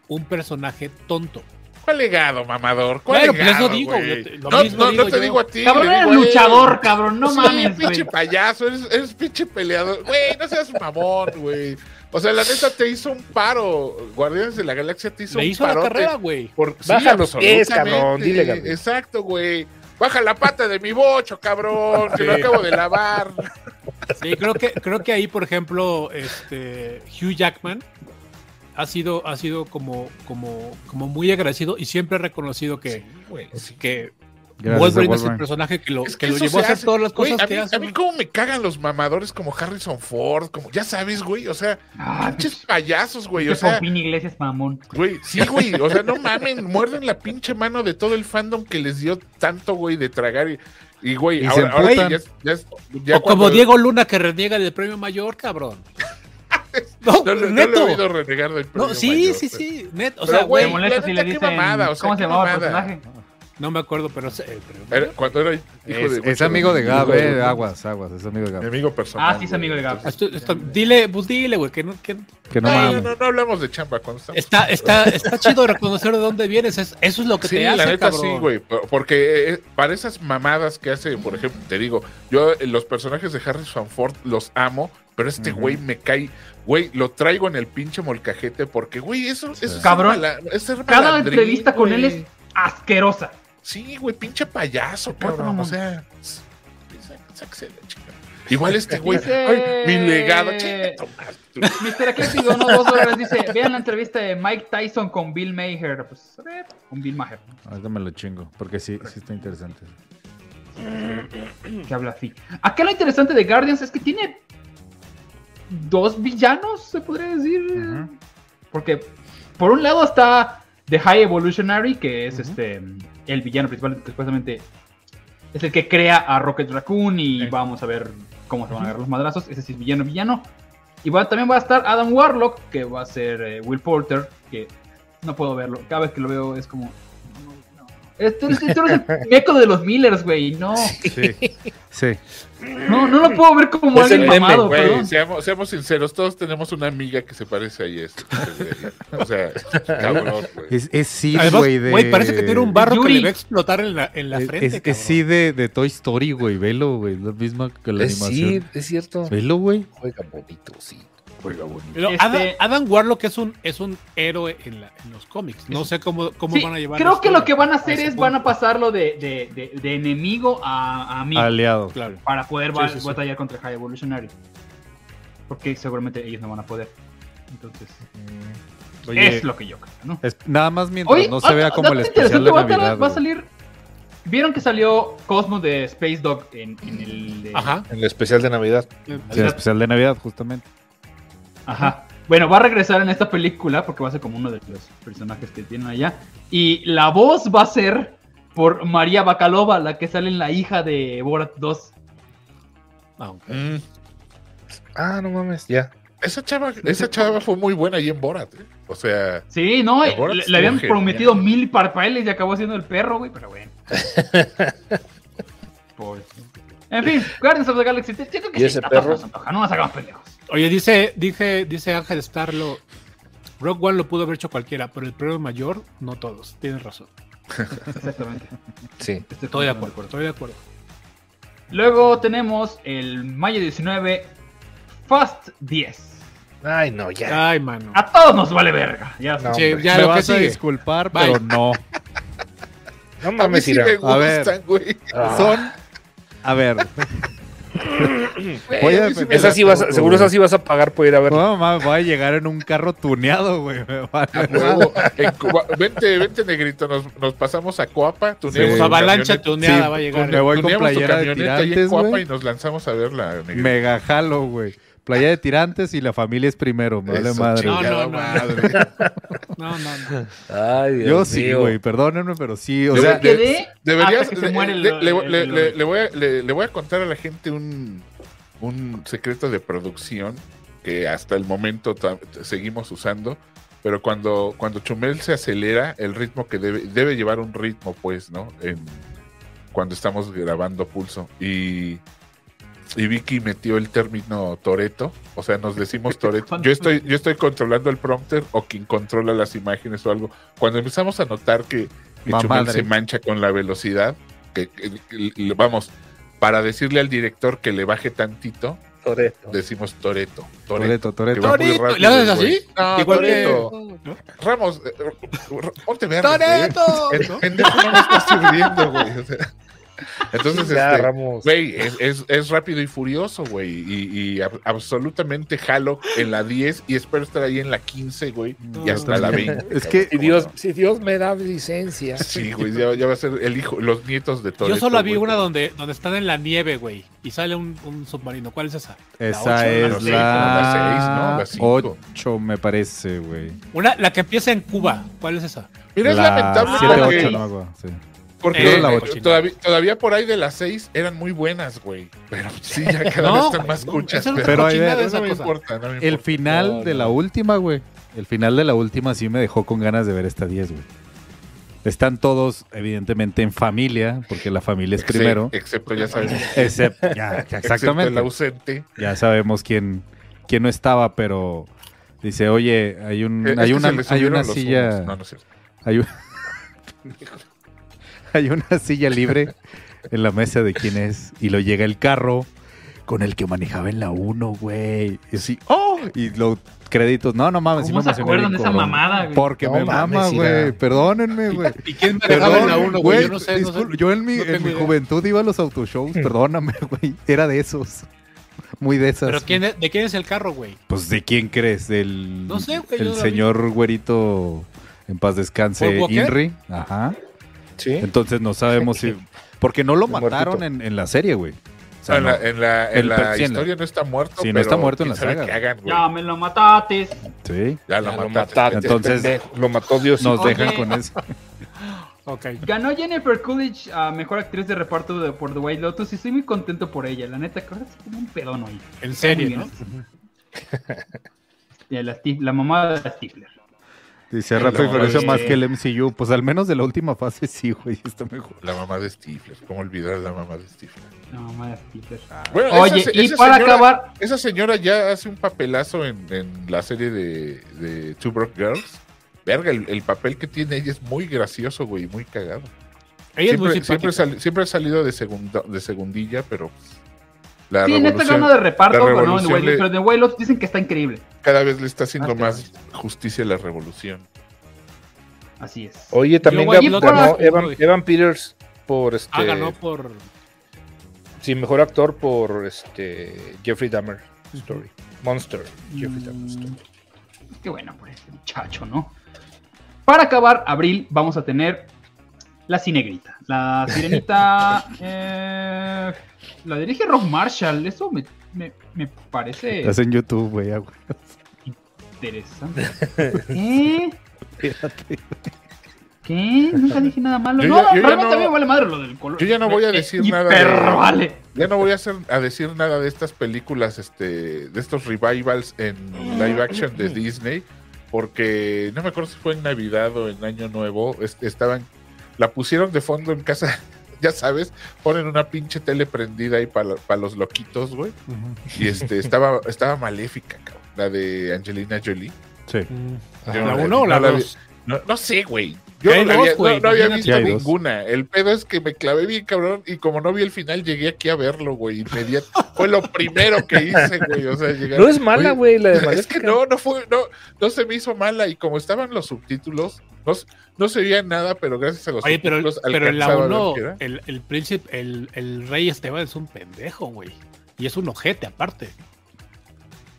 un personaje tonto. ¿Cuál legado, mamador? ¿Cuál Bueno, pues legado, eso digo, güey? yo te- lo no, mismo no, digo no te yo. digo a ti. Cabrón, le eres digo a él. luchador, cabrón, no Sí, mames, Pues, pinche güey. payaso, eres, eres pinche peleador. Güey, no seas mamón, güey. O sea, la neta te hizo un paro. Guardianes de la Galaxia te hizo Le un hizo la parote. carrera, güey. Por, Baja los pies, absolutamente. cabrón, dile, Gabriel. Exacto, güey. Baja la pata de mi bocho, cabrón, que lo Sí. acabo de lavar. Sí, creo que, creo que ahí, por ejemplo, este Hugh Jackman ha sido, ha sido como, como, como muy agradecido y siempre ha reconocido que, güey, sí. que Gracias a Wolverine es el Wolverine. personaje que lo, Es que lo eso llevó a se hacer hace, todas las güey, cosas a que mí, hace. A mí cómo me cagan los mamadores como Harrison Ford, como ya sabes, güey, o sea, Ah, pues. pinches payasos, güey, o pinche sea, Popín Iglesias, mamón. güey, sí, güey, o sea, no mamen, muerden la pinche mano de todo el fandom que les dio tanto, güey, de tragar y, y, güey, Y ahora, se ahora que emputan. ya, ya- ya o como cuando- Diego Luna que reniega del premio mayor, cabrón. No, no, no, no lo he neto. oído renegar del No, premio sí, mayor, sí, güey. sí, neto. O Pero, sea, güey, güey, Me molesta la si neta, le qué dicen. mamada, o sea, ¿Cómo se qué llamaba el mamada. personaje? no me acuerdo, pero es el premio Era- mayor. cuando era hijo de Es, Wicho, es amigo de Gab, hijo eh, Wicho. aguas, aguas, es amigo Mi de Gab. amigo personal. Ah, sí, es amigo de Gab. Ah, esto- esto- dile, pues dile, güey, que no, que no- Que no No, no, mames. no, no hablamos de chamba cuando estamos. Está, está, está chido reconocer de dónde vienes. es- eso es lo que Sí, te la hace, neta cabrón. sí, güey. por- Porque eh, para esas mamadas que hace, por ejemplo, te digo, yo eh, los personajes de Harrison Ford los amo, pero este Ujú. güey me cae. Güey, lo traigo en el pinche molcajete porque, güey, eso, eso es. ser Cabrón, mala- es ser Cada malandrín, entrevista con él güey. es asquerosa. Sí, güey, pinche payaso, porta cabrón. O mamón. sea. s- sa- sáquese la chica. Igual este güey. Dice- Ay, mi legado. chinga tu madre, tú. Mr. Eclipse donó dos dólares. Dice: Vean la entrevista de Mike Tyson con Bill Maher. Pues, a ver, con Bill Maher, ¿no? Ahorita me lo chingo, porque sí, sí está interesante. que habla así. Acá lo interesante de Guardians es que tiene dos villanos, se podría decir. Ujú. Porque, por un lado, está The High Evolutionary, que es este el villano principal, que supuestamente es el que crea a Rocket Raccoon. Y Sí. vamos a ver cómo se van a agarrar los madrazos. Ese sí es villano, villano. Y va- también va a estar Adam Warlock, que va a ser eh, Will Porter, que no puedo verlo. Cada vez que lo veo es como. no, no. Este, este- este no es el meco de los Millers, güey. No, Sí, sí. no, no lo puedo ver como Es alguien el meme, mamado, Güey, perdón. seamos, seamos sinceros, todos tenemos una amiga que se parece a Yes. O sea, cabrón, güey. Es, es Sid, Además, güey, de... güey, parece que tiene un barro que Yuri. le va a explotar en la, en la Es- frente. es, es cabrón. Sid de, de Toy Story, güey, velo, güey, la misma que la es, animación. sí, es cierto. Velo, güey. Juega bonito, sí. Juega bonito. Pero Este- Adam, Adam Warlock es un, es un héroe en, la- en los cómics. No sé cómo, cómo Sí, van a llevar. la creo que lo historia que van a ese hacer es punto. van a pasarlo de, de, de- de enemigo a, a amigo Aliado. Claro. para poder Sí, ba- sí, sí. batallar contra High Evolutionary. Porque seguramente ellos no van a poder. Entonces, Oye, es lo que yo creo, ¿no? es- nada más mientras no se ah, vea como dato el especial interesante, de va a estar- Navidad. va a güey. salir. ¿Vieron que salió Cosmo de Space Dog en, en el. de- Ajá. En el especial de Navidad. Sí, el especial de Navidad, justamente. Ajá. Bueno, va a regresar en esta película porque va a ser como uno de los personajes que tienen allá. Y la voz va a ser por María Bakalova, la que sale en la hija de Borat 2. Ah, ok. Mm, Ah, no mames, ya. esa, chava, esa chava fue muy buena ahí en Borat. eh. O sea, Sí, no, El Borat le, estuvo le habían genial. prometido mil parpaeles y acabó siendo el perro, güey, pero bueno. Pobre. En fin, Guardians of the Galaxy. Yo creo que ¿Y sí, ese a todos perro? nos antoja, no nos hagamos pendejos. Oye, dice, dije, dice Ángel Starlo. Rock One lo pudo haber hecho cualquiera, pero el premio mayor, no todos. Tienes razón. Exactamente. Sí. Estoy Estoy completamente de acuerdo, estoy de acuerdo. Luego tenemos el mayo 19, Fast 10. Ay, no, ya. Ay, mano. A todos nos vale verga. Ah, Ya No, Sí, hombre. ya Me lo que vas a sigue. disculpar, Bye. pero no. No a mí mames, sí Ira. me Ah, A ver. gustan, güey. Ah. Son... A ver, Güey, Voy a a mí sí me Esa sí vas a- seguro esa sí vas a pagar por ir a verla. no, mames, voy a llegar en un carro tuneado, güey. me vale. Huevo, en Cuba- Vente, vente, negrito, nos, nos pasamos a Coapa, tuneamos Sí. tu Pues avalancha camioneta- tuneada va Sí, a Me llegar. voy con tuneamos tu playera de camioneta ahí en tirantes, Coapa güey. y nos lanzamos a verla, negrito. Mega jalo, güey. Playa de tirantes y la familia es primero, me vale Eso, madre. No, chingada no, no. madre. No, no, no. Ay, Dios Yo sí, mío. güey, perdónenme, pero sí, o Yo sea, me quedé- quedé Deberías. hasta que Ah, se le- eh, muere le- el- le- el- le- el- le- le voy a- Le le voy a contar a la gente un, un secreto de producción que hasta el momento ta- seguimos usando. Pero cuando, cuando Chumel se acelera, el ritmo que debe, debe llevar un ritmo, pues, ¿no? En- cuando estamos grabando pulso. Y, y Vicky metió el término Toreto. O sea, nos decimos Toreto. Yo estoy, yo estoy controlando el prompter o quien controla las imágenes o algo. Cuando empezamos a notar que, que Va Chumel madre. se mancha con la velocidad, que, que- que- vamos, para decirle al director que le baje tantito, Toretto. decimos Toreto. Toreto, Toreto. va muy Torito, rápido, ¿le haces güey. así? No, Igual Toretto. que. ¿no? Ramos, eh, r- r- ponte verde. güey. ¡Toreto! El pendejo no me está subiendo, güey. O sea, Entonces, Ya, este, Ramos. güey, es, es- es rápido y furioso, güey. Y, y ab- absolutamente jalo en la 10 y espero estar ahí en la 15, güey. Y hasta la 20. Es que- Si cabrón, Dios, ¿cómo no? si Dios me da licencia. Sí, güey, ya, ya va a ser el hijo, los nietos de todo. Yo solo vi una donde, donde están en la nieve, güey, y sale un, un submarino. ¿Cuál es esa? La Esa ocho, la es seis, la la seis, ¿no? La cinco. 8, me parece, güey. Una, la que empieza en Cuba. ¿Cuál es esa? Mira, es lamentable Ah, siete, porque, ocho, no me acuerdo, sí. porque Era la ocho. todavía, todavía por ahí de las 6 eran muy buenas, güey. Pero sí, ya cada No, vez están güey, más no, cuchas. esa es una pero- Pero ahí cochinada ve- esa no me cosa. importa, no me El importa. final No, de no. la última, güey. El final de la última sí me dejó con ganas de ver esta 10, güey. Están todos, evidentemente, en familia, porque la familia es Exce- primero. Excepto, ya sabemos. Excepto, ya, Exactamente. el exactamente. Mm, ausente. Ya sabemos quién, quién no estaba, pero dice, oye, hay, un, Eh, es hay que una, se le hay subieron una los silla. humos. No, no es cierto. Hay, un- hay una silla libre en la mesa de quién es. Y lo llega el carro con el que manejaba en la 1, güey. Y así, ¡oh! Y los créditos. No, no mames. sí ¿Cómo me se emocioné acuerdan de bien, esa cabrón. mamada, güey? Porque No me mama, mames, güey. Ira. Perdónenme, güey. ¿Y quién manejaba en Perdón, la uno, güey? güey. Yo no sé. no sé. disculpa, Yo en mi, no en tengo mi idea. juventud iba a los autoshows, Hmm. perdóname, güey. Era de esos. Muy de esas. ¿Pero quién es- de quién es el carro, güey? Pues de quién crees, del No sé, güey, yo el no la vi. señor güerito en paz descanse ¿Paul Walker? Inri, ajá. ¿Eh? Sí. Entonces no sabemos si porque no lo Está mataron muertito. en, en la serie, güey. O sea, Ah, en, no. la, en la, en El la per- sí, en la- historia no está muerto. Sí, no pero está muerto en quién la sabe saga. qué hagan, güey. Ya me lo matates. Sí. Ya Ya lo lo mataste. mataste, Entonces- pendejo. lo mató Pues Dios. Nos Oye. dejan con eso. Ok. Ganó Jennifer Coolidge a mejor actriz de reparto de por The White Lotus y estoy muy contento por ella. La neta, que ahora sí tiene un pedón hoy. En serie, ¿no? De la, Stif- la mamá de la Stifler. Dice Rafa, Rafa y y por eso más que el MCU. este- Pues al menos de la última fase sí, güey. Está mejor. La mamá de Stifler. ¿Cómo olvidar la mamá de Stifler? La mamá de la Stifler. Bueno, Oye, Ah, se- y para señora, acabar- Esa señora ya hace un papelazo en, en la serie de, de Two Broke Girls. Verga, el, el papel que tiene ella es muy gracioso, güey, muy cagado. Ella es siempre, muy siempre, simpática. sali- siempre ha salido de, segunda, de segundilla, pero pues, la Sí, en esta revolución gana de reparto, la pero no en revolución The White Lotus, le- pero The White Lotus dicen que está increíble. cada vez le está haciendo Ah, más justicia a la revolución. Así es. Oye, también Yo, gan- güey, ganó, yo conozco- Evan, Evan Peters por este. Ah, ganó por. Sí, mejor actor por este Jeffrey Dahmer Story. Monster. Jeffrey Mm. Dahmer Story. Mm. Qué bueno pues, por este muchacho, ¿no? Para acabar, abril, vamos a tener la cinegrita. La sirenita. eh, la dirige Rob Marshall. Eso me, me- me parece Estás en YouTube, güey. ah, güey. interesante. ¿Qué? Espérate. ¿Qué? Nunca dije nada malo. Yo no, ya- yo ya realmente no- a mí me vale madre lo del color. Yo ya no voy a Eh, decir y nada Perro, de- vale. Ya no voy a, hacer, a decir nada de estas películas, este, de estos revivals en live action de Disney, porque no me acuerdo si fue en Navidad o en Año Nuevo, es- estaban, la pusieron de fondo en casa, ya sabes, ponen una pinche tele prendida ahí para los loquitos, güey, y este, estaba, estaba maléfica, cabrón, la de Angelina Jolie. Sí. Mm. Yo no ¿La la- uno no o la la vi- dos? No, no sé, güey. Yo Hay no, la dos, había, güey, no- no había imagínate. Ya visto hay dos. ninguna. El pedo es que me clavé bien, cabrón, y como no vi el final, llegué aquí a verlo, güey. Inmediato. Fue lo primero que hice, güey. O sea, llegar- No es mala, Ah, güey, la de Es que Maléfica. no, no fue, no, no se me hizo mala. Y como estaban los subtítulos, no, s- no se veía nada, pero gracias a los Oye, pero, subtítulos pero en la alcanzaba a ver 1, qué era. el, el príncipe, el, el rey Esteban es un pendejo, güey. Y es un ojete, aparte.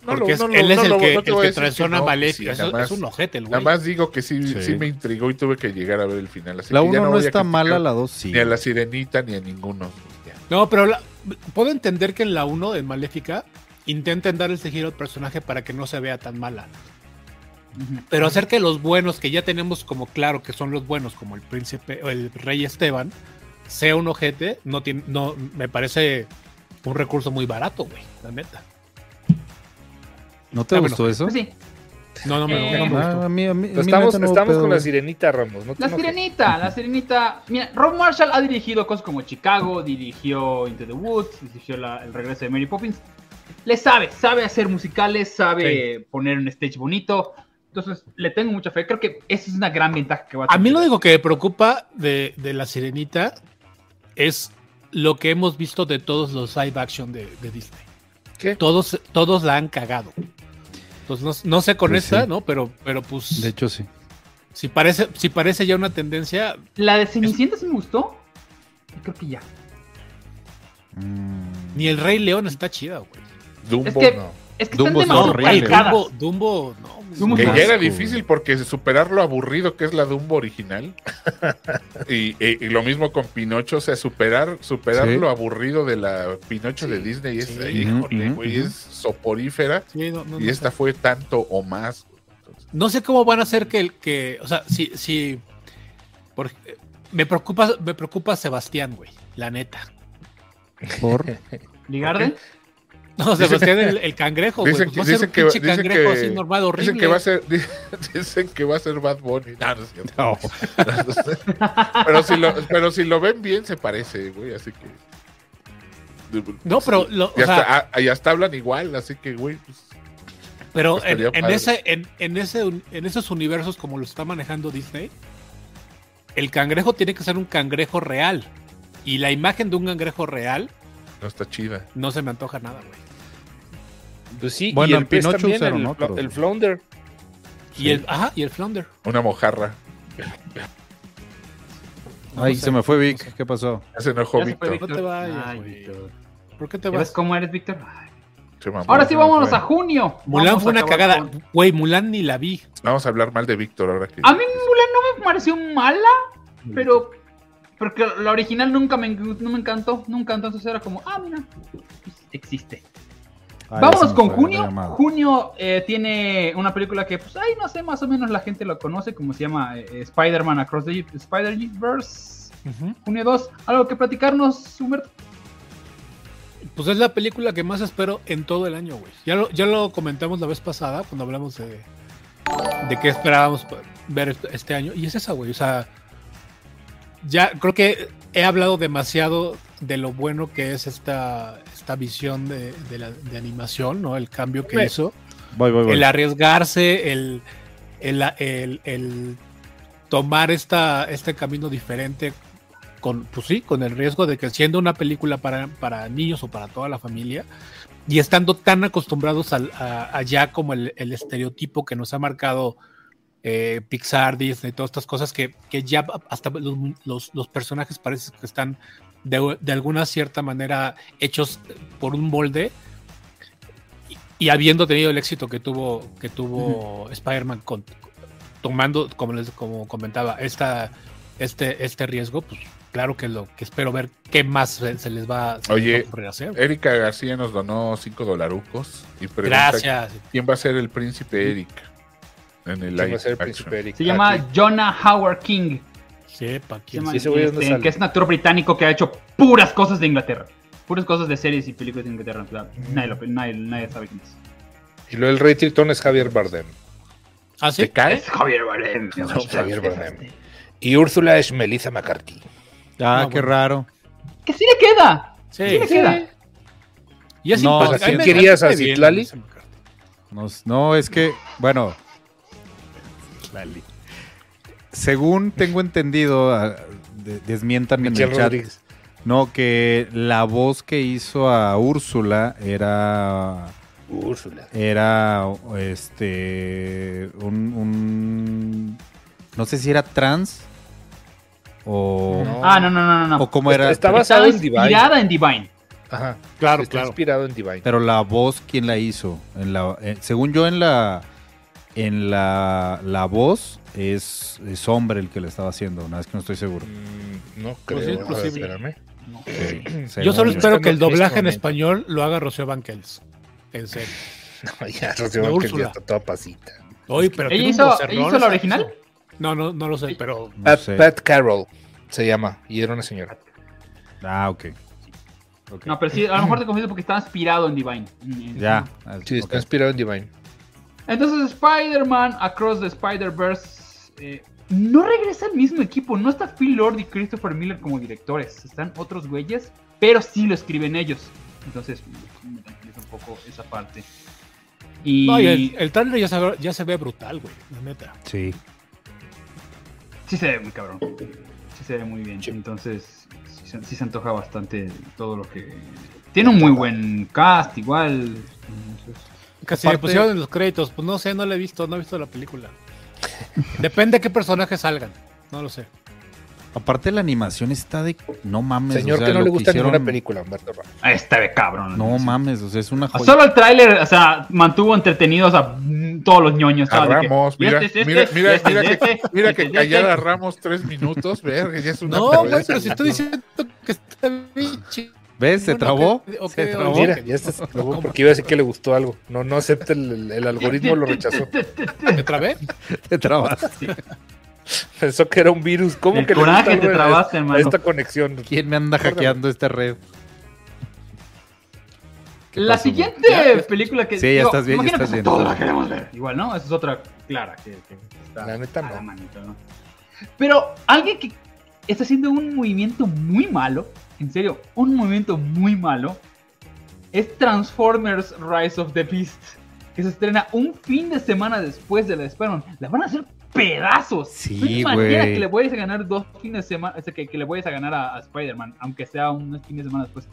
No, porque lo- es- no lo- él es no el lo- que, no te el voy a que decir traiciona a no, sí, Maléfica. eso- nada más- es, un ojete, el Nada güey. más digo que sí, sí, Sí. me intrigó y tuve que llegar a ver el final. Así La que ya 1 no, voy a está criticar mala, la 2 sí. Ni a la sirenita, ni a ninguno. güey, ya. No, pero la- puedo entender que en la 1 de Maléfica intenten dar ese giro al personaje para que no se vea tan mala. Pero hacer que los buenos, que ya tenemos como claro que son los buenos, como el príncipe o el rey Esteban, sea un ojete, no tiene, no, me parece un recurso muy barato, güey, la neta. ¿No te Ah, bueno. gustó eso? Pues sí. No, no me, Eh, no me Ah, gustó. a mí- a mí- a mí Estamos, neta no hubo estamos pedo, con güey. la sirenita, Ramos. No te La enojes. sirenita, la sirenita. Mira, Rob Marshall ha dirigido cosas como Chicago, dirigió Into the Woods, dirigió la- el regreso de Mary Poppins. Le sabe, sabe hacer musicales, sabe poner un stage bonito. Entonces, le tengo mucha fe. Creo que esa es una gran ventaja que va a A tener. mí lo único que me preocupa de, de la sirenita es lo que hemos visto de todos los live action de, de Disney. ¿Qué? Todos, todos la han cagado. Entonces, no, no sé con Pues esta, sí. ¿no? Pero, pero pues, De hecho, sí. si parece, si parece ya una tendencia, La de Cenicienta sí me gustó. Y Creo que ya. Mm. Ni el Rey León está chida, güey. Dumbo, Es que, no. es que Dumbo están está demasiado No, güey, horrible. calcadas. Dumbo, Dumbo, no. güey. Dumbo Que Asco, ya era güey. difícil porque superar lo aburrido que es la Dumbo original. y, eh, y- y lo mismo con Pinocho, o sea, superar, superar Sí. lo aburrido de la Pinocho de Disney es, sí. eh, Ujú, híjole, ujú, güey, ujú. es soporífera. Sí, no, no, Y no esta fue tanto o más. güey. Entonces, No sé cómo van a hacer que el que. O sea, si. si por- me preocupa, me preocupa Sebastián, güey. La neta. Por- ¿Ligarden? No, Sebastián el, el cangrejo, güey. Dicen Pues que- va a ser dicen un que- pinche dicen cangrejo que- así normal, horrible. Dicen que va a ser, dicen que va a ser Bad Bunny. No, no es cierto. No. pero, si lo, pero si lo ven bien, se parece, güey, así que. No, pero, lo- o Y hasta, sea, ah, y hasta hablan igual, así que, güey, pues, pero en, estaría en padre. ese, en, en ese, un- en esos universos como lo está manejando Disney, el cangrejo tiene que ser un cangrejo real. Y la imagen de un cangrejo real no está chida. no se me antoja nada, güey. Pues sí, Bueno, y en el pez Pinocho también, usaron, el, ¿no? fla- Pero- el flounder. Y el, ajá, y el flounder. Una mojarra. No Ay, sé, se me fue no Vic. sé. ¿Qué pasó? Ya se enojó Ya se fue Víctor. No te vayas, Ay, güey. Víctor. ¿Por qué te ¿Ya vas? ¿Ves cómo eres, Víctor? Ay. Se mamó, Ahora sí, se me vámonos fue. a junio. Mulan Vamos fue a una acabar cagada. con- Güey, Mulan ni la vi. Vamos a hablar mal de Víctor ahora que. A mí Mulan no me pareció mala, pero. Porque la original nunca me, engu- no me encantó, nunca, entonces era como, ah, mira, pues, existe. Ay, se Vámonos me con fue la junio. llamada. Junio eh, tiene una película que, pues, ahí no sé, más o menos la gente lo conoce, como se llama eh, eh, Spider-Man Across the Spider-Verse. Junio 2, algo que platicarnos, Humberto. Pues es la película que más espero en todo el año, güey. Ya lo, ya lo comentamos la vez pasada cuando hablamos de, de qué esperábamos pa- ver est- este año. Y es esa, güey. O sea, ya creo que he hablado demasiado de lo bueno que es esta, esta visión de, de la, de animación, ¿no? El cambio que Hombre. hizo. Voy, voy, voy. el arriesgarse, el, el, el- el tomar esta, este camino diferente, con, pues sí, con el riesgo de que siendo una película para, para niños o para toda la familia, y estando tan acostumbrados al- a, a ya como el, el estereotipo que nos ha marcado eh, Pixar, Disney, todas estas cosas que, que ya hasta los, los- los personajes parece que están de, de alguna cierta manera hechos por un molde, y habiendo tenido el éxito que tuvo que tuvo Spider-Man con- tomando como les como comentaba esta este este riesgo pues claro que lo que espero ver qué más se, se les va se Oye, eh, les va a ocurrir hacer Erika García nos donó cinco dolarucos y pregunta gracias quién va a ser el príncipe Erika en el Se live va a ser el action. príncipe Eric. Se llama Jonah Howard King. sí pa' Se quién llama, Sí, ese güey, ¿dónde este, sale? que es un actor británico que ha hecho puras cosas de Inglaterra. Puras cosas de series y películas de Inglaterra. o sea, Mm. nadie, lo- nadie- nadie sabe quién es. Y luego el Rey Tritón es Javier Bardem. ah sí ¿Te cae? Es Javier Bardem. Javier Bardem. Y Úrsula es Melissa McCarthy. Ah, No, qué bueno. raro. Que sí le queda. sí, Sí le queda. y es No, impactante. o sea, ¿sí Ay, me- querías ay, me a bien, Citlali? Melissa McCarthy. No, no, es que, bueno. Según tengo entendido, a- de- desmiéntanme en el Michelle chat. Rodríguez. No, que la voz que hizo a Úrsula era. Úrsula. Era. Este. Un. un- no sé si era trans. O. Ah, no, no, no, no. no. O cómo era. Está pero- basado en Divine. inspirada en Divine. Ajá. claro Está claro inspirado en Divine. Pero la voz, ¿quién la hizo? En la, eh, según yo, en la en la, la voz es, es hombre el que la estaba haciendo, una vez que no estoy seguro. Mm, No creo. Pues sí, es A ver, posible. espérame. No. yo Según solo yo. espero que Buscando el en doblaje este en momento. español lo haga Rocío Banquels en serio No, ya, Rocío La Banquels Úrsula. ya está toda pasita. Oye, pero ¿Ella tiene un hizo- vocerrón, ella hizo la o sea, original? no no no lo sé pero No Pat, sé. Pat Carroll se llama. Y era una señora. Ah, ok. Ok. No, pero sí, a lo mejor te confundo porque está inspirado en Divine. En- ya. Sí, está ok. inspirado en Divine. Entonces, Spider-Man Across the Spider-Verse. eh, no regresa el mismo equipo. No está Phil Lord y Christopher Miller como directores. Están otros güeyes, pero sí lo escriben ellos. Entonces, me tranquiliza un poco esa parte. Y. No, y el, el trailer ya se, ve- ya se ve brutal, güey, la neta. Sí. Sí se ve muy cabrón. Sí se ve muy bien. Entonces, sí, se- sí se antoja bastante todo lo que. Tiene un muy buen cast, igual. Que si le Aparte- pusieron en los créditos, pues no sé, no la he visto, no he visto la película. Depende de qué personajes salgan, no lo sé. Aparte la animación está de no mames. Señor o sea, que no lo le gusta hicieron- ninguna película, Humberto Ramos. Ah, Está de cabrón. No mames, o sea, es una joya. Solo el tráiler, o sea, mantuvo entretenidos a mm, todos los ñoños. A ¿sabes? De que, Ramos, y mira, este es este, mira, y mira, este es mira que, este, mira y que este es callar a este. Ramos tres minutos, ver, ya es una No, vergüenza. güey, pero si estoy diciendo que está bien chido. ¿Ves? Se trabó. Se trabó. Mira, ya se acabó porque iba a decir que le gustó algo. No, no acepta el, el- el algoritmo, este, lo rechazó. ¿Me trabé? Te trabas. Pensó que era un virus. ¿Cómo El que le coraje gusta algo te a- trabaste, a hermano. Esta conexión. ¿Quién me anda hackeando esta red? ¿Qué La pasó, güey? siguiente película que. Sí, ya estás bien, ya imagino estás que bien. Todos la queremos ver. Igual, ¿no? Esa es otra clara que, que está La neta, a la no. manito, ¿no? Pero alguien que está haciendo un movimiento muy malo, en serio, un movimiento muy malo, es Transformers Rise of the Beast, que se estrena un fin de semana después de la de Spider-Man. La van a hacer pedazos. Sí, No hay manera güey. que le vayas a ganar dos fines de semana, o sea, que, que le vayas a ganar a, a Spider-Man, aunque sea un fin de semana después.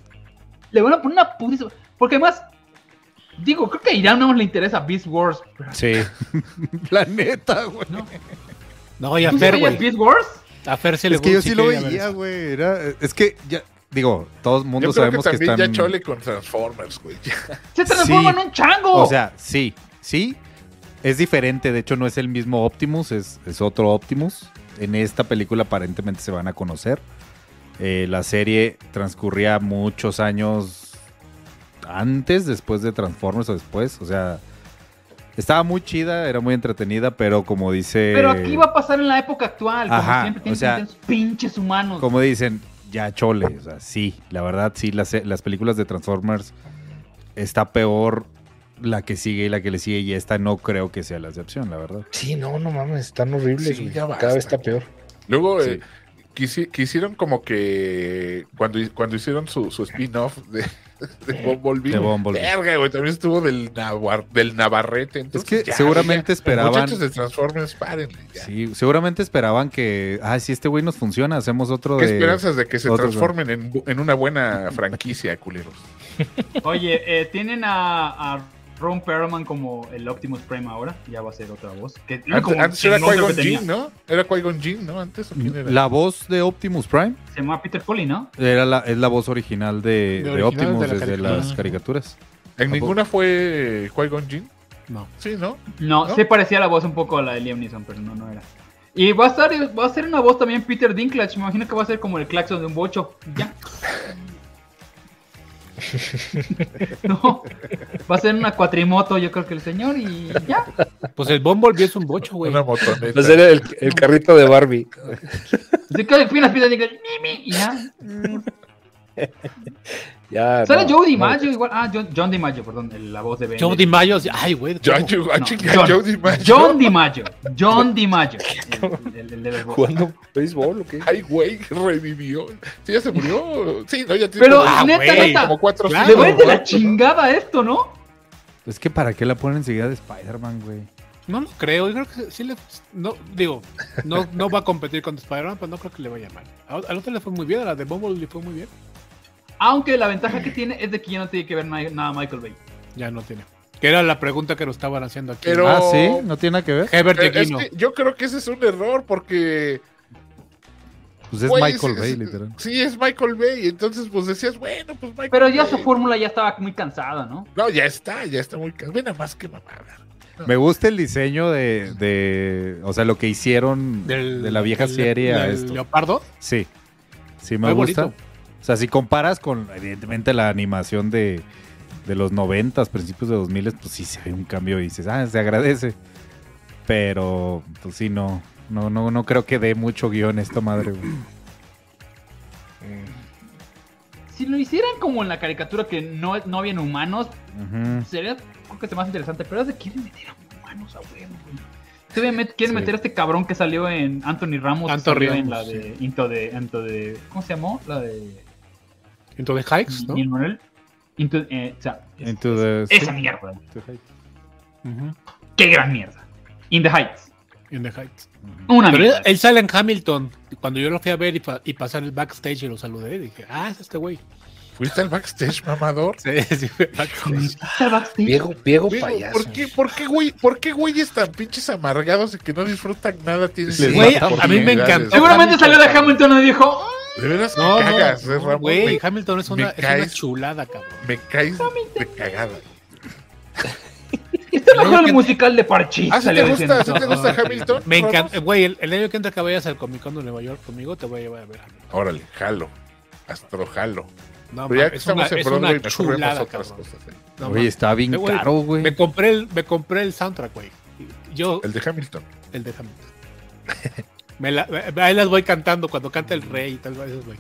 Le van a poner una putiza. Porque además, digo, creo que a Irán no nos le interesa Beast Wars. pero- Sí. La neta, güey. ¿no? No, y a ¿Tú Fer, sabías güey. Beast Wars? A Fer se le Es que yo sí lo quería ver veía, eso. güey. era- Es que ya, digo, todo el mundo Yo creo que sabemos que, también están. ya chole con Transformers, güey. Se transforma Sí. en un chango. O sea, sí, sí. Es diferente, de hecho no es el mismo Optimus, es, es otro Optimus. En esta película aparentemente se van a conocer. Eh, la serie transcurría muchos años antes, después de Transformers o después. O sea, estaba muy chida, era muy entretenida, pero como dice... pero aquí va a pasar en la época actual. Como eh, ajá, siempre o tienen sea, que meter pinches humanos. como dicen, ya chole. O sea, sí, la verdad, sí, las, las películas de Transformers está peor la que sigue y la que le sigue, y esta no creo que sea la excepción, la verdad. Sí, no, no mames, están horribles. Sí, güey. ya basta. Cada vez está peor. Luego Sí. eh, quisi- quisieron como que cuando, cuando hicieron su, su spin-off de, de Bumblebee, De Bumblebee. verga, güey, también estuvo del, Navar- del Navarrete. Es Entonces, que ya, seguramente ya, esperaban. Muchachos de Transformers, párenle. ya. Sí, seguramente esperaban que. Ah, si este güey nos funciona, hacemos otro ¿Qué de. esperanzas de que se otros, transformen en, bu- en una buena franquicia, culeros? Oye, eh, tienen a, a Ron Perlman como el Optimus Prime ahora. Ya va a ser otra voz. Que, era Antes, como antes era chingón que Qui-Gon tenía. Jinn, ¿no? Era Qui-Gon Jinn, ¿no? Antes, ¿o quién era? La voz de Optimus Prime Se llama Peter Cully, ¿no? era la, es la voz original de, De de original Optimus de la desde caricatura. las caricaturas. ¿En ninguna fue Qui-Gon Jinn? No. Sí, ¿no? No, ¿No? se parecía la voz un poco a la de Liam Neeson, pero no, no era. Y va a estar, va a ser una voz también Peter Dinklage, me imagino que va a ser como el claxon de un bocho. Ya. no, va a ser una cuatrimoto, yo creo que el señor, y ya. Pues el Bumblebee es un bocho, güey. Una motoneta. Va a ser el, el carrito de Barbie. Así que apenas Peter Dinklage, mi, mi, y ya. Ya, Sale Ah, no, pues. Joe no, DiMaggio igual. Ah, John, John DiMaggio, perdón, el- la voz de Ben. Joe DiMaggio, sí, ay, güey. John, ¿cómo? John, No, John, John. DiMaggio. John DiMaggio. John DiMaggio. El, el- el de las voces. ¿Jugando béisbol o qué? Ay, güey, revivió. Sí, ya se murió. Sí, no, ya tiene Pero ah, como, neta, güey, neta. como cuatro claro, Le siglos, va a ir Ah, de la ¿no? chingada esto, ¿no? Es que para qué la ponen enseguida de Spider-Man, güey. No, no creo. Yo creo que sí le. No, digo, no, no va a competir con Spider-Man, pero no creo que le vaya mal. Al al otro le fue muy bien, a la de Bumblebee le fue muy bien. Aunque la ventaja que tiene es de que ya no tiene que ver na- nada Michael Bay. Ya no tiene. Que era la pregunta que nos estaban haciendo aquí. Pero- Ah, sí, no tiene nada que ver. Heber Pero de es Guino. que yo creo que ese es un error porque. Pues es güey, Michael es- Bay, es- literal. Sí, es Michael Bay. Entonces, pues decías, bueno, pues Michael Pero ya Bay. su fórmula ya estaba muy cansada, ¿no? No, ya está, ya está muy. ca- Ve nada más que mamada. Me gusta el diseño de, de- o sea, lo que hicieron Del- de la vieja del- serie a del esto. Leopardo. Sí, sí me Muy gusta. bonito. O sea, si comparas con, evidentemente, la animación de, de los noventas, principios de 2000, pues sí se ve un cambio y dices, ah, se agradece. Pero, pues sí, no, no, no, no creo que dé mucho guión esta madre. güey. Si lo hicieran como en la caricatura que no, no habían humanos, Ujú. sería creo que sería más interesante. Pero es de quieren meter a humanos a huevo. güey. Se ve met- quieren Sí. meter a este cabrón que salió en Anthony Ramos. que Anthony salió en la Ramos, de, Into de, Into de. ¿Cómo se llamó? La de. Entonces, Hikes, ¿no? Neil Morel. Into, eh, o sea, es- Into the- esa sí. mierda. Ujú, Qué gran mierda. In the Heights. In the Heights. Ujú. Una Pero él, mierda. él sale en Hamilton. Cuando yo lo fui a ver y, pa- y pasar el backstage y lo saludé, dije, ah, es este güey. ¿Fuiste al backstage, mamador? Sí, sí, fue backstage. Viejo, viejo Digo, payaso. ¿Por qué, por qué, güey, por qué güeyes tan pinches amargados y que no disfrutan nada tienen Les esas Güey, a mí me oportunidades? encantó. Seguramente salió de Hamilton y dijo, "Mm, De veras No, me cagas, eh, no, no, Ramón, güey, me- Hamilton es me una, es una caes. chulada, cabrón. Me caes de cagada. este es Creo mejor que- el musical de Parchís. Ah, ¿sí salió te diciendo. gusta, ¿sí te gusta Hamilton? Me Ramos? encanta, güey, el, el año que entra que vayas al Comic Con de Nueva York conmigo, te voy a llevar a ver. Hamilton. Órale, jalo. Astro jalo. No, Pero ya mames, que es una, estamos en es Broadway, una mejor vemos chulada, otras cabrón. cosas. eh. No, Oye, mames. está bien Eh, güey, caro, güey. me compré el, me compré el soundtrack, güey. Yo, El de Hamilton. el de Hamilton. Me la, me- ahí las voy cantando cuando canta el rey y tal, esas, güey.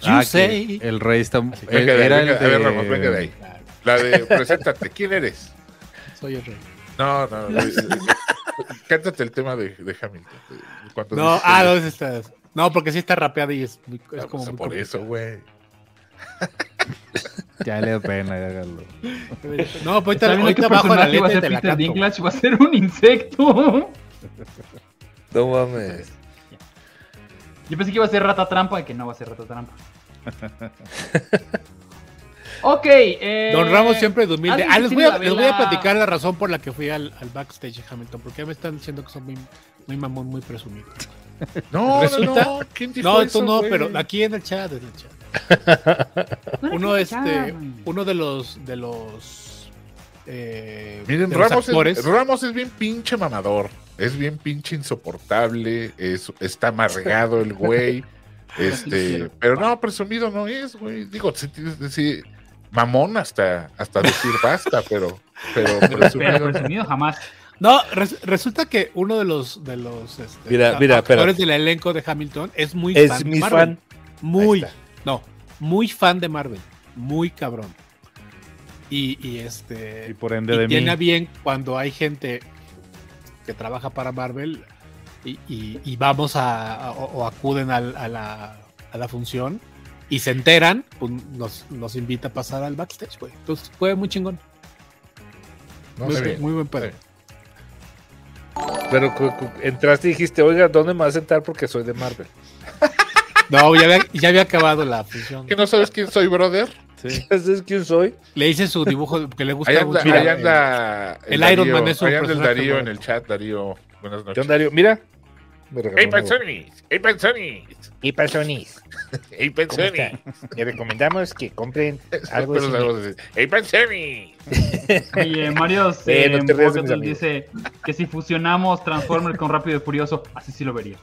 You Ah, que say. El rey está. Venga de ahí, era venga- el A ver, de- Ramos, venga de ahí. Claro, La de preséntate, ¿quién eres? soy el rey. No, no, no. Cántate el tema de, de Hamilton. de- cuando No, dice- ah, no, es esta- No, porque sí está rapeada y es, muy- es Ah, como. pues, muy por eso, complicado. güey. Ya le da pena, ya hágalo. No, pues ahorita, Está viendo qué ahorita bajo la personaje va a letra y te ser la Peter canto. Dinklage, va a ser un insecto. No mames. Yo pensé que iba a ser rata trampa y que no va a ser rata trampa. ok. Eh, Don Ramos siempre es humilde. alguien Ah, que les voy, tiene a, la les voy a vela- platicar la razón por la que fui al, al backstage de Hamilton, porque ya me están diciendo que son muy, muy mamón, muy presumido. No, Resulta- no, no. ¿Quién dijo No, eso, tú no, güey? pero aquí en el chat, en el chat. No era Uno, criticada, este, man. uno de los, de los, eh, Miren, de los Ramos actores. es, Ramos es bien pinche mamador. Es bien pinche insoportable. Es, está amargado el güey. este, pero no, presumido no es, güey. Digo, sí, tienes que decir mamón hasta, hasta decir basta, pero, pero Pero presumido. no. presumido jamás. No, res- resulta que uno de los, de los, este, Mira, mira, actores del elenco de Hamilton es muy fan Es de mi Marvel. fan. Muy, Ahí está. no, muy fan de Marvel, muy cabrón. Y, y este, Y por ende de y tiene mí. a bien cuando hay gente que trabaja para Marvel y, y- y vamos a, a- o, o acuden al- a, la, a la función y se enteran, pues nos, nos invita a pasar al backstage, güey. Entonces fue muy chingón. No muy, sé bien. muy buen pedo. Pero cu- cu- entraste y dijiste, oiga, ¿dónde me vas a sentar? Porque soy de Marvel. No, ya había, ya había acabado la función. ¿Que no sabes quién soy, brother? Sí. ¿Sabes quién soy? Le hice su dibujo que le gusta Ahí anda, mucho. ahí anda el Iron Man es un ahí anda el personaje Darío en bueno. el chat, Darío. Buenas John noches. Darío, mira. Me ¡Ey, regaló una gorra. pensionis! ¡Ey, pensionis! Y personas, ¡Ey, ¿cómo pensionis! están? Les recomendamos que compren algo Pero de sabemos decir, ¡Ey, pensionis! Oye, Mario Eh, no te rías de mis Pocketl amigos. dice que si fusionamos Transformer con Rápido y Furioso, así sí lo vería.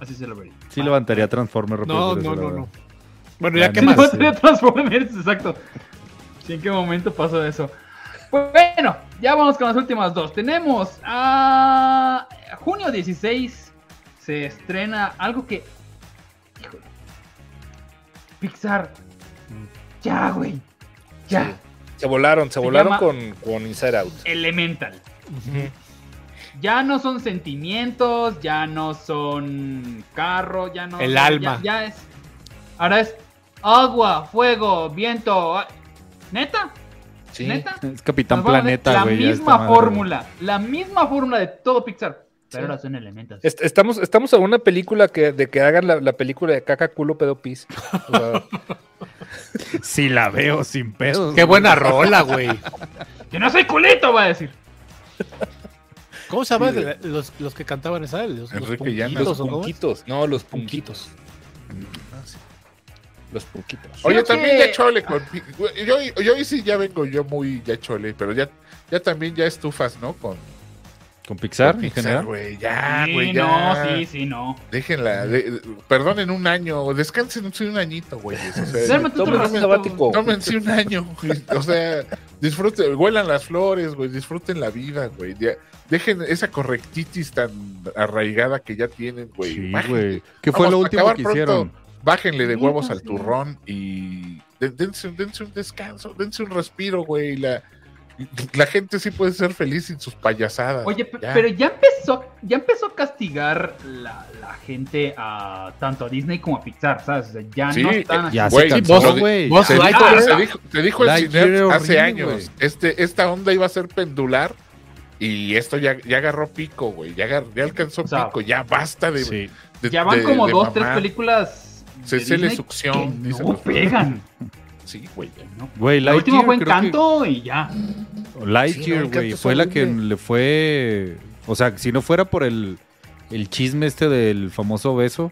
Así sí lo vería. Sí levantaría a Transformers. No, Rápido y no, Furioso, no, la no. verdad. Bueno, ya La que neta. más. Sí. Después de Transformers, exacto. Sí, ¿En qué momento pasó eso? Pues bueno, ya vamos con las últimas dos. Tenemos a eh, junio 16 se estrena algo que híjole. Pixar. Ya, güey. Ya. Se volaron, se Se volaron llama- con, con Inside Out. Elemental. Ya no son sentimientos, ya no son carro, ya no. El ya- alma. Ya, es. Ahora es agua, fuego, viento. a- ¿Neta? Sí. ¿Neta? Es Capitán Nos van a dar Planeta, La güey. ya misma esta madre. fórmula, la misma fórmula de todo Pixar. Pero ahora son elementos. Est- Estamos, estamos a una película que, de que hagan la, la película de caca, culo, pedo, pis. O sea, Sí, la veo sin pedos. Qué buena rola, güey. ¡Que no soy culito! Va a decir. ¿Cómo se llama de la- los, los que cantaban esa? Los, los Enrique Llanas. punquitos, los ¿o cómo es? punquitos. No, los punquitos. Punquitos. Los punquitos. Oye, Creo también que- ya chole con... güey, Yo, yo hoy sí ya vengo yo muy ya chole, pero ya, ya también ya estufas, ¿no? Con, ¿Con Pixar, con en Pixar, general? güey. Ya, sí, Ah, güey, ya. no, sí, sí, no. Déjenla. de- perdonen un año. o Descansen un, un añito, güey. O sea, Realmente Toma otro un respeto. sabático. tómense un año, güey. O sea, disfruten, huelan las flores, güey. Disfruten la vida, güey. ya, dejen esa correctitis tan arraigada que ya tienen, güey. Sí, Bájenle. güey. ¿Qué fue Vamos lo a último acabar que pronto. hicieron? Bájenle de Neta, huevos al sí. turrón y de- dense, un- dense un descanso, dense un respiro, güey. La, la gente sí puede ser feliz sin sus payasadas. Oye, pe- ya. pero ya empezó, ya empezó a castigar la, la gente a tanto a Disney como a Pixar, ¿sabes? O sea, ya Sí, no eh, están Ya Güey, se lo cansó, de- güey. Buzz Te dijo, Lightyear. te dijo- te dijo el Lightyear Ciner era hace horrible, años. güey. Este, esta onda iba a ser pendular y esto ya, ya agarró pico, güey. Ya, agar- ya alcanzó O sea, pico. Ya basta de. Sí. de- Ya van de- como de dos, mamar. tres películas Se, de se le Disney succión, que dicen No los- pegan. Sí, güey. No. Güey, La última Lightyear, fue creo que- Encanto y ya. Sí, no, Lightyear, Encanto güey, es fue la que horrible. le fue... O sea, si no fuera por el, el chisme este del famoso beso,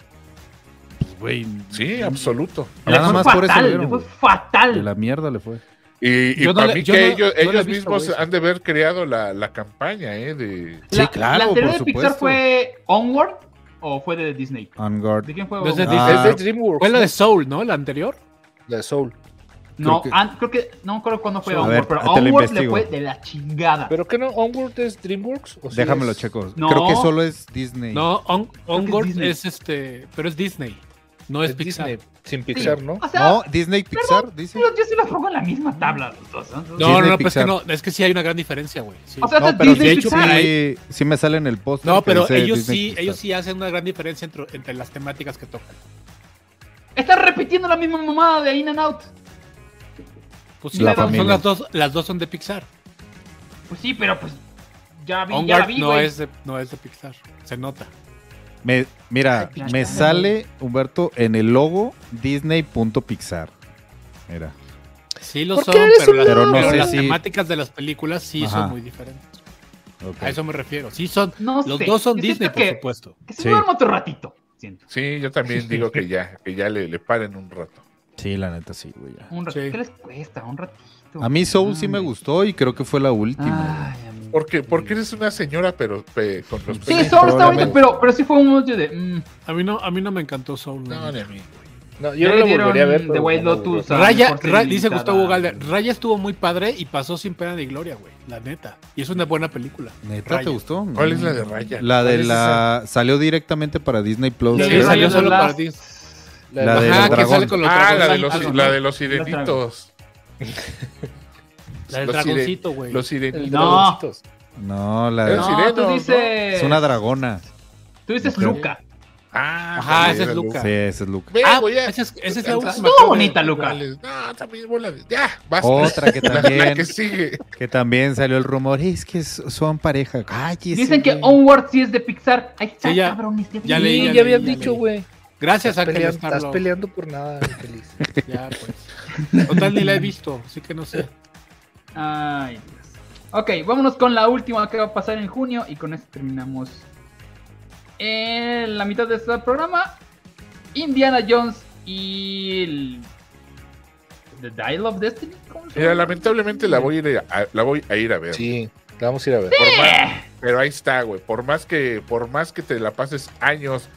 pues, güey, Sí, absoluto. Le nada fue más por eso fatal, lo le vieron, fue güey. fatal. De la mierda le fue. Y, y Yo no para le- mí yo que no- ellos, no le he ellos visto, mismos güey, sí. han de haber creado la, la campaña, ¿eh? De, Sí, La- claro, ¿La anterior por de Pixar supuesto. fue Onward o fue de Disney? On guard. ¿De quién fue? No es de Onward? Disney. Ah, es de DreamWorks. Fue la de Soul, ¿no? La anterior. La de Soul. No, creo que- an- creo que no creo cuándo fue A Onward, ver, pero te lo Onward le investigo. fue de la chingada. ¿Pero qué no? ¿Onward es DreamWorks? ¿O Pues sí Déjamelo, es- checo. No. Creo que solo es Disney. No, On- Onward Disney. es, este, pero es Disney, no es, Es Pixar. Disney, sin Sí. Pixar, ¿no? O sea, No, Disney Pixar, dice. yo, yo sí los pongo en la misma tabla los dos. ¿no? No, Disney, no, no, pero es que Pixar. no, es que sí hay una gran diferencia, güey. sí. O sea, No, está pero Disney de hecho Pixar. sí, sí me sale en el post. No, pero ellos sí, ellos sí hacen una gran diferencia entre, entre las temáticas que tocan. Están repitiendo la misma mamada de In and Out. Pues sí, La son familia. las dos, las dos son de Pixar. Pues sí, pero pues ya vi, ya la Onward vi, no güey. es, de, no es de Pixar, se nota. Me, mira, Ay, me claro. sale, Humberto, en el logo Disney.pixar. Mira. Sí lo ¿Por son, qué eres pero un las, Pero no pero sé las si- temáticas de las películas sí Ajá. son muy diferentes. ok. A eso me refiero. Sí son, No los sé. dos son Yo Disney, siento por que- supuesto. Que se Sí. duerma otro ratito. Siento. Sí, yo también digo que ya, que ya le, le paren un rato. Sí, la neta, sí, güey. ya. Un ratito. Sí. ¿Qué les cuesta? Un ratito. A mí Soul sí me Ay. gustó y creo que fue la última. Ay, amigo. Porque, porque eres una señora, pero pe- con los Sí, pelitos. Soul está bonito, probablemente. pero, pero sí fue un momento de. mm, A mí no, a mí no me encantó Soul. la No, neta. ni a mí. No, Ya yo no le lo dieron volvería a ver. The pero White no me Lotus aburrió. sea, Raya, mejor Ra- se dice limitada. Gustavo Galder, Raya estuvo muy padre y pasó sin pena ni gloria, güey, la neta. Y es una buena película. ¿Neta Raya. te gustó? Mm. ¿Cuál es la de Raya? La ¿Cuál de es la... Salió directamente para Disney Plus. Sí, de ¿verdad? salió Ryan solo Last- para ti. La de La de los- los Ajá, que dragones. sale con los Ah, la de dragones. los, algo, la ¿no? de los sirenitos. La del Los sire- dragoncito, güey. Los el sirenitos. de No. los dragoncitos. No, la de... Pero sí. No, tú sireno, dices. Es una dragona. Tú dices Creo. Luca. Ah, Ajá, joder, ese es era Luca. Sí, ese es Luca. Ve, Ah, güey, ya. esa es, esa es la Estuvo última. bonita, Luca. No, también bola de- Ya, basta. Otra que La- también... la que sigue. Que también salió el rumor, es que s- son pareja. Cállese, Dicen que güey. Onward sí es de Pixar. Ahí está, Sí, ya- cabrones, ya ya vi. leí, Sí, ya ya habías leí, ya dicho, leí. güey. Gracias, Estás, Ángel peleando- estás Starlo. peleando por nada, infeliz. Ya, pues. Total, ni la he visto, así que no sé. Ay, Dios. Ok, vámonos con la última que va a pasar en junio. Y con esto terminamos eh, la mitad de este programa. Indiana Jones y. el- The Dial of Destiny. ¿Cómo se Mira, llama? lamentablemente la voy a ir a, la voy a, ir a ver. Sí, la vamos a ir a ver. Por más- pero ahí está, güey. Por más que, por más que te la pases años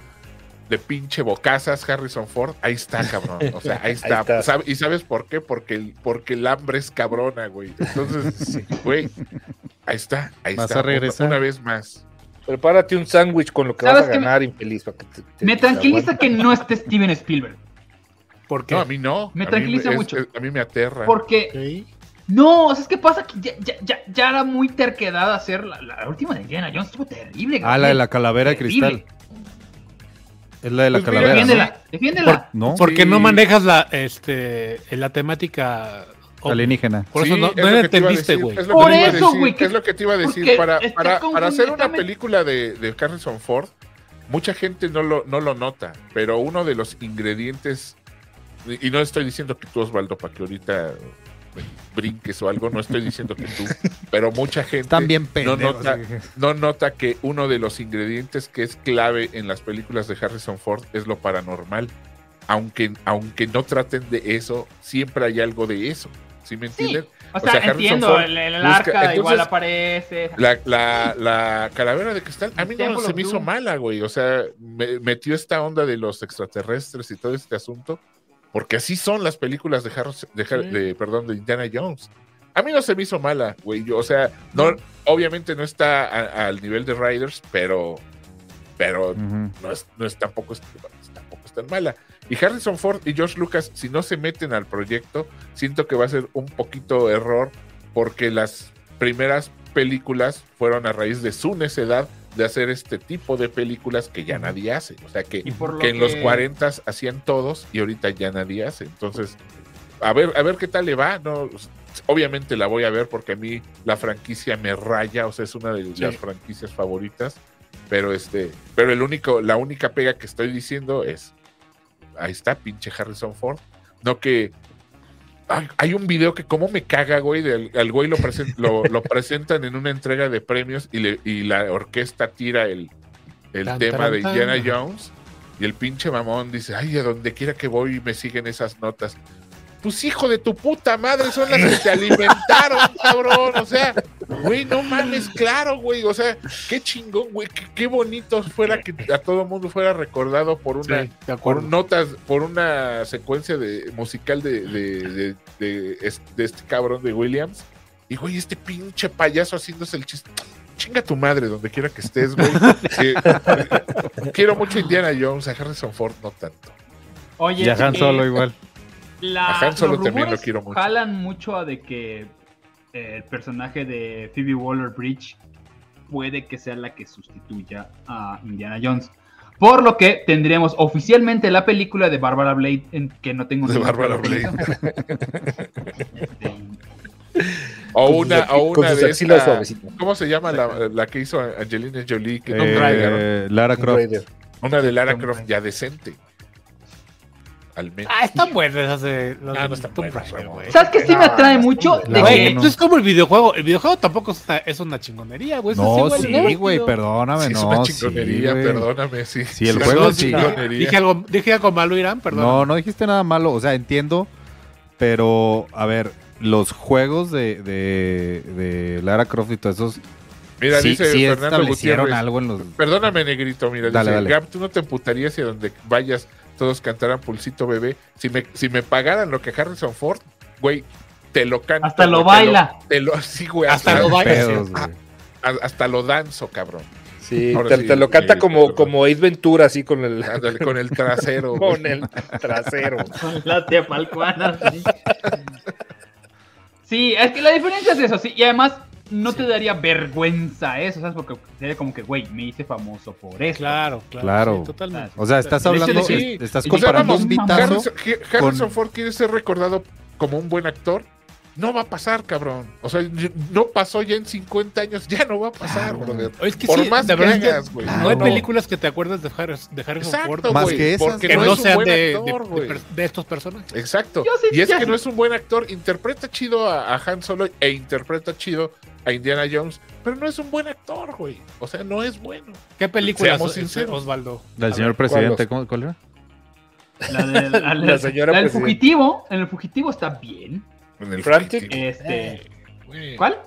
de pinche bocazas, Harrison Ford, ahí está, cabrón. O sea, ahí está. está. ¿Sabe- ¿Y sabes por qué? Porque el, porque el hambre es cabrona, güey. Entonces, güey, ahí está, ahí Vas está. a regresar. Una, una vez más. Prepárate un sándwich con lo que vas ¿Sabes a qué me- ganar, infeliz. para que te- te- Me te tranquiliza que aguantes. no esté Steven Spielberg. ¿Por qué? No, a mí no. Me A mí tranquiliza es- mucho. es- a mí me aterra. Porque Ok. No, o sea, es que pasa que ya, ya, ya, ya era muy terquedad hacer la, la última de Indiana Jones. Estuvo terrible. Ah, la de la calavera de Terrible. cristal. Es la de la Pues mira, calavera. ¿no? Defiéndela, defiéndela. ¿no? Porque no Sí. manejas la, este, la temática ovni. Oh. Alienígena. Por eso Sí, no, es lo que no te iba a entendiste, decir, güey. es lo Por que te iba a eso, decir, güey, que- Es lo que te iba a decir. porque Para, está para, para hacer una completamente- película de, de Harrison Ford, mucha gente no lo, no lo nota, pero uno de los ingredientes, y y no estoy diciendo que tú, Osvaldo, para que ahorita eh, brinques o algo, no estoy diciendo que tú, pero mucha gente Están bien no, pendejos. nota, no nota que uno de los ingredientes que es clave en las películas de Harrison Ford es lo paranormal. Aunque, aunque no traten de eso, siempre hay algo de eso. ¿Sí me Sí. entienden? O o sea, sea, Harrison entiendo, Ford el, el busca- arca igual entonces- aparece. La, la, la calavera de cristal a mí no Temple se of me hizo Doom. mala, güey. O sea, me- metió esta onda de los extraterrestres y todo este asunto, porque así son las películas de, Harris- de, Har- Sí. de- perdón, de Indiana Jones. A mí no se me hizo mala, güey. Yo, o sea, no, obviamente no está a- al nivel de Riders, pero, pero Ujú. no es, no es tampoco, es, tampoco es tan mala. Y Harrison Ford y George Lucas, si no se meten al proyecto, siento que va a ser un poquito error, porque las primeras películas fueron a raíz de su necedad de hacer este tipo de películas que ya nadie hace. O sea, que, y por lo que en los que- 40 hacían todos y ahorita ya nadie hace. Entonces, a ver, a ver qué tal le va. No, obviamente la voy a ver porque a mí la franquicia me raya, o sea, es una de las franquicias favoritas. Pero este, pero el único, la única pega que estoy diciendo es ahí está, pinche Harrison Ford. No que. Ay, hay un video que cómo me caga, güey, del, al güey lo, presen- lo, lo presentan en una entrega de premios y, le, y la orquesta tira el, el Tan, tema taran, de Indiana tan. Jones y el pinche mamón dice, ay, a donde quiera que voy me siguen esas notas. Pues hijo de tu puta madre, son las que te alimentaron, cabrón. O sea, güey, no mames, claro, güey. O sea, qué chingón, güey. Qué, qué bonito fuera que a todo mundo fuera recordado por una Sí, de por acuerdo. notas, por una secuencia de, musical de, de, de- de es- de este cabrón de Williams. Y güey, este pinche payaso haciéndose el chiste. Chinga tu madre donde quiera que estés, güey. Eh, quiero mucho a Indiana Jones, a Harrison Ford no tanto. Oye, Y a Han eh, Solo igual. la- A Han Solo los también lo rumores quiero mucho. Jalan mucho a de que eh, el personaje de Phoebe Waller Bridge puede que sea la que sustituya a Indiana Jones. Por lo que tendríamos oficialmente la película de Barbara Blade, en que no tengo De ningún Bárbara referencia. Este, O Con sus una, axi- o con una sus de axilas esta- suavecitas. ¿Cómo se llama la, la que hizo Angelina Jolie? Que no Eh, traiga, Lara Croft. Raider. ¿no? Una de Lara Croft ya decente. Al menos. Ah, están buenas esas de las Ah, de no están Tomb buenas, Raider, no. güey. ¿Sabes que sí me atrae mucho? La De Güey, que uno. esto es como el videojuego. El videojuego tampoco es una, es una chingonería, güey. Eso Pues es No, igual, sí, ¿no? güey, perdóname, Sí, es no. una sí, chingonería, güey. perdóname, sí. Sí, el es juego una sí. chingonería. Dije algo, dije algo malo, Irán, perdón. No, no dijiste nada malo. O sea, entiendo, pero a ver, los juegos de, de, de Lara Croft y todos esos Mira, sí, dice sí Fernando establecieron Gutiérrez. algo en los. Perdóname, negrito, mira, Dale, dice, dale. Gab, tú no te emputarías si a donde vayas todos cantaran Pulsito Bebé. Si me, si me pagaran lo que Harrison Ford, güey, te lo canto. Hasta lo güey, te baila. Te lo, sí, güey, Hasta hasta, lo lo baila. pedos, güey. hasta lo danzo, cabrón. Sí, Ahora te, sí, te lo canta sí, como, perdón. como Ace Ventura, así con el, Ándale, con el trasero. güey. con el trasero. Con la Tepalcuana, sí. Sí, es que la diferencia es eso, sí. Y además, no te daría vergüenza eso, ¿sabes? Porque sería como que, güey, me hice famoso por eso. Claro, claro. Claro. sí, totalmente. O sea, estás El hecho de hablando, que- es- estás O sea, comparando vamos, un vitazo. Harrison, Ge- Harrison con- Ford quiere ser recordado como un buen actor. No va a pasar, cabrón. O sea, y- no pasó ya en 50 años. Ya no va a pasar, brother. Oye, es que Por sí, más la que verdad es que hagas, güey. No hay Claro. películas que te acuerdes de, Harris- de Harrison Ford Exacto, Más güey, que esas, porque que no, no, es un sean buen de, de- actor, de güey. per- de estos personajes. Exacto. Yo sí, y es yo que sí. no es un buen actor. Interpreta chido a, a Han Solo e interpreta chido a Indiana Jones, pero no es un buen actor, güey. O sea, no es bueno. ¿Qué películas, Seamos Os- sinceros. Osvaldo? Del A señor ver, presidente, ¿cómo- ¿cuál era? La, de- la- la- La señora la del presidenta. fugitivo, en el fugitivo está bien. En el Frantic. fugitivo, Este, Eh, güey. ¿cuál?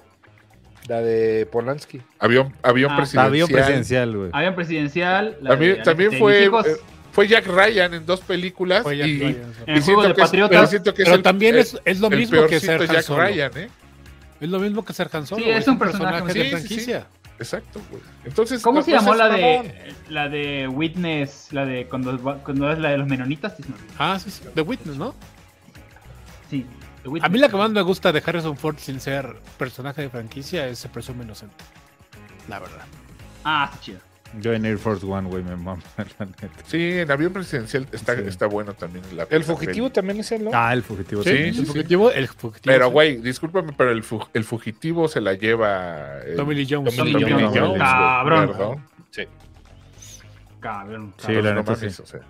La de Polanski. Avión, avión Ah, presidencial. Avión presidencial, güey. Avión presidencial. la También, de también Alex fue, Técnicos, eh, fue Jack Ryan en dos películas. Oye, y, oye, y o sea. En el juego siento de que es- patriotas, pero siento que es Pero el- también el- es, es lo el mismo que peorcito ser Han Jack Solo. Ryan, ¿eh? Es lo mismo que ser Han Solo. Sí, güey, es un personaje, de sí, sí, sí. franquicia. Exacto, güey. Entonces, ¿Cómo pues, no- se no llamó seas la mamón. de la de Witness? La de cuando, va- cuando es la de los menonitas. Sí, Ah, sí, sí. The Witness, ¿no? Sí, The Witness. A mí la que más me gusta de Harrison Ford sin ser personaje de franquicia es Se presume inocente. La verdad. Ah, está chido. Yo en Air Force One, güey, me mama, la neta. Sí, en avión presidencial está, Sí. está bueno también. la- El la fugitivo peli. también es él, ¿no? Ah, el fugitivo. Sí, también. sí, el sí. fugitivo, el fugitivo. Pero, sí. güey, discúlpame, pero el, fu- el fugitivo se la lleva. eh, Tommy Lee Jones. Tommy Lee Tommy Lee Jones. Jones, güey, Cabrón. perdón. Cabrón. Sí, Entonces, la no neta, mames, o sea.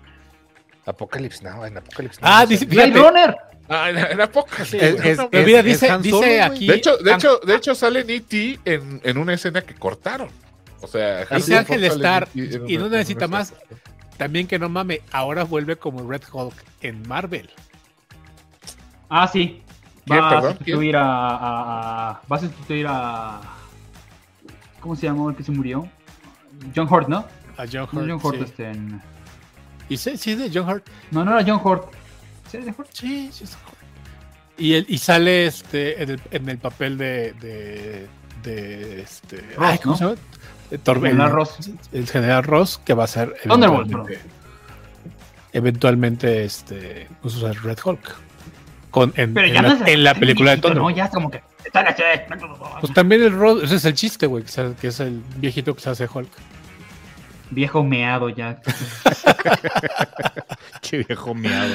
Apocalypse Now, en Apocalypse Now. Ah, no sé. dice, Blade fíjate, Runner. Ah, en, en Apocalipsis, Es- güey, es- no mames. pero mira, dice, Han dice Solo, güey. aquí. de hecho, de Ang- hecho, de hecho sale en E.T. en, en una escena que cortaron. O sea, Dice Harrison Ángel Ford sale en E Starr, E.T. en y una- no en necesita una más. escena. También que no mame, ahora vuelve como Red Hulk en Marvel. Ah, sí. ¿Quién, va perdón? a sustituir a, a- a- Va a sustituir a. ¿Cómo se llamó el que se murió? John Hort, ¿no? A John No, Hurt. John Hurt, sí. este. en- Y sí, sí, de John Hurt. No, no era John Hort. ¿Sí era John Hort? Sí, sí, es Hurt. Y, él, y sale este en el, en el papel de. de, de este, Ross, ay, ¿cómo ¿no? se llama? Eh, Torbe- General el- Ross. El general Ross, que va a ser. Thunderbolt, eventualmente- Eventualmente, este. pues, o sea, Red Hulk. Con, en, Pero en ya la, no es- en la película de viejito, Thunderbolt. No, ya es como que. Está la che- Pues también el Ross, ese es el chiste, güey, que, se- que es el viejito que se hace Hulk. Viejo meado ya. Che viejo miado.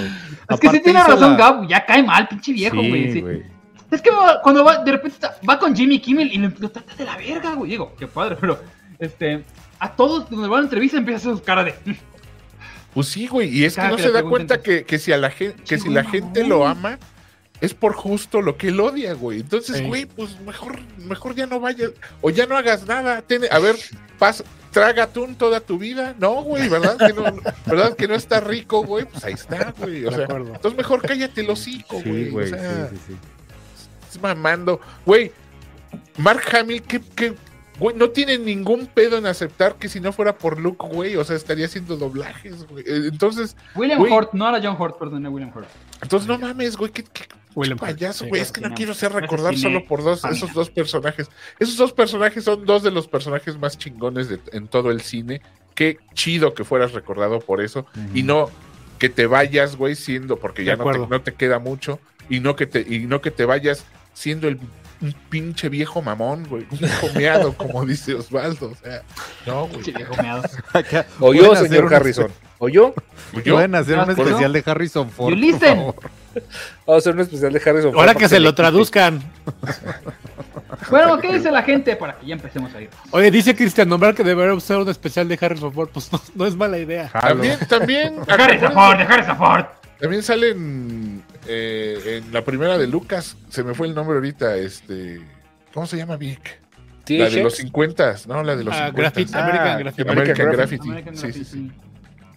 Es que sí tiene razón, Gab. Ya cae mal, pinche viejo, güey. sí. güey. Es que va- cuando va, de repente está- va con Jimmy Kimmel y lo, lo trata de la verga, güey. Digo, qué padre, pero este. A todos donde va a la entrevista empieza a hacer sus caras de. Pues sí, güey. Y es que Cada no que se le da pregunten. cuenta que, que si a la gente, que si la gente lo ama, es por justo lo que él odia, güey. Entonces, Sí. güey, pues mejor, mejor ya no vayas, o ya no hagas nada. Tiene- a ver, pasa, traga atún toda tu vida. No, güey, ¿verdad? Que no, ¿verdad que no está rico, güey? Pues ahí está, güey. O De sea, acuerdo. entonces mejor cállate el hocico, Sí, Oh, güey. güey. o sea, sí, sí, sí. estás mamando. Güey, Mark Hamill, que, güey, no tiene ningún pedo en aceptar que si no fuera por Luke, güey, o sea, estaría haciendo doblajes, güey. Eh, Entonces, William Güey. Hort, no era John Hort, perdón, era William Hort. entonces no mames, güey, qué, qué William Hurt, payaso, sí. güey. Es que no Fascinante. quiero ser recordar Fasciné. solo por dos, esos dos personajes. Esos dos personajes son dos de los personajes más chingones de- en todo el cine. Qué chido que fueras recordado por eso y no que te vayas, güey, siendo, porque ya De no te, acuerdo. no te queda mucho, y no que te, y no que te vayas siendo el un pinche viejo mamón, güey, un viejo meado, como dice Osvaldo, o sea, no, güey. Pinche viejo meado. Acá O yo, pueden hacer señor una- Harrison. O yo. pues Yo, Pueden hacer un ¿Por qué especial de Harrison Ford. You por listen. favor. Vamos a hacer un especial de Harrison. Ford Ahora que porque se le lo quite. traduzcan. Bueno, ¿qué dice la gente para que ya empecemos a ir? Oye, dice Cristian, nombrar que debería ser un especial de Harrison Ford, pues no, no es mala idea. también, también, ¡Dejar esa Ford! ¡Dejar esa Ford! también salen eh, en la primera de Lucas, se me fue el nombre ahorita, este, ¿cómo se llama Vic? La de los 50, no, la de los Ah, 50. Graffiti, Ah, American Graffiti. American American Graffiti. American Sí, sí, Graffiti, sí. Que es su primera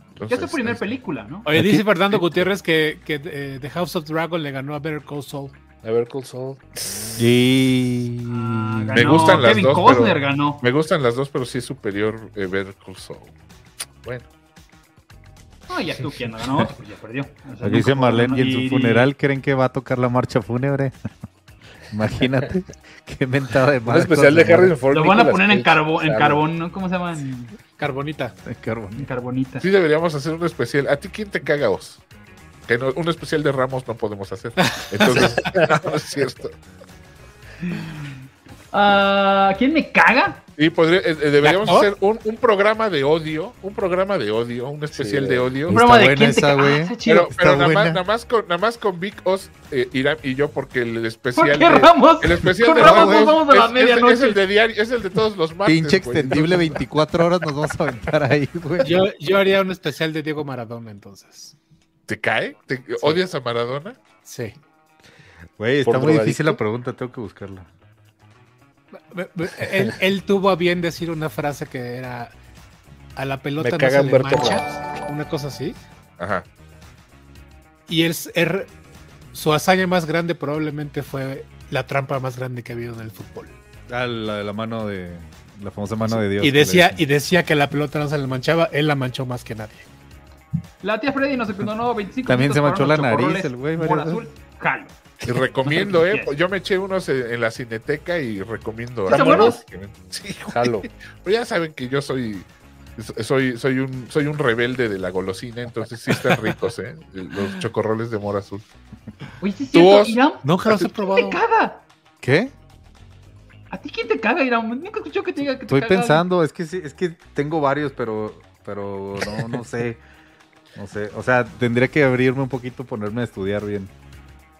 Entonces, este, este, película, ¿no? Oye, dice Fernando Gutiérrez que, que eh, The House of Dragon le ganó a Better Call Saul. A ver, Cold Soul. Y... Ah, Me gustan las Kevin dos, Costner pero- ganó. Me gustan las dos, pero sí es superior eh, ver Cool Soul. Bueno, No, ya tú quien no ganó otro, pues ya perdió. O sea, Aquí dice no, Marlene, y en y- su funeral creen que va a tocar la marcha fúnebre. Imagínate, qué mentada de Un madre. especial de Harrison Ford. Lo van a Nicolas poner en Cage. carbón, en Sabe. carbón, ¿no? ¿Cómo se llama? En, Carbonita. Qué bonito. en carbonita. sí deberíamos hacer un especial. ¿A ti quién te caga vos? Que no- un especial de Ramos no podemos hacer. Entonces, no es cierto. Ah, ¿Quién me caga? Y podría- eh, eh, deberíamos ¿La- oh? hacer un, un programa de odio, un programa de odio, un especial Sí. de odio. Un programa de buena quién te esa, caga. güey. Ah, está chido. Pero, está pero nada, más, buena. nada más con, nada más con Vic Oz, eh, Irán y yo, porque el ¿Por especial qué de- Ramos? el especial Con de Ramos Ramos nos vamos a la es- es- medianoche. es el de diario, es el de todos los martes. Pinche güey. extendible 24 horas nos vamos a aventar ahí, güey. Yo, yo haría un especial de Diego Maradona entonces. ¿Te cae? ¿Te, ¿Odias a Maradona? Sí. Güey, está ¿Por muy drogadicto? difícil la pregunta, tengo que buscarla. Me- me- Él, él tuvo a bien decir una frase que era a la pelota Me no caga se le Humberto mancha, una cosa así. Ajá. Y él, él- su hazaña más grande probablemente fue la trampa más grande que ha habido en el fútbol. Ah, la de la mano de. La famosa mano de Dios. y que le decía y dicen. decía que la pelota no se le manchaba, él la manchó más que nadie. La tía Freddy nos perdonó 25 También se minutos manchó para la unos nariz, chocorroles el güey. Humor varias azul, jalo. Y recomiendo, ¿eh? Yes. Yo me eché unos en, en la cineteca y recomiendo. ¿Sí son ambos. buenos? Sí, güey. Jalo. Pero ya saben que yo soy. Soy, soy, un, soy un rebelde de la golosina, entonces sí están ricos, ¿eh? Los chocorroles de mora azul. Oye, sí es Tú, cierto, Oz. Irán. Nunca los he ¿Quién probado. te caga? veces. ¿Qué? ¿A ti quién te caga, Irán? Nunca escuchó que te diga que te Estoy caga. pensando, es que sí, es que tengo varios, pero, pero no, no sé. No sé. O sea, tendría que abrirme un poquito, ponerme a estudiar bien.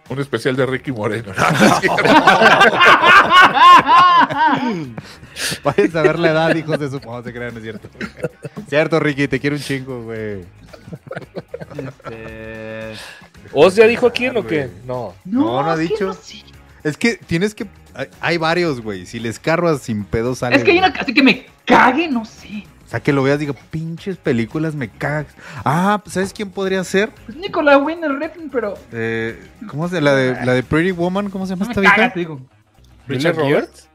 Un especial de Ricky Moreno. No, no es cierto. Vayan a ver la edad, hijos de su no se crean, es cierto. Cierto, Ricky, te quiero un chingo, güey. Este... ¿Oz ya dijo quién o qué? güey. No. No, no ha es que dicho. sé. Es que tienes que. hay- Hay varios, güey. Si les carras sin pedo sale. Es que hay güey. una así que me cague, no sé. O sea, que lo veas, digo, pinches películas, me cagas. Ah, ¿sabes quién podría ser? Pues Nicolás Winner Refn, pero Eh, ¿Cómo se La de, la de Pretty Woman, ¿cómo se no llama me esta caga, vieja? te digo. Richard Julia Gere. Roberts?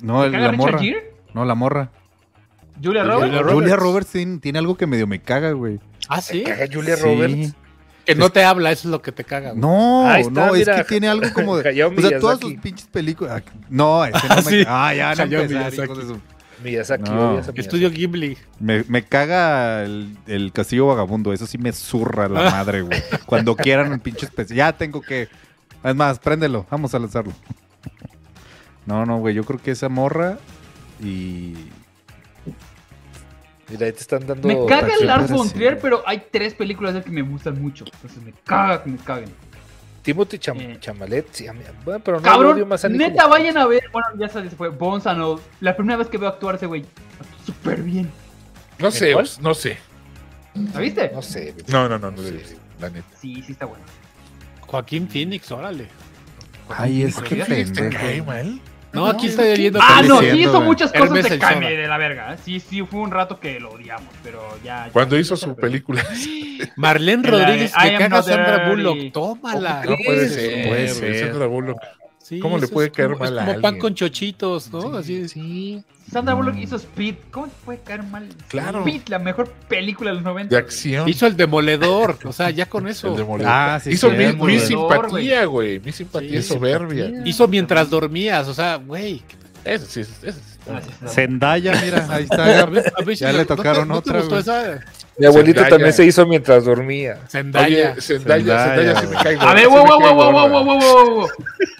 No, el- ¿Me caga la Richard morra. Gere? No, la morra. ¿Julia Julia Roberts? Roberts. Julia Roberts tiene, tiene algo que medio me caga, güey. Ah, sí. Caga Julia Sí. Roberts. Que no te habla, eso es lo que te caga. güey. No, Ahí está, no, mira. es que tiene algo como de. Hayao O sea, todas Miyazaki. sus pinches películas. ah, No, ese no Ah, me sí. Ah, ya, no Hayao empezar, Miyazaki. hijos de su- Miyazaki, No. odias a Miyazaki. Estudio Ghibli. Me, me caga el, el castillo vagabundo. Eso sí me zurra la madre, güey. Cuando quieran un pinche especial. Ya tengo que. Es más, préndelo. Vamos a lanzarlo. No, no, güey. Yo creo que esa morra y. Mira, ahí te están dando. Me caga el Richard Lars Gere, von sí. Trier, pero hay tres películas de él que me gustan mucho. Entonces me caga que me caguen. Timothy Cham- Eh. Chamalet. sí, a mí- bueno, pero no lo odio Cabrón, más a Nicolas neta, Cage. vayan a ver. Bueno, ya sabes, fue Bones and All. La primera vez que veo actuar ese güey, actuó súper bien. No sé, ¿Cuál? pues, no sé. ¿La viste? No sé. güey. No, no, no, no, Sí. debes, la neta. Sí, sí está bueno. Joaquín Phoenix, órale. Ay, es que ¿Qué Félix te cae pendejo. mal? No, aquí está leyendo. Ah, no, sí diciendo, hizo güey. muchas cosas Hermes de Elzónar. Kame de la verga. ¿eh? Sí, sí, fue un rato que lo odiamos, pero ya. ya- Cuando hizo su película. Marlene En la de Rodríguez, I que am caga a not Sandra dirty. Bullock. Tómala. No puede Sí, ser. puede güey, ser. Sandra Bullock. sí, ¿Cómo le eso puede es caer como- mal a Es como pan alguien? con chochitos, ¿no? Así es. Sí. Sandra Bullock Mm. hizo Speed. ¿Cómo te puede caer mal? Claro. Speed, la mejor película de los 90. De güey. acción. Hizo el demoledor. O sea, ya con El eso. demoledor. Ah, sí, hizo mi, cierto, mi güey. simpatía, güey. Mi simpatía Sí, es soberbia. Hizo mientras dormías. O sea, güey. Eso sí, eso sí. Gracias, Sandra. Zendaya, mira, ahí está. a veces Ya le ¿no te- tocaron ¿no te otra, gustó güey. esa? Mi abuelito Zendaya. también se hizo mientras dormía. Zendaya. Oye, Zendaya, Zendaya, Zendaya sí me güey. cae gorda, A ver, sí wow, me wow, cae wow, wow, gorda. wow, wow, wow, wow.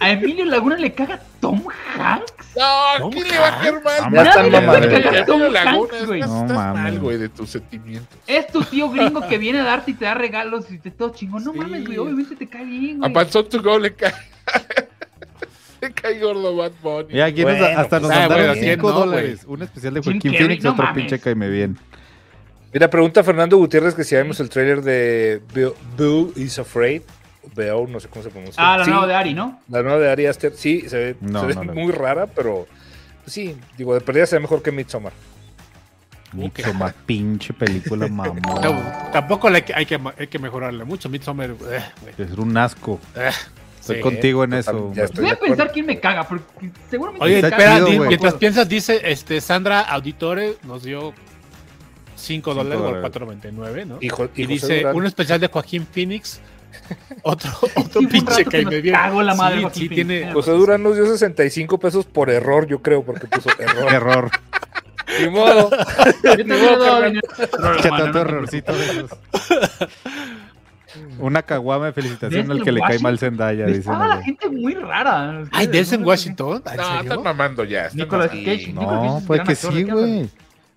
A Emilio Laguna le caga Tom Hanks. No, ¿quién le va a caer mal? Vamos, Nadie tan le puede mamadera. cagar Tom Hanks, güey. güey. Estás No estás mames. mal, güey, de tus sentimientos. Es tu tío gringo que viene a darte y te da regalos y te todo chingón. No mames, güey. Obviamente te cae bien, A güey. Panzón to go le cae. le cae gordo Bad Bunny. Mira, ¿quién es? Bueno, hasta pues, nos ah, mandaron bueno, 5 ¿quién no, dólares. Un especial de Jim Joaquín Carrey, Phoenix, no otro mames. pinche caime bien. Mira, pregunta Fernando Gutiérrez que si sabemos el trailer de Boo Boo is Afraid. Beo, no sé cómo se pronuncia. Ah, la Sí, nueva de Ari, ¿no? la nueva de Ari Aster. Sí, se ve, No, se ve no la vi. muy rara, pero pues, sí, digo, de perdida se ve mejor que Midsommar. Ok. Mucho más pinche película, mamón. No, tampoco le- hay, que, hay que mejorarle mucho. Midsommar. eh, güey. Es un asco. Ah, Estoy Sí. contigo en total, eso. ya Marta. estoy. Voy de a pensar acuerdo. quién me caga, porque seguramente Oye, me Está espera, chido, di- güey. mientras piensas, dice este Sandra Auditore nos dio 5 dólares o dólares. 4.99, ¿no? Y, Hijo, y, José dice Durán. un especial de Joaquín Phoenix. Otro, Sí, fue otro un pinche rato que que nos me dio. cagó la madre Sí, Joaquín sí, Phoenix. tiene. José Durán nos dio 65 pesos por error, yo creo, porque puso Qué error. error. Ni modo. Yo te hubiera dado dinero. Qué hermano, tanto no te errorcito de esos. Una caguama de felicitación ¿Ves al que le cae Washington? mal Zendaya, dicen. Estaba la allá. gente muy rara. Ay, Denzel en Washington. ¿En No, serio? están mamando ya. están Nicolas mamando. Cage. No, puede que sí, güey.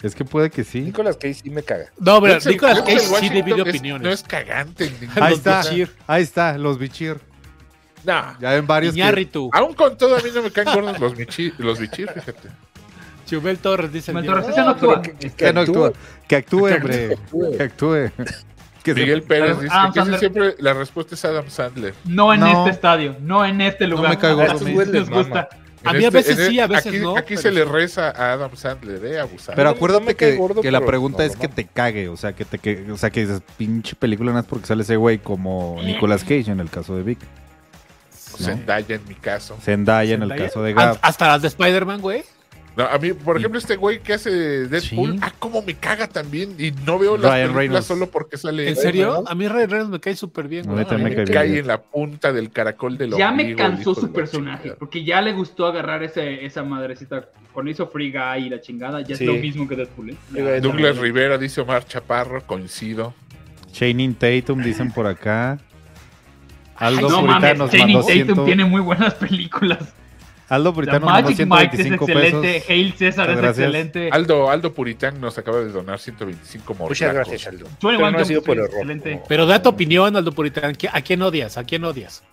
Es que puede que sí. Nicolas Cage sí me caga. No, pero Denzel- Nicolas Denzel Cage sí Washington divide es- No opiniones. es cagante. en ningún- Ahí Los está, Bichir. ahí está, los bichir. No. Ya en varios. que- Iñárritu. Aún con todo, a mí no me caen gordos los bichir, los bichir fíjate. Chubel Torres dice. el Chumel Diego. Torres, ese no Ah, actúa. que no actúa. Que actúe, Que hombre. actúe. Que actúe. Que se- Miguel Pérez dice Adam que ese Sandler. siempre la respuesta es Adam Sandler. No en No. este estadio, no en este lugar. me cae A gordo, estos me güeyes dice. les gusta. En e, A mí a veces sí, a veces aquí- no, Aquí pero se le sí. reza a Adam Sandler, eh, abusado. Pero No, no acuérdate me cae que, gordo, que la pero pregunta no, es no que mames. te cague, o sea, que te que, o sea, que dices pinche película nada más porque sale ese güey como Eh. Nicolas Cage en el caso de Vic, Zendaya Pues, en mi caso. Zendaya, en el Zendaya. caso de Hasta- Ah, Gab. Hasta las de Spider-Man, güey. No, a mí, por ejemplo, este güey que hace Deadpool, Sí. ah, cómo me caga también. Y no veo las Ryan películas Reynolds. solo porque sale. ¿En serio? A mí Ryan Reynolds me cae súper bien, güey. Ahorita A mí me me cae bien. cae en la punta del caracol de los Ya me cansó su personaje, porque ya le gustó agarrar ese, esa madrecita. Cuando hizo Free Guy y la chingada, ya Sí. es lo mismo que Deadpool. ¿eh? Free Guy, Douglas Rivera dice Omar Chaparro, coincido. ah. Channing Tatum dicen por acá. Ay, Aldo no Purita mames, nos Channing mandó Tatum 100 tiene muy buenas películas. Aldo La Purita nos mandó Magic Mike es 125 pesos. excelente, Hail César Muchas es gracias. excelente. Aldo, Aldo Puritán nos acaba de donar 125 mortacos. Muchas gracias, Aldo. 21 Pero no ha Jump sido por Street, error. excelente. Pero da tu opinión, Aldo Puritán. ¿Qui- ¿A quién odias? ¿A quién odias?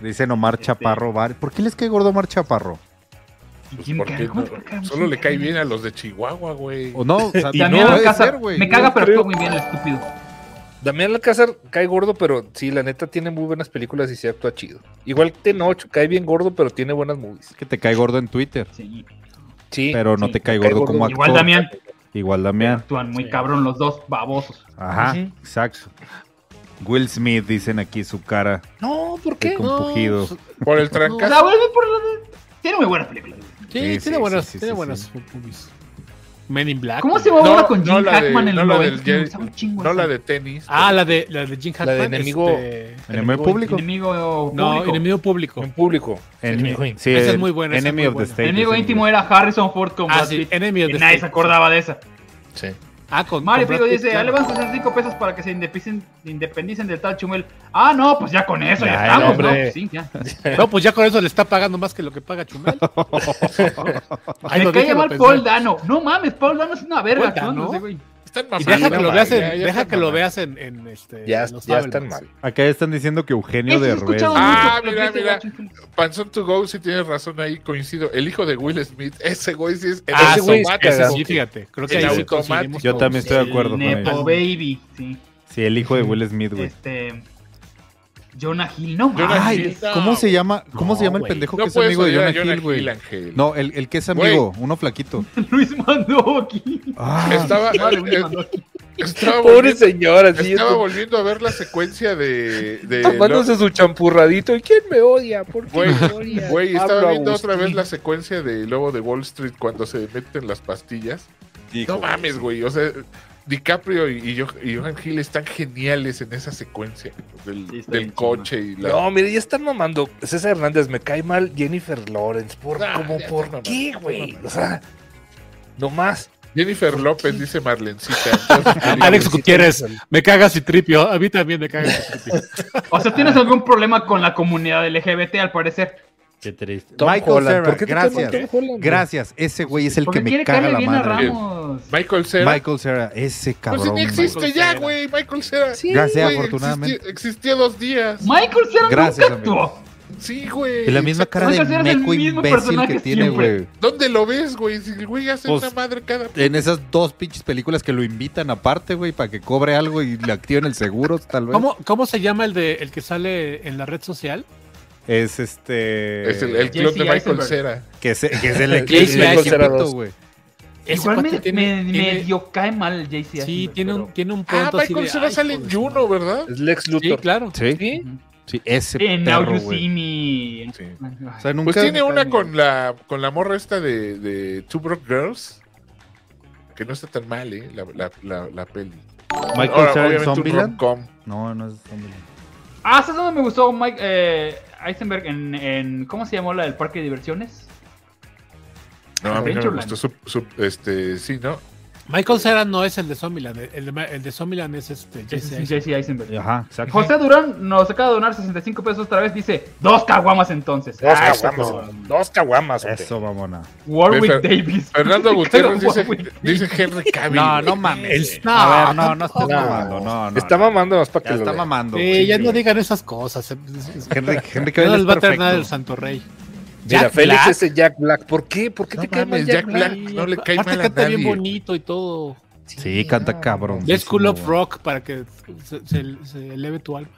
Dicen Omar Este. Chaparro. Var- ¿Por qué les cae gordo Omar Chaparro? ¿Y Pues, quién ¿por caga? qué ¿Cómo no? te caga? Solo le cae bien a los de Chihuahua, güey. O no, o sea, Y no Damián puede Alcázar, ser, güey. me caga, No pero creo. actúa muy bien el estúpido. Damián Alcázar cae gordo, pero sí, la neta tiene muy buenas películas y se actúa chido. Igual que Tenoch, cae bien gordo, pero tiene buenas movies. Que te cae gordo en Twitter, Sí. Sí, pero no sí, te me cae cae gordo gordo. como actor. Igual Damián Igual Damián. actúan muy cabrón los dos babosos. Ajá, Ujú. exacto. Will Smith dicen aquí su cara No, ¿por de qué? compugido. pues, Por el O trancazo. sea, vuelve por la de... Tiene muy buenas películas. Sí, Sí, tiene sí, buenas, sí, sí, tiene sí, buenas movies. Men in Black. pues, ¿Cómo güey. se va No, ahora con Jim no la de- Hackman en no los la del 90? Jerry- Me gustaba un chingo No esa. la de tenis. Ah, la de, la de Jim La de Hackman, enemigo- este, Enemigo público. Enemigo No, público. enemigo público. En público. Enemigo, Enemigo- sí, esa es muy buena, esa es Enemy muy of the buena. State. Enemigo dicen. íntimo era Harrison Ford con Ah, Brad sí, Pitt. enemy of Que the nadie State. se acordaba de esa. Sí. Ah, con Mario con Brad Frigo Pitt, dice, ah, claro. le van a hacer 5 pesos para que se independicen, independicen del tal Chumel. Ah, no, pues ya con eso, ya, Ya, el estamos, hombre. ¿no? Pues sí, ya. No, pues ya con eso le está pagando más que lo que paga Chumel. Ahí Me lo cae dije, lo mal pensé. Paul Dano. No mames, Paul Dano es una verga. Paul Dano. ¿no? No sé, güey. están Y mamando. deja que lo vaya, veas en, ya deja están que lo mamando. veas en, en, este, Ya, en los ya están tablets. mal. Acá están diciendo que Eugenio Eso he de Rubén. escuchado Ah, mucho, pero mira, fíjate, mira. Washington. Panzón to go, si tienes razón ahí, coincido. El hijo de Will Smith, ese güey sí es el Ah, Ese güey es automático, cagado. sí, fíjate. Creo que El ahí sí automático. coincidimos Yo todos. también estoy de acuerdo El con Nepo ellos. Baby, sí. Sí, el hijo de Will Smith, güey. Este. Jonah Hill, no Jonah mames. Hill. Ay, ¿cómo se llama, cómo se llama el güey. pendejo No que es puedes amigo de odiar a Jonah Hill, güey? Ángel. No, el, el que es Güey. amigo, uno flaquito. Luis Mandoki. Ah, Estaba, No, de Luis eh, Mandoki. estaba Pobre volviendo, señora, sí, estaba esto- volviendo a ver la secuencia de. de tomándose su champurradito. ¿Y quién me odia? ¿Por qué Güey, me odia? Güey, Pablo estaba viendo otra Agustín. vez la secuencia de Lobo de Wall Street cuando se meten las pastillas. no mames, güey. O sea, DiCaprio y, y, Jo- y Johan Hill están geniales en esa secuencia del, Sí, está del bien coche y la. No, mire, ya están mamando. César Hernández, me cae mal Jennifer Lawrence. ¿Por, Ah, como, ya ¿por está qué, mamando, güey? está O sea, nomás. Jennifer López dice Marlencita. Entonces, te digo, Alex Gutiérrez, me cagas y tripio. A mí también me cagas y tripio. O sea, tienes algún problema con la comunidad LGBT al parecer. Qué triste. Tom Michael Holland, Cera, ¿por qué te llaman gracias. Tom Holland? Gracias, ese güey es el que Porque me quiere caga caerle la bien a madre. Ramos. Michael Cera. Michael Cera, ese pues sí, cabrón. ni existe Michael ya, Cera. güey. Michael Cera. Sí, Ya sé, Güey, afortunadamente. existió- Existió dos días. Michael Cera Gracias, nunca amigo. actuó. Sí, güey. Y la misma cara de Michael Cera es el meco mismo imbécil personaje que tiene, siempre. güey. ¿Dónde lo ves, güey? Si el güey hace Pues- una madre eh, cada. En esas dos pinches películas que lo invitan aparte, güey, para que cobre algo y le activen el seguro, tal vez. ¿Cómo, ¿Cómo se llama el de el que sale en la red social? Es este. Es el, el Jesse club de Michael Eisenberg. Cera. Que es, que es el Jesse eclipse de Eisenberg. Egipto, güey. Igual cuate me, tiene- me- tiene- medio cae mal el JC. Sí, tiene un, tiene un Ah, punto así Michael de, Cera ay, sale hijo en de su Juno, ¿verdad? Es Lex madre. Sí, Luthor. claro. Sí. Sí, ese En Eh, Now perro, You güey. See Me. Sí. O sea, nunca. Pues tiene una Nunca- con la con la morra esta de, de Two Broke Girls. Que no está tan mal, ¿eh? La, la, la, la peli. Michael Ahora, Cera en obviamente, un Zombieland. rom-com. No, no es Zombieland. Ah, ¿sabes dónde me gustó Mike eh, Eisenberg? En, en- ¿Cómo se llamó la del parque de diversiones? No, a mí no me Adventureland. gustó su, su- este, sí, ¿no? Michael Cera no es el de Zombieland. El de, Ma- el de Zombieland es este Jesse JC Eisenberg. Eisenberg. Ajá, exacto. José Durán nos acaba de donar 65 pesos otra vez. Dice, dos caguamas entonces. Dos Ah, caguamas. Dos caguamas. hombre. Eso, mamona. Warwick Fer- Davis. Fernando Me caga Gutiérrez dice, Warwick. dice Henry Cavill. ¿eh? No, güey. no mames. No, a ver, no, no estás no. mamando. No, no. Está no. mamando más para que Ya lo está vea. mamando. Sí, güey. ya no digan esas cosas. Es- es- Henry, Henry Cavill no es les va a tener nada del perfecto. Santo Rey. Mira, Jack Félix Black. ese Jack Black. ¿Por qué? ¿Por qué No te cae mal mames, Jack Jack Black? Black no le cae Aparte mal a canta bien nadie. bonito y todo. Sí, canta cabrón. Ves School of güey. Rock para que se, se- se eleve tu alma.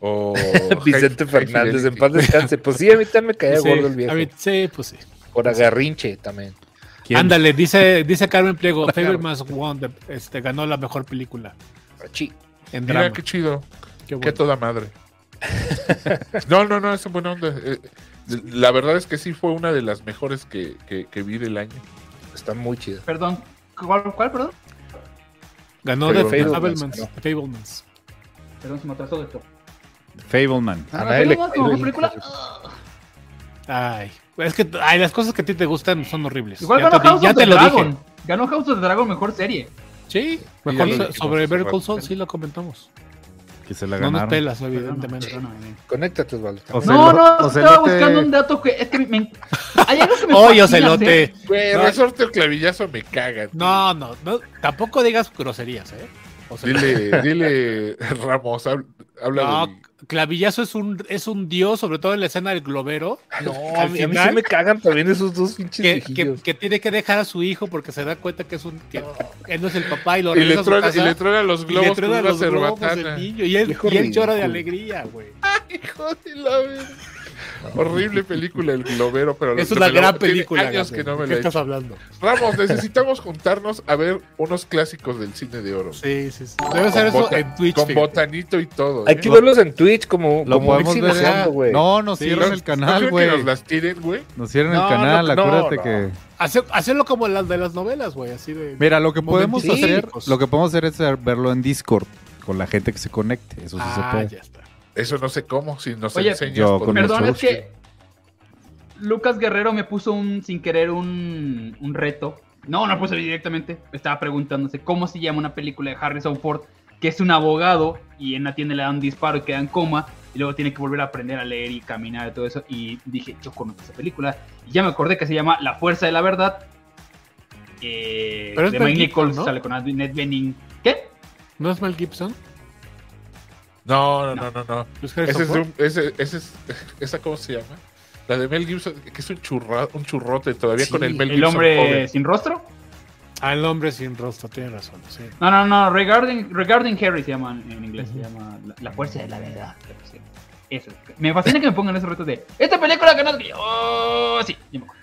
O Vicente High- High Fernández, en Fidelity. paz descanse. Pues sí, a mí también me caía Sí, gordo el viejo. a ver, sí, pues sí. Por agarrinche también. ¿Quién? Ándale, dice, dice Carmen Pliego, Favorite Must Won, de- este, ganó la mejor película Sí. en drama. Mira, qué chido. Qué Que a bueno. toda madre. no, no, no, es un buen onda. Eh, La verdad es que sí fue una de las mejores que, que, que vi del año. Está muy chido. Perdón. ¿Cuál, cuál, perdón? Ganó de Fablemans, Fablemans. ganó. Fablemans. Perdón, se me atrasó de esto. Fableman. Ah, A ¿no? nadie le ¿Tenemos cae como bien, película? Jesús. Ay, es que ay, las cosas que a ti te gustan son horribles. Igual ya ganó te, di- House ya of te the lo Dragon. dije. Ganó House of the Dragon mejor serie. Sí, ya mejor lo so- dijimos sobre hace Vertical rato. Soul, sí lo comentamos. Que se la No nos ganaron. pelas, Perdóname, evidentemente. perdóname. Conéctate, Osvaldo. O sea, No, Ocelo- no, estaba Ocelote. buscando un dato que es que me. Hay algo que me. Oye, fascina Ocelote. hacer. Güey, No. resorte o clavillazo me cagan. No, no, no, tampoco digas groserías, ¿eh? Ocelote. Dile, dile, Ramos, hab- habla No, de mí. Clavillazo es un, es un dios, sobre todo en la escena del globero, No, a Al mí, a mí sí final- me cagan también esos dos pinches que, que, viejillos. que tiene que dejar a su hijo porque se da cuenta que es un que él no es el papá y lo Y le, regresa a su truena, casa, y le truena los y le globos con truena una los globos cerbatana. Ah, del niño y él, Viejo y él llora de ridículo. alegría, güey. Hijo de la verga. Horrible película el globero, pero Es lo- una me lo- gran tiene película. años que Gabriel. no me ¿De la ¿Qué he estás hecho. hablando? Ramos, necesitamos juntarnos a ver unos clásicos del cine de oro. Sí, sí, sí. Debe ser eso bota- en Twitch. con fíjate. botanito y todo. Hay ¿eh? que verlos en Twitch como, Lo como podemos ver. exhibición, ya. güey. No, nos Sí, cierran no- el ¿No creen canal, que güey. nos las tiren, güey? Nos cierran No, el canal, no, no, acuérdate no. que. Hace- hacerlo como las de las novelas, güey, así de. Mira, lo que podemos Momentos hacer, históricos. lo que podemos hacer es verlo en Discord con la gente que se conecte. Eso sí ah, se puede. ya está. Eso no sé cómo, si nos Oye, enseñas. Yo podemos- con Perdón, mucho es que. Lucas Guerrero me puso un sin querer un, un reto. No, no lo puse directamente. Estaba preguntándose cómo se llama una película de Harrison Ford que es un abogado y en la tienda le dan un disparo y queda en coma y luego tiene que volver a aprender a leer y caminar y todo eso. Y dije, yo conozco esa película. Y ya me acordé que se llama La Fuerza de la Verdad. eh, Pero es de Mike Mel Gibson, Nichols, ¿no? sale con Annette Bening. ¿Qué? ¿No es Mel Gibson? No, no, no, no. no. ¿No es Ese Harrison es Ford? un- ese- ese es- ¿Esa cómo se llama? La de Mel Gibson, que es un, churra, un churrote todavía Sí, con el Mel ¿El, Gibson. hombre joven. sin rostro? Ah, el hombre sin rostro, tiene razón, sí. No, no, no. Regarding, regarding Harry se llama en en inglés. Se llama La, la fuerza de la verdad. creo que se llama. Eso. Me fascina que me pongan esos retos de. Esta película que no. Oh, sí, ya me acuerdo.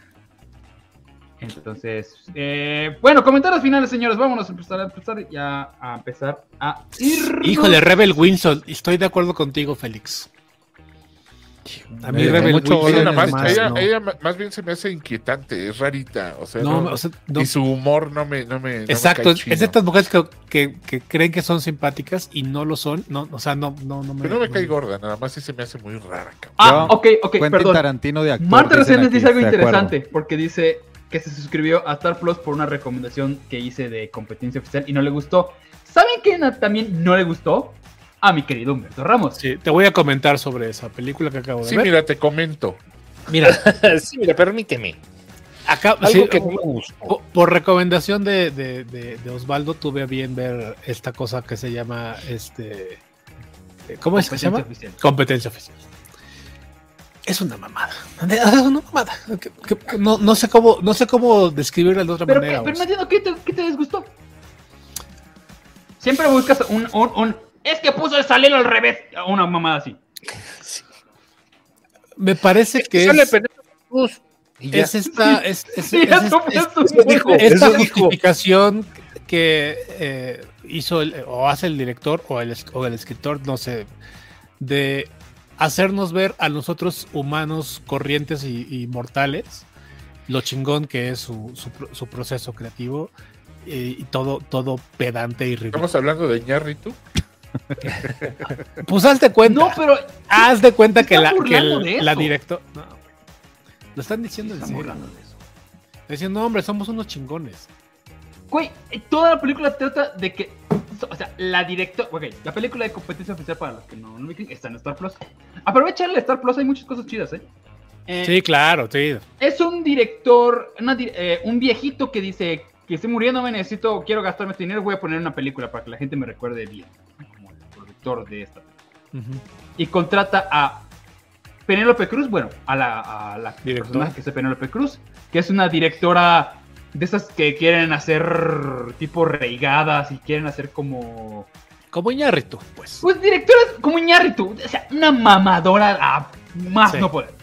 Entonces, eh, bueno, comentarios finales, señores. Vámonos a empezar, a empezar ya a empezar a ir. Híjole, Rebel Wilson, estoy de acuerdo contigo, Félix. A mí Me dejó Rebel mucho Ella, Wilson odio nada en más, el más, ella- no. ella ma- más bien se me hace inquietante, es rarita. O sea, No, no- o sea, no- y su humor no me. No me no me exacto, cae es chino. de estas mujeres que, que- que creen que son simpáticas y no lo son, no, o sea, no, no, no me... Pero no me cae gorda, nada más sí se me hace muy rara. cabrón. Ah, Yo, ok, ok, Quentin perdón. Tarantino de actor. Marta dicen Reséndez aquí, dice algo de acuerdo. interesante porque dice que se suscribió a Star Plus por una recomendación que hice de competencia oficial y no le gustó. ¿Saben qué na- también no le gustó? A mi querido Humberto Ramos. Sí, te voy a comentar sobre esa película que acabo de Sí, ver. mira, te comento. Mira, sí, mira, permíteme. acá, Algo sí, que no me gustó. po- por recomendación de, de- de- de Osvaldo tuve a bien ver esta cosa que se llama, este, eh, ¿cómo es que se Competencia llama? oficial. Competencia oficial. Es una mamada. Es una mamada. Que- que- que no, no sé cómo, no sé cómo describirla de otra Pero, manera. ¿qué? Pero o no sea. entiendo, ¿qué te, qué te desgustó? Siempre buscas un, un, un- Es que puso el salero al revés. Una mamada así. Me parece que Sale es, Penélope Cruz y ya. es esta, es, es- Sí, es- eso es- fue es- su- dijo, esta eso dijo. justificación que eh, hizo el- o hace el director o el, es- o el escritor, no sé, de hacernos ver a nosotros humanos corrientes y, y mortales lo chingón que es su, su pro- su proceso creativo eh, y todo, todo pedante y ridículo. Estamos hablando de Ñarritu. Pues hazte cuenta. No, pero. Haz de cuenta Se que está la, que burlando el- de la eso. directo. No, güey. lo están diciendo en Están serio. burlando de eso. Dicen, no, hombre, somos unos chingones. Güey, eh, toda la película trata de que. so- O sea, la directora. Ok, la película de competencia oficial para los que no, no me creen, está en Star Plus. Aprovecha el Star Plus, hay muchas cosas chidas, ¿eh? Eh, Sí, claro, sí. Es un director, una di- eh, un viejito que dice que estoy muriendo, me necesito, quiero gastarme este dinero, voy a poner una película para que la gente me recuerde bien. Como el productor de esta. Y contrata a Penélope Cruz, bueno, a la, a la Directora. personaje que es Penélope Cruz, que es una directora de esas que quieren hacer tipo reigadas y quieren hacer como... Como Iñárritu, pues. Pues directoras como Iñárritu, o sea, una mamadora a más Sí. no poder.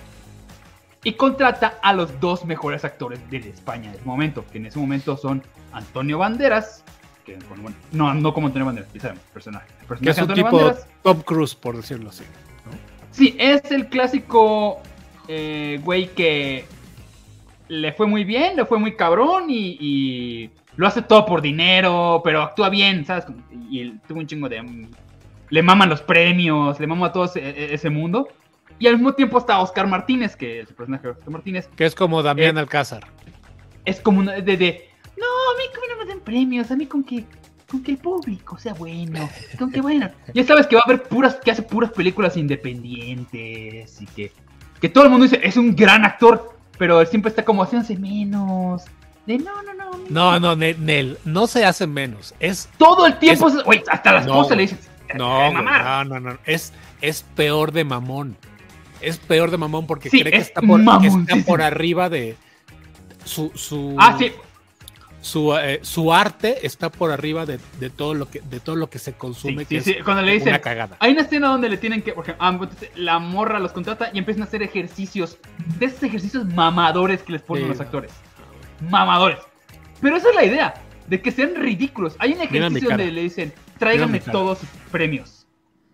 Y contrata a los dos mejores actores de España en ese momento, que en ese momento son Antonio Banderas, que bueno, bueno, no, no como Antonio Banderas, quizá el personaje. El personaje Que es de un Antonio tipo Banderas. Tom Cruise, por decirlo así. Sí, es el clásico eh, güey que le fue muy bien, le fue muy cabrón y, y lo hace todo por dinero, pero actúa bien, ¿sabes? Y él tuvo un chingo de... mm, Le maman los premios, le mama a todo ese, e- ese mundo. Y al mismo tiempo está Oscar Martínez, que es el personaje de Oscar Martínez, Que es como Damián Eh. Alcázar. es como una de, de, no, a mí que no me den premios, a mí con que con que el público sea bueno, con que bueno. Ya sabes que va a haber puras, que hace puras películas independientes y que, que todo el mundo dice, es un gran actor, pero él siempre está como haciéndose menos. De no, no, no. a mí No, no, Ne- Nel, no se hace menos. Es. Todo el tiempo, se- güey, hasta las No, cosas le güey. dicen, No, güey, mamar. no, no, no. Es, es peor de mamón. Es peor de mamón porque Sí, cree que es está por, que está mamoncísimo. por arriba de. Su, su, Ah, sí, su, eh, su arte está por arriba de, de todo lo que de todo lo que se sí, consume sí, que sí, es cuando le dicen, una cagada. Hay una escena donde le tienen que, por ejemplo, ah, entonces la morra los contrata y empiezan a hacer ejercicios, de esos ejercicios mamadores que les ponen Sí, los no. actores. Mamadores. Pero esa es la idea, de que sean ridículos. Hay un Mira mi ejercicio cara. donde le dicen, Mira mi tráigame cara. todos sus premios.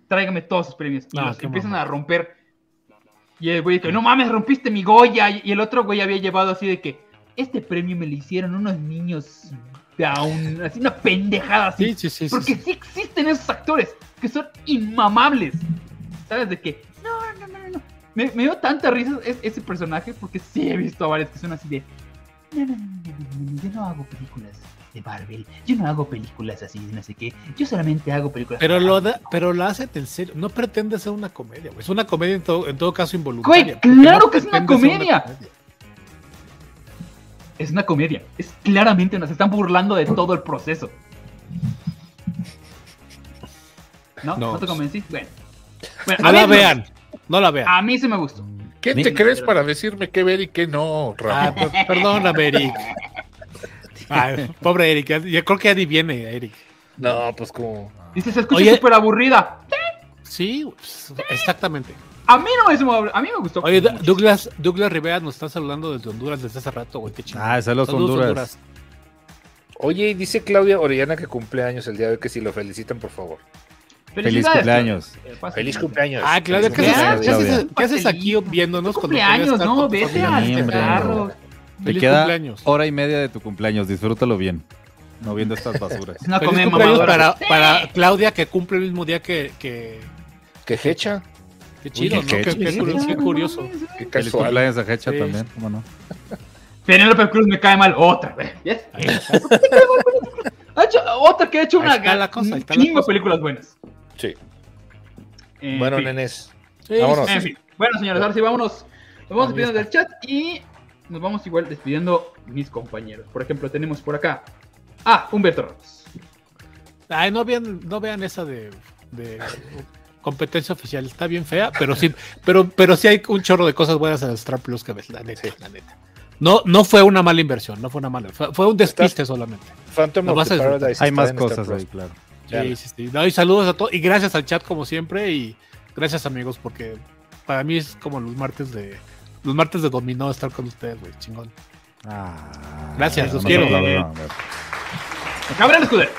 Tráigame todos sus premios. Y Ah, los qué empiezan mamá. a romper. Y el güey que, no mames, rompiste mi Goya. Y el otro güey había llevado así de que, este premio me lo hicieron unos niños down, así una pendejada así. Sí, sí, sí. sí, Porque sí. sí existen esos actores que son inmamables. ¿Sabes de qué? No, no, no, no, no. Me, me dio tanta risa es- ese personaje porque sí he visto a varios que son así de. No, no, no, no, no, no, yo no hago películas de Marvel. Yo no hago películas así de no sé qué. Yo solamente hago películas. Pero para lo adultos". da, pero la hace en serio. No pretende ser una comedia, güey. Es una comedia en todo, en todo caso involuntaria. Güey, porque claro no que es una pretende ser comedia. es una comedia. Es claramente, nos están burlando de todo el proceso. ¿No? ¿No, No. te convencí? Bueno. Bueno, Ah. No a Ah, la mí me- vean, no la vean. A mí sí me gustó. ¿Quién te crees para decirme qué ver y qué no, Ah, Rafa? per- perdóname, Eric. Ay, pobre Eric, ya- yo creo que ya ni viene, Eric. No, pues como. Dice, se escucha Oye. súper aburrida. Sí, pues, exactamente. A mí no es muy aburrida. A mí me gustó. Oye, Du- Douglas, Douglas Rivera nos está saludando desde Honduras desde hace rato, güey. Qué chido. Ah, saludos, Honduras. Oye, y dice Claudia Orellana que cumpleaños el día de hoy, que si lo felicitan, por favor. Feliz Felicidades. cumpleaños. Eh, pásame. Feliz cumpleaños. Ah, Claudia, ¿qué Feliz haces, cumpleaños, qué haces- Claudia. qué haces aquí Pastelito. viéndonos cuando podías cumpleaños, estar no, con tu vete familia? a Sí, hombre. festejarlos. Te Feliz queda cumpleaños. hora y media de tu cumpleaños. Disfrútalo bien. No viendo estas basuras. No Feliz come cumpleaños mamadora. para, para Claudia que cumple el mismo día que. que Que hecha. qué chido, Oye, ¿no? qué Qué, qué chido. curioso. qué curioso. Qué Feliz casual. cumpleaños a Hecha Sí. también, ¿cómo no? Penélope Cruz me cae mal otra vez. ¿Ves? Ha hecho- otra que ha hecho Ahí una está gala la cosa, ahí está la chingo de cosa. películas buenas. Sí. En bueno, fin, nenes. Sí, Vámonos. en fin. Bueno, señores, ahora sí vámonos. Nos vamos Ahí despidiendo del chat y nos vamos igual despidiendo mis compañeros. Por ejemplo, tenemos por acá a Humberto Ramos. Ay, no vean, no vean esa de, de competencia oficial, está bien fea, pero sí, pero, pero sí hay un chorro de cosas buenas en Star Plus que ves, la neta, la neta. No, no fue una mala inversión, no fue una mala, fue, fue un despiste solamente. Phantom Lo of vas a the disfrutar. Paradise Hay está más en este Star cosas Plus. ahí, claro. Sí, sí, sí. No, y saludos a todos, y gracias al chat como siempre, y gracias amigos, porque para mí es como los martes de, los martes de dominó estar con ustedes, güey, chingón. Ah, Gracias, los no, quiero. no, no, no, no. Gabriel Escudero.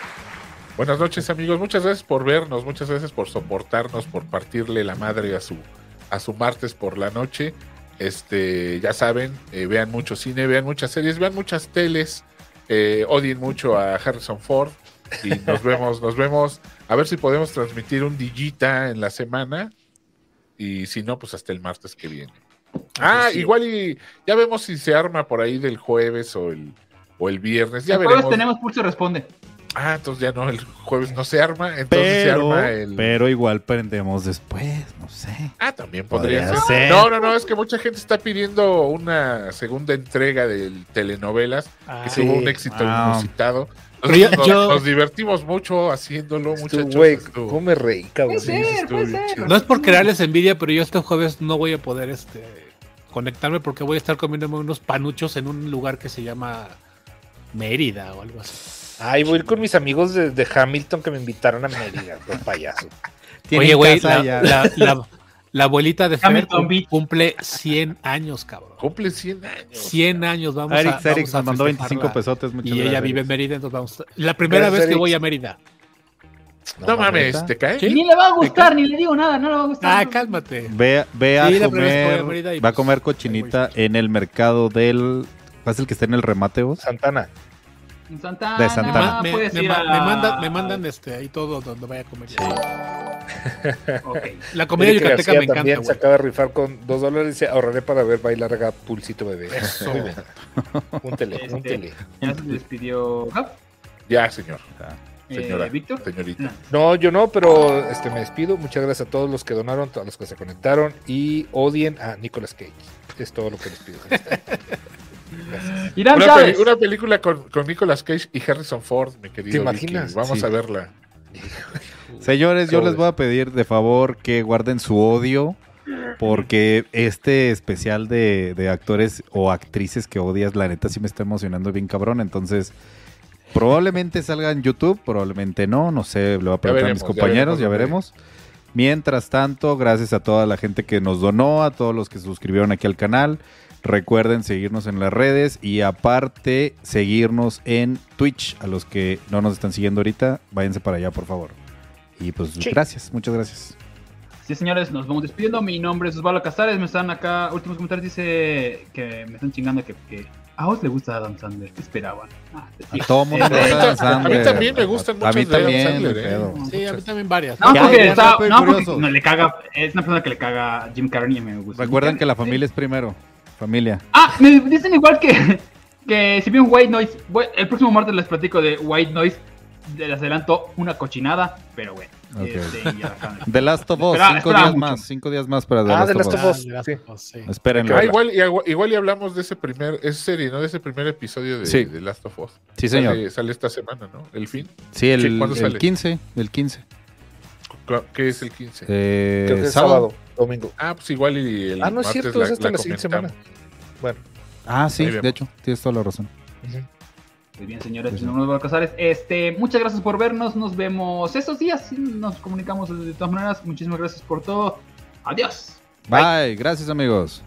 Buenas noches, amigos. Muchas gracias por vernos, muchas gracias por soportarnos, por partirle la madre a su, a su martes por la noche. Este, ya saben, eh, vean mucho cine, vean muchas series, vean muchas teles, eh, odien mucho a Harrison Ford y nos vemos, nos vemos. A ver si podemos transmitir un digita en la semana y si no, pues hasta el martes que viene. Ah, igual y ya vemos si se arma por ahí del jueves o el, o el viernes. Pues Ya El jueves veremos. tenemos Pulso Responde. Ah, entonces ya no, el jueves no se arma, entonces se Pero, arma el... pero igual prendemos después, no sé. Ah, también podría, Podría ser. ser. No, no, no, es que mucha gente está pidiendo una segunda entrega de telenovelas que sí. tuvo un éxito Wow. inusitado. Ah, Pero yo- Nos, yo- nos divertimos mucho haciéndolo, Tú, muchachos. güey, estuvo- come rey, cabrón. Puede ser, estuvo puede bien ser. chido. No es por crearles envidia, pero yo este jueves no voy a poder este, conectarme porque voy a estar comiéndome unos panuchos en un lugar que se llama Mérida o algo así. Ay, voy a ir con mis amigos de, de Hamilton que me invitaron a Mérida, los payasos. Oye, güey, casa la, ya. la- la- la abuelita de Fer Hamilton Beach. cumple 100 años, cabrón. Cumple 100 años. 100 años, vamos a Eric vamos Eric a nos mandó festejarla. 25 pesotes, muchas Y ella gracias, vive en Eric. Mérida, entonces vamos. a- La primera Gracias, vez que Eric. voy a Mérida. No, mames, ¿te cae? Sí. Ni le va a gustar, ni le digo nada, no le va a gustar. Ah, cálmate. Ve, ve a Sí, la primera vez que voy a Mérida comer, y va a pues, comer ahí voy. cochinita en el mercado del, ¿cuál es el que está en el remate vos? Santana. Santana, De Santana. Me, Ah, ma- me- puedes me ir ma- a- me mandan, me mandan este, ahí todo donde vaya a comer. Ok. La comida Eric yucateca García me encanta, también se güey. acaba de rifar con dos dólares y se ahorraré para ver bailar a Pulsito Bebé. Eso. Muy bien. Júntele, júntele. Ya se despidió Gab, Ya, señor, eh, señora, Víctor. señorita. No. No, yo no, pero este me despido. Muchas gracias a todos los que donaron, a los que se conectaron y odien a Nicolas Cage. Es todo lo que les pido. Eh, Gracias. Irán Una, peli- Chávez. una película con, con Nicolas Cage y Harrison Ford, mi querido. ¿Te Vicky. imaginas? Vamos Sí. a verla. Señores, yo Joder. les voy a pedir de favor que guarden su odio porque este especial de, de actores o actrices que odias, la neta sí me está emocionando bien cabrón, entonces probablemente salga en YouTube, probablemente no, no sé, le voy a preguntar a veremos, mis ya compañeros, ya veremos, veremos. Mientras tanto, gracias a toda la gente que nos donó, a todos los que se suscribieron aquí al canal. Recuerden seguirnos en las redes y aparte seguirnos en Twitch. A los que no nos están siguiendo ahorita, váyanse para allá, por favor. Y pues gracias, muchas gracias. Sí, señores, nos vamos despidiendo. Mi nombre es Osvaldo Casares. Me están acá. Últimos comentarios dice que me están chingando que, que a vos le gusta Adam Sandler. ¿Qué esperaban? Ah, te A digo. todo mundo. A mí le gusta Adam ta- a mí Sandler. también me gustan A mí muchos de Adam también, Sandler, el ¿eh? pedo. Sí, a mí también varias. No, pues, Ya, porque, ya, está- rápido y no, porque curioso. no le caga. Es una persona que le caga a Jim Carrey y me gusta. Recuerden Jim que la Carrey. familia es primero. Familia. Ah, me dicen igual que, que si bien White Noise, voy- el próximo martes les platico de White Noise, les adelanto una cochinada, pero bueno. Ok. Este, y ya saben. The Last of Us, Espera- cinco espera días mucho. más, cinco días más para The Ah, Last The of Last Us. of Us. Ah, sí. sí. Espérenlo. Ah, igual, y agua- igual y hablamos de ese primer, esa serie, ¿no? De ese primer episodio de, Sí. de Last of Us. Sí, señor. Sale, sale esta semana, ¿no? El fin. Sí, el, Sí, ¿cuándo el sale? 15, el 15. Cla- ¿Qué es el 15? Eh, Creo que es sábado. sábado, domingo. Ah, pues igual y el Ah, no es martes cierto, es hasta la siguiente comentamos. Ah, sí, Ahí de vemos. hecho, tienes toda la razón. Muy bien, señores, no nos va a casar. Este, muchas gracias por vernos. Nos vemos estos días. Nos comunicamos de todas maneras. Muchísimas gracias por todo. Adiós. Bye, gracias amigos.